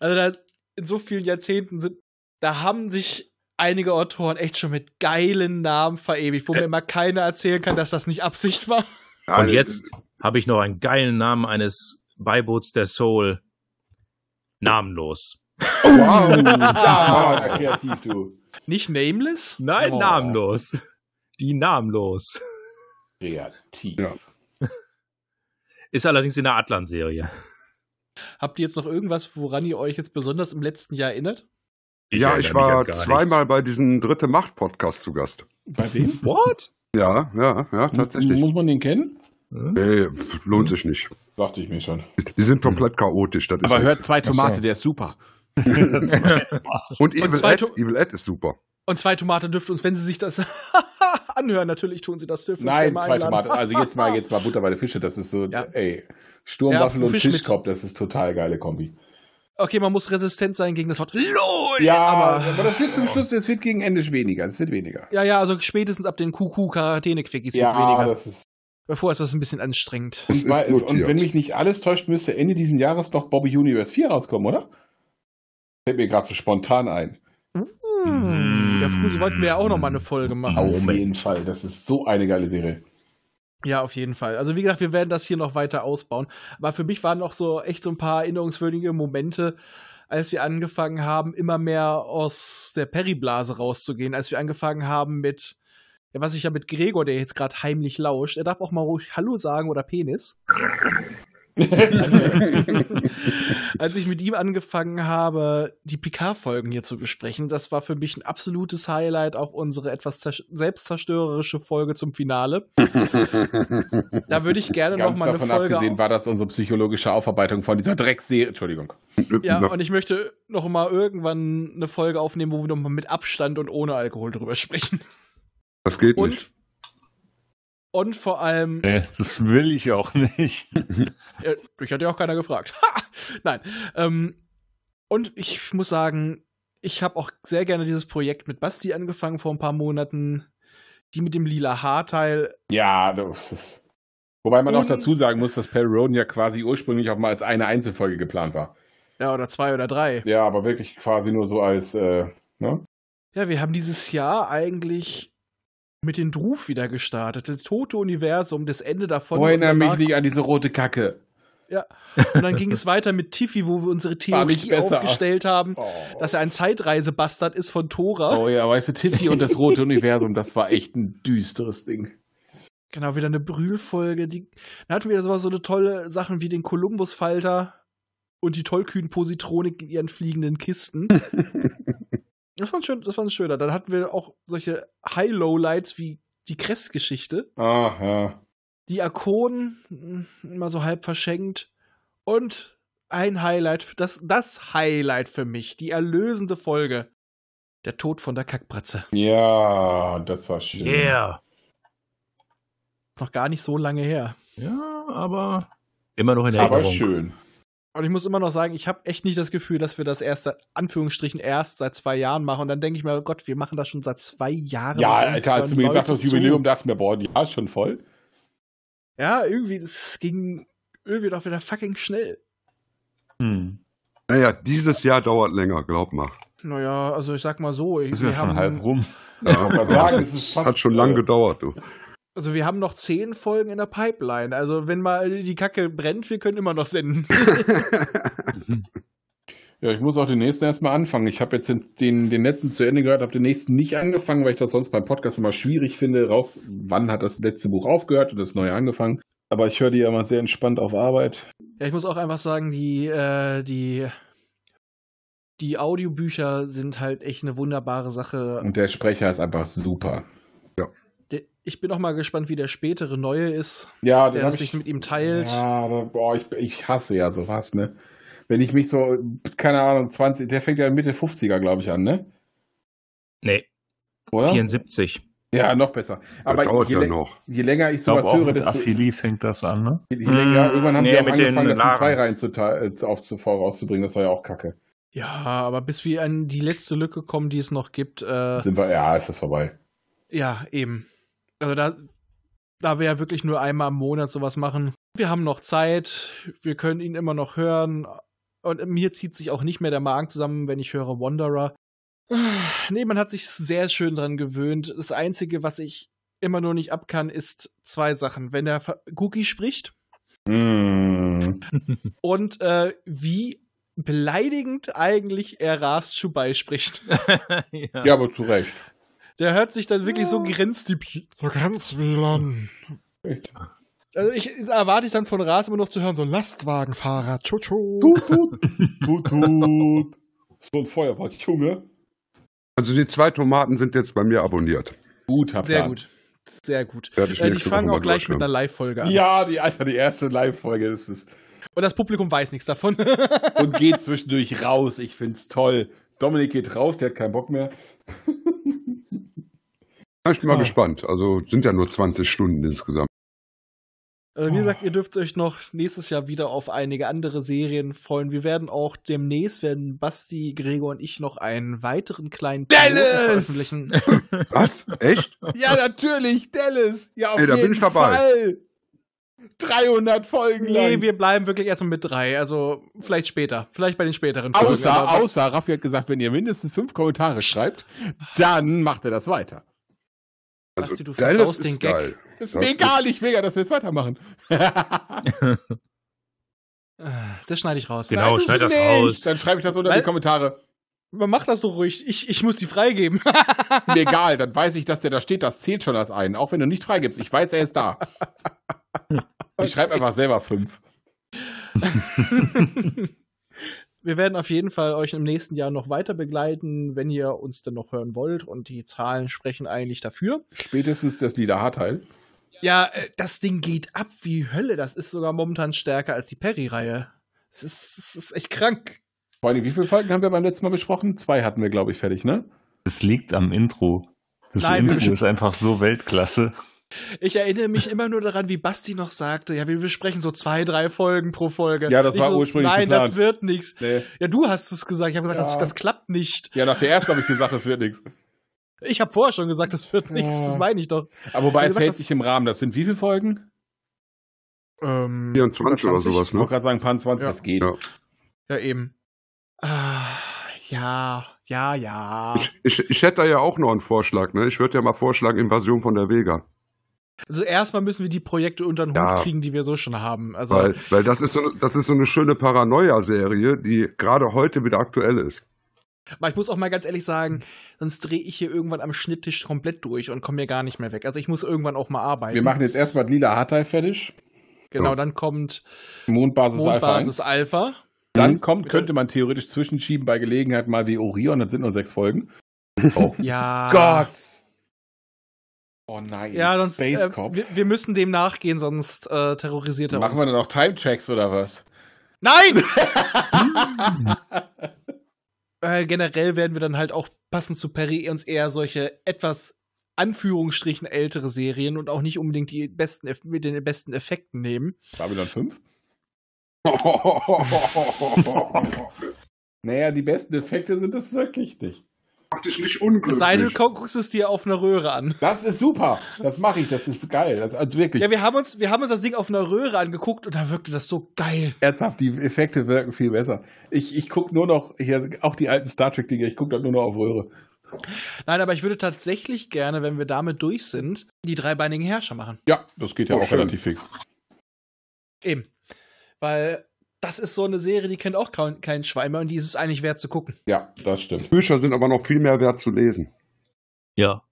Also da, in so vielen Jahrzehnten sind, da haben sich einige Autoren echt schon mit geilen Namen verewigt, wo mir immer keiner erzählen kann, dass das nicht Absicht war.
Und jetzt habe ich noch einen geilen Namen eines Beiboots der Soul. Namenlos.
Wow.
Ah, kreativ, du.
Nicht nameless?
Nein,
Oh.
namenlos. Die namenlos.
Kreativ.
Ja.
Ist allerdings in der Atlan-Serie.
Habt ihr jetzt noch irgendwas, woran ihr euch jetzt besonders im letzten Jahr erinnert?
Ja,
erinnere
ich
mich an
war
gar
zweimal bei diesem Dritte Macht-Podcast zu Gast.
Bei wem?
nichts. What?
Ja, ja, ja,
Mhm.
tatsächlich.
Muss man den kennen?
Hm?
Nee, pf, lohnt sich nicht.
Dachte ich mir schon.
Die sind
Mhm.
komplett chaotisch. Das ist
Aber hört
nichts.
zwei Tomate,
so.
der ist super.
Und
Und
Evil
zwei
Ed,
To-
Evil Ed ist super.
Und zwei Tomate dürfte uns, wenn sie sich das anhören, natürlich tun sie das. Dürfen uns
Nein,
gerne mal
zwei
einladen.
Tomaten. Also jetzt mal, jetzt mal Butter bei den Fische. Das ist so,
Ja.
ey. Sturmwaffel
Ja,
und
Fisch mit.
Fischkopf, das ist total geile Kombi.
Okay, man muss resistent sein gegen das Wort LOL.
Ja, aber,
aber-
aber das wird zum Schluss, das wird gegen Ende weniger. Das wird weniger.
Ja, ja, also spätestens ab den qq quarantäne quickies wird's weniger.
das ist.
Bevor ist das ein bisschen anstrengend.
Das
Und, weil,
ist notiert.
und wenn mich nicht alles täuscht, müsste Ende diesen Jahres noch Bobby Universe 4 rauskommen, oder? Fällt mir gerade so spontan ein.
Hm, ja, früher wollten wir ja auch noch mal eine Folge machen.
Auf
Moment.
jeden Fall. Das ist so eine geile Serie.
Ja, auf jeden Fall. Also wie gesagt, wir werden das hier noch weiter ausbauen. Aber für mich waren noch so echt so ein paar erinnerungswürdige Momente, als wir angefangen haben, immer mehr aus der Perry-Blase rauszugehen, als wir angefangen haben mit, ja, was ich ja mit Gregor, der jetzt gerade heimlich lauscht, er darf auch mal ruhig Hallo sagen oder Penis. als ich mit ihm angefangen habe, die Picard-Folgen hier zu besprechen, das war für mich ein absolutes Highlight, auch unsere etwas zersch- selbstzerstörerische Folge zum Finale. Da würde ich gerne noch
Ganz
mal eine
davon
Folge.
abgesehen war das unsere psychologische Aufarbeitung von dieser Dreckserie. Entschuldigung.
ja, und ich möchte noch mal irgendwann eine Folge aufnehmen, wo wir noch mal mit Abstand und ohne Alkohol drüber sprechen.
Das geht nicht.
Und und vor allem,
Nee, Das will ich auch nicht.
äh, ich hatte ja auch keiner gefragt. Ha! Nein. Ähm, und ich muss sagen, ich habe auch sehr gerne dieses Projekt mit Basti angefangen vor ein paar Monaten. Die mit dem lila Haarteil.
Ja, das ist. Wobei man auch
Und-
dazu sagen muss, dass Perry Roden ja quasi ursprünglich auch mal als eine Einzelfolge geplant war.
Ja, oder zwei oder drei.
Ja, aber wirklich quasi nur so als, äh, ne?
Ja, wir haben dieses Jahr eigentlich mit den Druf wieder gestartet. Das tote Universum, das Ende davon.
Erinnere
Und
mich
danach-
nicht an diese rote Kacke.
Und dann ging es weiter mit Tiffy, wo wir unsere
War nicht
Theorie
besser.
aufgestellt haben,
Oh.
dass er ein Zeitreisebastard ist von Tora.
Oh ja, weißt du, Tiffy und das rote Universum, das war echt ein düsteres Ding.
Genau, wieder eine Brühlfolge. Die da hatten wir sowas so eine tolle Sachen wie den Kolumbus-Falter und die tollkühnen Positronik in ihren fliegenden Kisten. das, war ein schön, das war ein schöner. Dann hatten wir auch solche High-Low-Lights wie die Crest-Geschichte.
Aha.
die Arkonen mh, immer so halb verschenkt und ein Highlight, das, das Highlight für mich, die erlösende Folge Der Tod von der Kackbratze.
Ja, das war schön.
Yeah.
Noch gar nicht so lange her.
Ja, aber immer noch in
Aber
Erinnerung.
schön.
Und ich muss immer noch sagen, ich habe echt nicht das Gefühl, dass wir das erst seit Anführungsstrichen erst seit zwei Jahren machen. Und dann denke ich mir, oh Gott, wir machen das schon seit zwei Jahren.
Ja,
Und
Alter, als du mir
hören
gesagt hast,
Leute zu.
Jubiläum, dachte ich mir, boah, ja, ist schon voll.
Ja, irgendwie, das ging irgendwie doch wieder fucking schnell.
Hm.
Naja, dieses Jahr dauert länger, glaub mal.
Naja, also ich sag mal so, ich,
Ist ja
wir
schon
haben,
halb rum.
Ja,
wollte
das
sagen, es ist fast- äh,
hat schon lang gedauert, du.
also wir haben noch zehn Folgen in der Pipeline. Also wenn mal die Kacke brennt, wir können immer noch senden.
Ja, ich muss auch den nächsten erstmal anfangen. Ich habe jetzt den, den, den letzten zu Ende gehört, habe den nächsten nicht angefangen, weil ich das sonst beim Podcast immer schwierig finde, raus, wann hat das letzte Buch aufgehört und das neue angefangen. Aber ich höre die ja immer sehr entspannt auf Arbeit.
Ja, ich muss auch einfach sagen, die, äh, die, die Audiobücher sind halt echt eine wunderbare Sache.
Und der Sprecher ist einfach super.
Der- Ich bin auch mal gespannt, wie der spätere neue ist,
Ja, den
der
hab
das sich mit ihm teilt.
Ja, da, boah, ich, ich hasse ja sowas, ne? Wenn ich mich so, keine Ahnung, 20, der fängt ja Mitte 50er, glaube ich, an, ne?
Nee,
Oder?
74.
Ja, noch besser.
Das
Aber
dauert
je,
ja
lä-
noch.
je länger ich
Ich glaube,
sowas
auch
höre,
mit
desto,
Affili fängt das an, ne?
je länger,
Mm,
irgendwann haben
nee,
sie auch
mit den
angefangen, das in
Laren.
zwei Reihen zu, ta- äh, zu- auf, zu, vorauszubringen. Das war ja auch kacke.
Ja, aber bis wir an die letzte Lücke kommen, die es noch gibt, äh,
Sind wir, ja, ist das vorbei.
ja, eben. Also da, da wir ja wirklich nur einmal im Monat sowas machen. Wir haben noch Zeit, wir können ihn immer noch hören. Und mir zieht sich auch nicht mehr der Magen zusammen, wenn ich höre Wanderer. Nee, man hat sich sehr schön dran gewöhnt. Das Einzige, was ich immer nur nicht ab kann, ist zwei Sachen. Wenn der Fa- Cookie spricht,
Mm.
und äh, wie beleidigend eigentlich er Ras Chubai spricht.
Ja, aber zu Recht.
Der hört sich dann wirklich so grinst die Pie-
So ganz WLAN.
Also ich erwarte ich dann von Ras immer noch zu hören, so Lastwagenfahrer, tschu-tschu.
Tut, tut, tut, tut. So ein Feuerwerk, Junge.
Also die zwei Tomaten sind jetzt bei mir abonniert.
Guter Plan.
Sehr gut. Sehr gut.
Werde ich
Äh, die
nächste
fangen
Woche
auch
mal
gleich mit
durchhören.
einer Live-Folge an.
Ja, die, Alter, die erste Live-Folge ist es.
Und das Publikum weiß nichts davon.
und geht zwischendurch raus. Ich find's toll. Dominik geht raus, der hat keinen Bock mehr.
Ja, ich bin mal
Ah.
gespannt. Also sind ja nur 20 Stunden insgesamt.
Also
Oh.
wie gesagt, ihr dürft euch noch nächstes Jahr wieder auf einige andere Serien freuen. Wir werden auch demnächst werden Basti, Gregor und ich noch einen weiteren kleinen Piloten
Dallas!
veröffentlichen.
Was? Echt?
Ja, natürlich, Dallas. Ja, auf
Ey, da bin ich dabei.
Fall. 300 Folgen
Nee,
lang.
wir bleiben wirklich erstmal mit drei. Also vielleicht später. Vielleicht bei den späteren. Folgen.
außer,
Aber-
außer, Raffi hat gesagt, wenn ihr mindestens fünf Kommentare schreibt, dann macht er das weiter.
Also,
Basti, du
Dallas
versaust
ist
den Gag.
geil.
Ist
Das
mir egal,
ist-
ich will ja, dass wir es weitermachen.
Ah, Das schneide ich raus.
Genau,
Nein,
schneid das
nicht.
raus.
Dann schreibe ich das unter
Weil-
die Kommentare.
Man macht das doch ruhig. Ich, ich muss die freigeben.
Mir egal, dann weiß ich, dass der da steht, das zählt schon als einen. Auch wenn du nicht freigibst, ich weiß, er ist da. Ich schreibe einfach selber fünf.
Wir werden auf jeden Fall euch im nächsten Jahr noch weiter begleiten, wenn ihr uns denn noch hören wollt. Und die Zahlen sprechen eigentlich dafür.
Spätestens das Liederhaarteil.
Ja, äh, das Ding geht ab wie Hölle. Das ist sogar momentan stärker als die Perry-Reihe. Es ist, es ist echt krank.
Vor allem, wie viele Folgen haben wir beim letzten Mal besprochen? Zwei hatten wir, glaube ich, fertig, ne?
Es liegt am Intro. Das
Nein,
Intro
wir-
ist einfach so Weltklasse.
Ich erinnere mich immer nur daran, wie Basti noch sagte, ja, wir besprechen so zwei, drei Folgen pro Folge.
Ja, das
ich
war
so,
ursprünglich
Nein,
geplant.
das wird nichts.
Nee.
Ja, du hast es gesagt. Ich habe gesagt, das,
Ja.
das klappt nicht.
Ja, nach der ersten habe ich gesagt, das wird nichts.
Ich habe vorher schon gesagt, das wird nichts. Das meine ich doch.
Aber wobei,
Ja,
es
sag
hält
das-
sich im Rahmen. Das sind wie viele Folgen?
Ähm,
24 oder
20?
sowas,
Ich wollte
ne?
gerade sagen, Pan 20,
Ja.
das geht.
Ja.
Ja, eben. Ah, ja, ja, ja.
Ich, ich, ich hätte da ja auch noch einen Vorschlag, ne? Ich würde ja mal vorschlagen, Invasion von der Vega.
Also erstmal müssen wir die Projekte unter den
Ja.
Hut kriegen, die wir so schon haben. Also
Weil, weil das, ist so, eine- das ist so eine schöne Paranoia-Serie, die gerade heute wieder aktuell ist.
Aber ich muss auch mal ganz ehrlich sagen, sonst drehe ich hier irgendwann am Schnitttisch komplett durch und komme mir gar nicht mehr weg. Also ich muss irgendwann auch mal arbeiten.
Wir machen jetzt erstmal Lila Haarteil fertig.
genau, dann kommt
Mondbasis,
Mondbasis
Alpha 1.
Alpha.
Dann kommt, könnte man theoretisch zwischenschieben bei Gelegenheit mal wie Orion, das sind nur sechs Folgen. Oh
Ja.
Oh nein.
Ja, sonst
Space
äh,
Cops.
wir, wir müssen dem nachgehen, sonst äh, terrorisiert er
Machen wir
uns.
dann auch Time-Tracks oder was?
Nein! äh, generell werden wir dann halt auch passend zu Perry uns eher solche etwas Anführungsstrichen ältere Serien und auch nicht unbedingt die besten Eff- mit den besten Effekten nehmen.
Babylon 5?
Mach
Naja, die besten Effekte sind es wirklich nicht.
dich nicht
Es sei denn, du
unglücklich.
gu- guckst es dir auf einer Röhre an.
Das ist super. Das mache ich. Das ist geil. Das, also wirklich.
Ja, wir haben, uns, wir haben uns das Ding auf einer Röhre angeguckt und da wirkte das so geil.
Ernsthaft, die Effekte wirken viel besser. Ich, ich gucke nur noch, hier, auch die alten Star Trek-Dinger, ich gucke da nur noch auf Röhre.
Nein, aber ich würde tatsächlich gerne, wenn wir damit durch sind, die dreibeinigen Herrscher machen.
Ja, das geht ja
Oh,
auch
schön.
relativ fix.
Eben. Weil das ist so eine Serie, die kennt auch kaum, kein Schwein mehr und die ist es eigentlich wert zu gucken.
Ja, das stimmt.
Bücher sind aber noch viel mehr wert zu lesen.
Ja,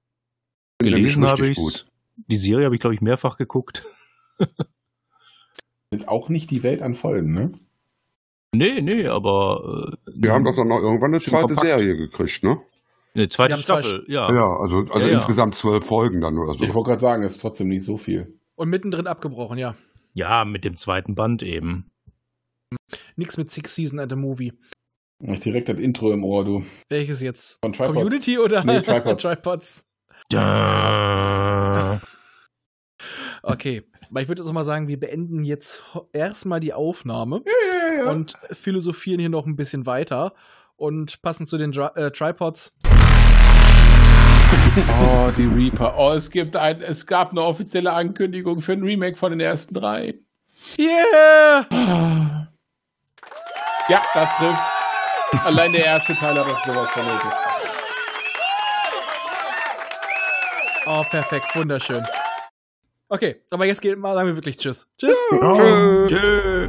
Sind nämlich
gelesen habe
richtig
ich Die Serie habe ich, glaube ich, mehrfach geguckt.
Sind auch nicht die Welt an Folgen, ne?
Nee, nee, aber äh,
Wir haben doch dann noch irgendwann eine
Schon
zweite
kompakt.
Serie gekriegt, ne?
eine
Wir
zweite
haben zwei
Staffel. Ja.
Ja, also, also
Ja, ja.
insgesamt zwölf Folgen dann oder
Ich
so.
wollte gerade sagen, ist trotzdem nicht so viel.
Und mittendrin abgebrochen, ja.
ja, mit dem zweiten Band eben.
Nix mit Six Season and a Movie.
Hab Ich direkt das Intro im Ohr, du.
Welches jetzt?
Von Tripods.
Community oder
Nee, Tripods.
Tripods?
Da.
Okay. Aber ich würde jetzt auch mal sagen, wir beenden jetzt ho- erstmal die Aufnahme und philosophieren hier noch ein bisschen weiter. Und passend zu den Dri äh, Tripods.
Oh, die Reaper. Oh, es gibt ein, es gab eine offizielle Ankündigung für ein Remake von den ersten drei.
Yeah!
Ja, das trifft. Allein der erste Teil hat das sowas von nötig.
Oh, perfekt. Wunderschön. Okay, aber jetzt geht mal, sagen wir wirklich Tschüss. Tschüss!
Tschö.
Tschö.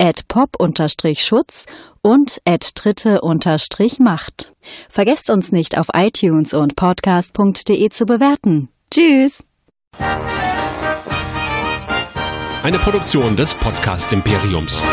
at pop-schutz und at dritte-macht. Vergesst uns nicht auf iTunes und podcast.de zu bewerten. Tschüss!
Eine Produktion des Podcast Imperiums.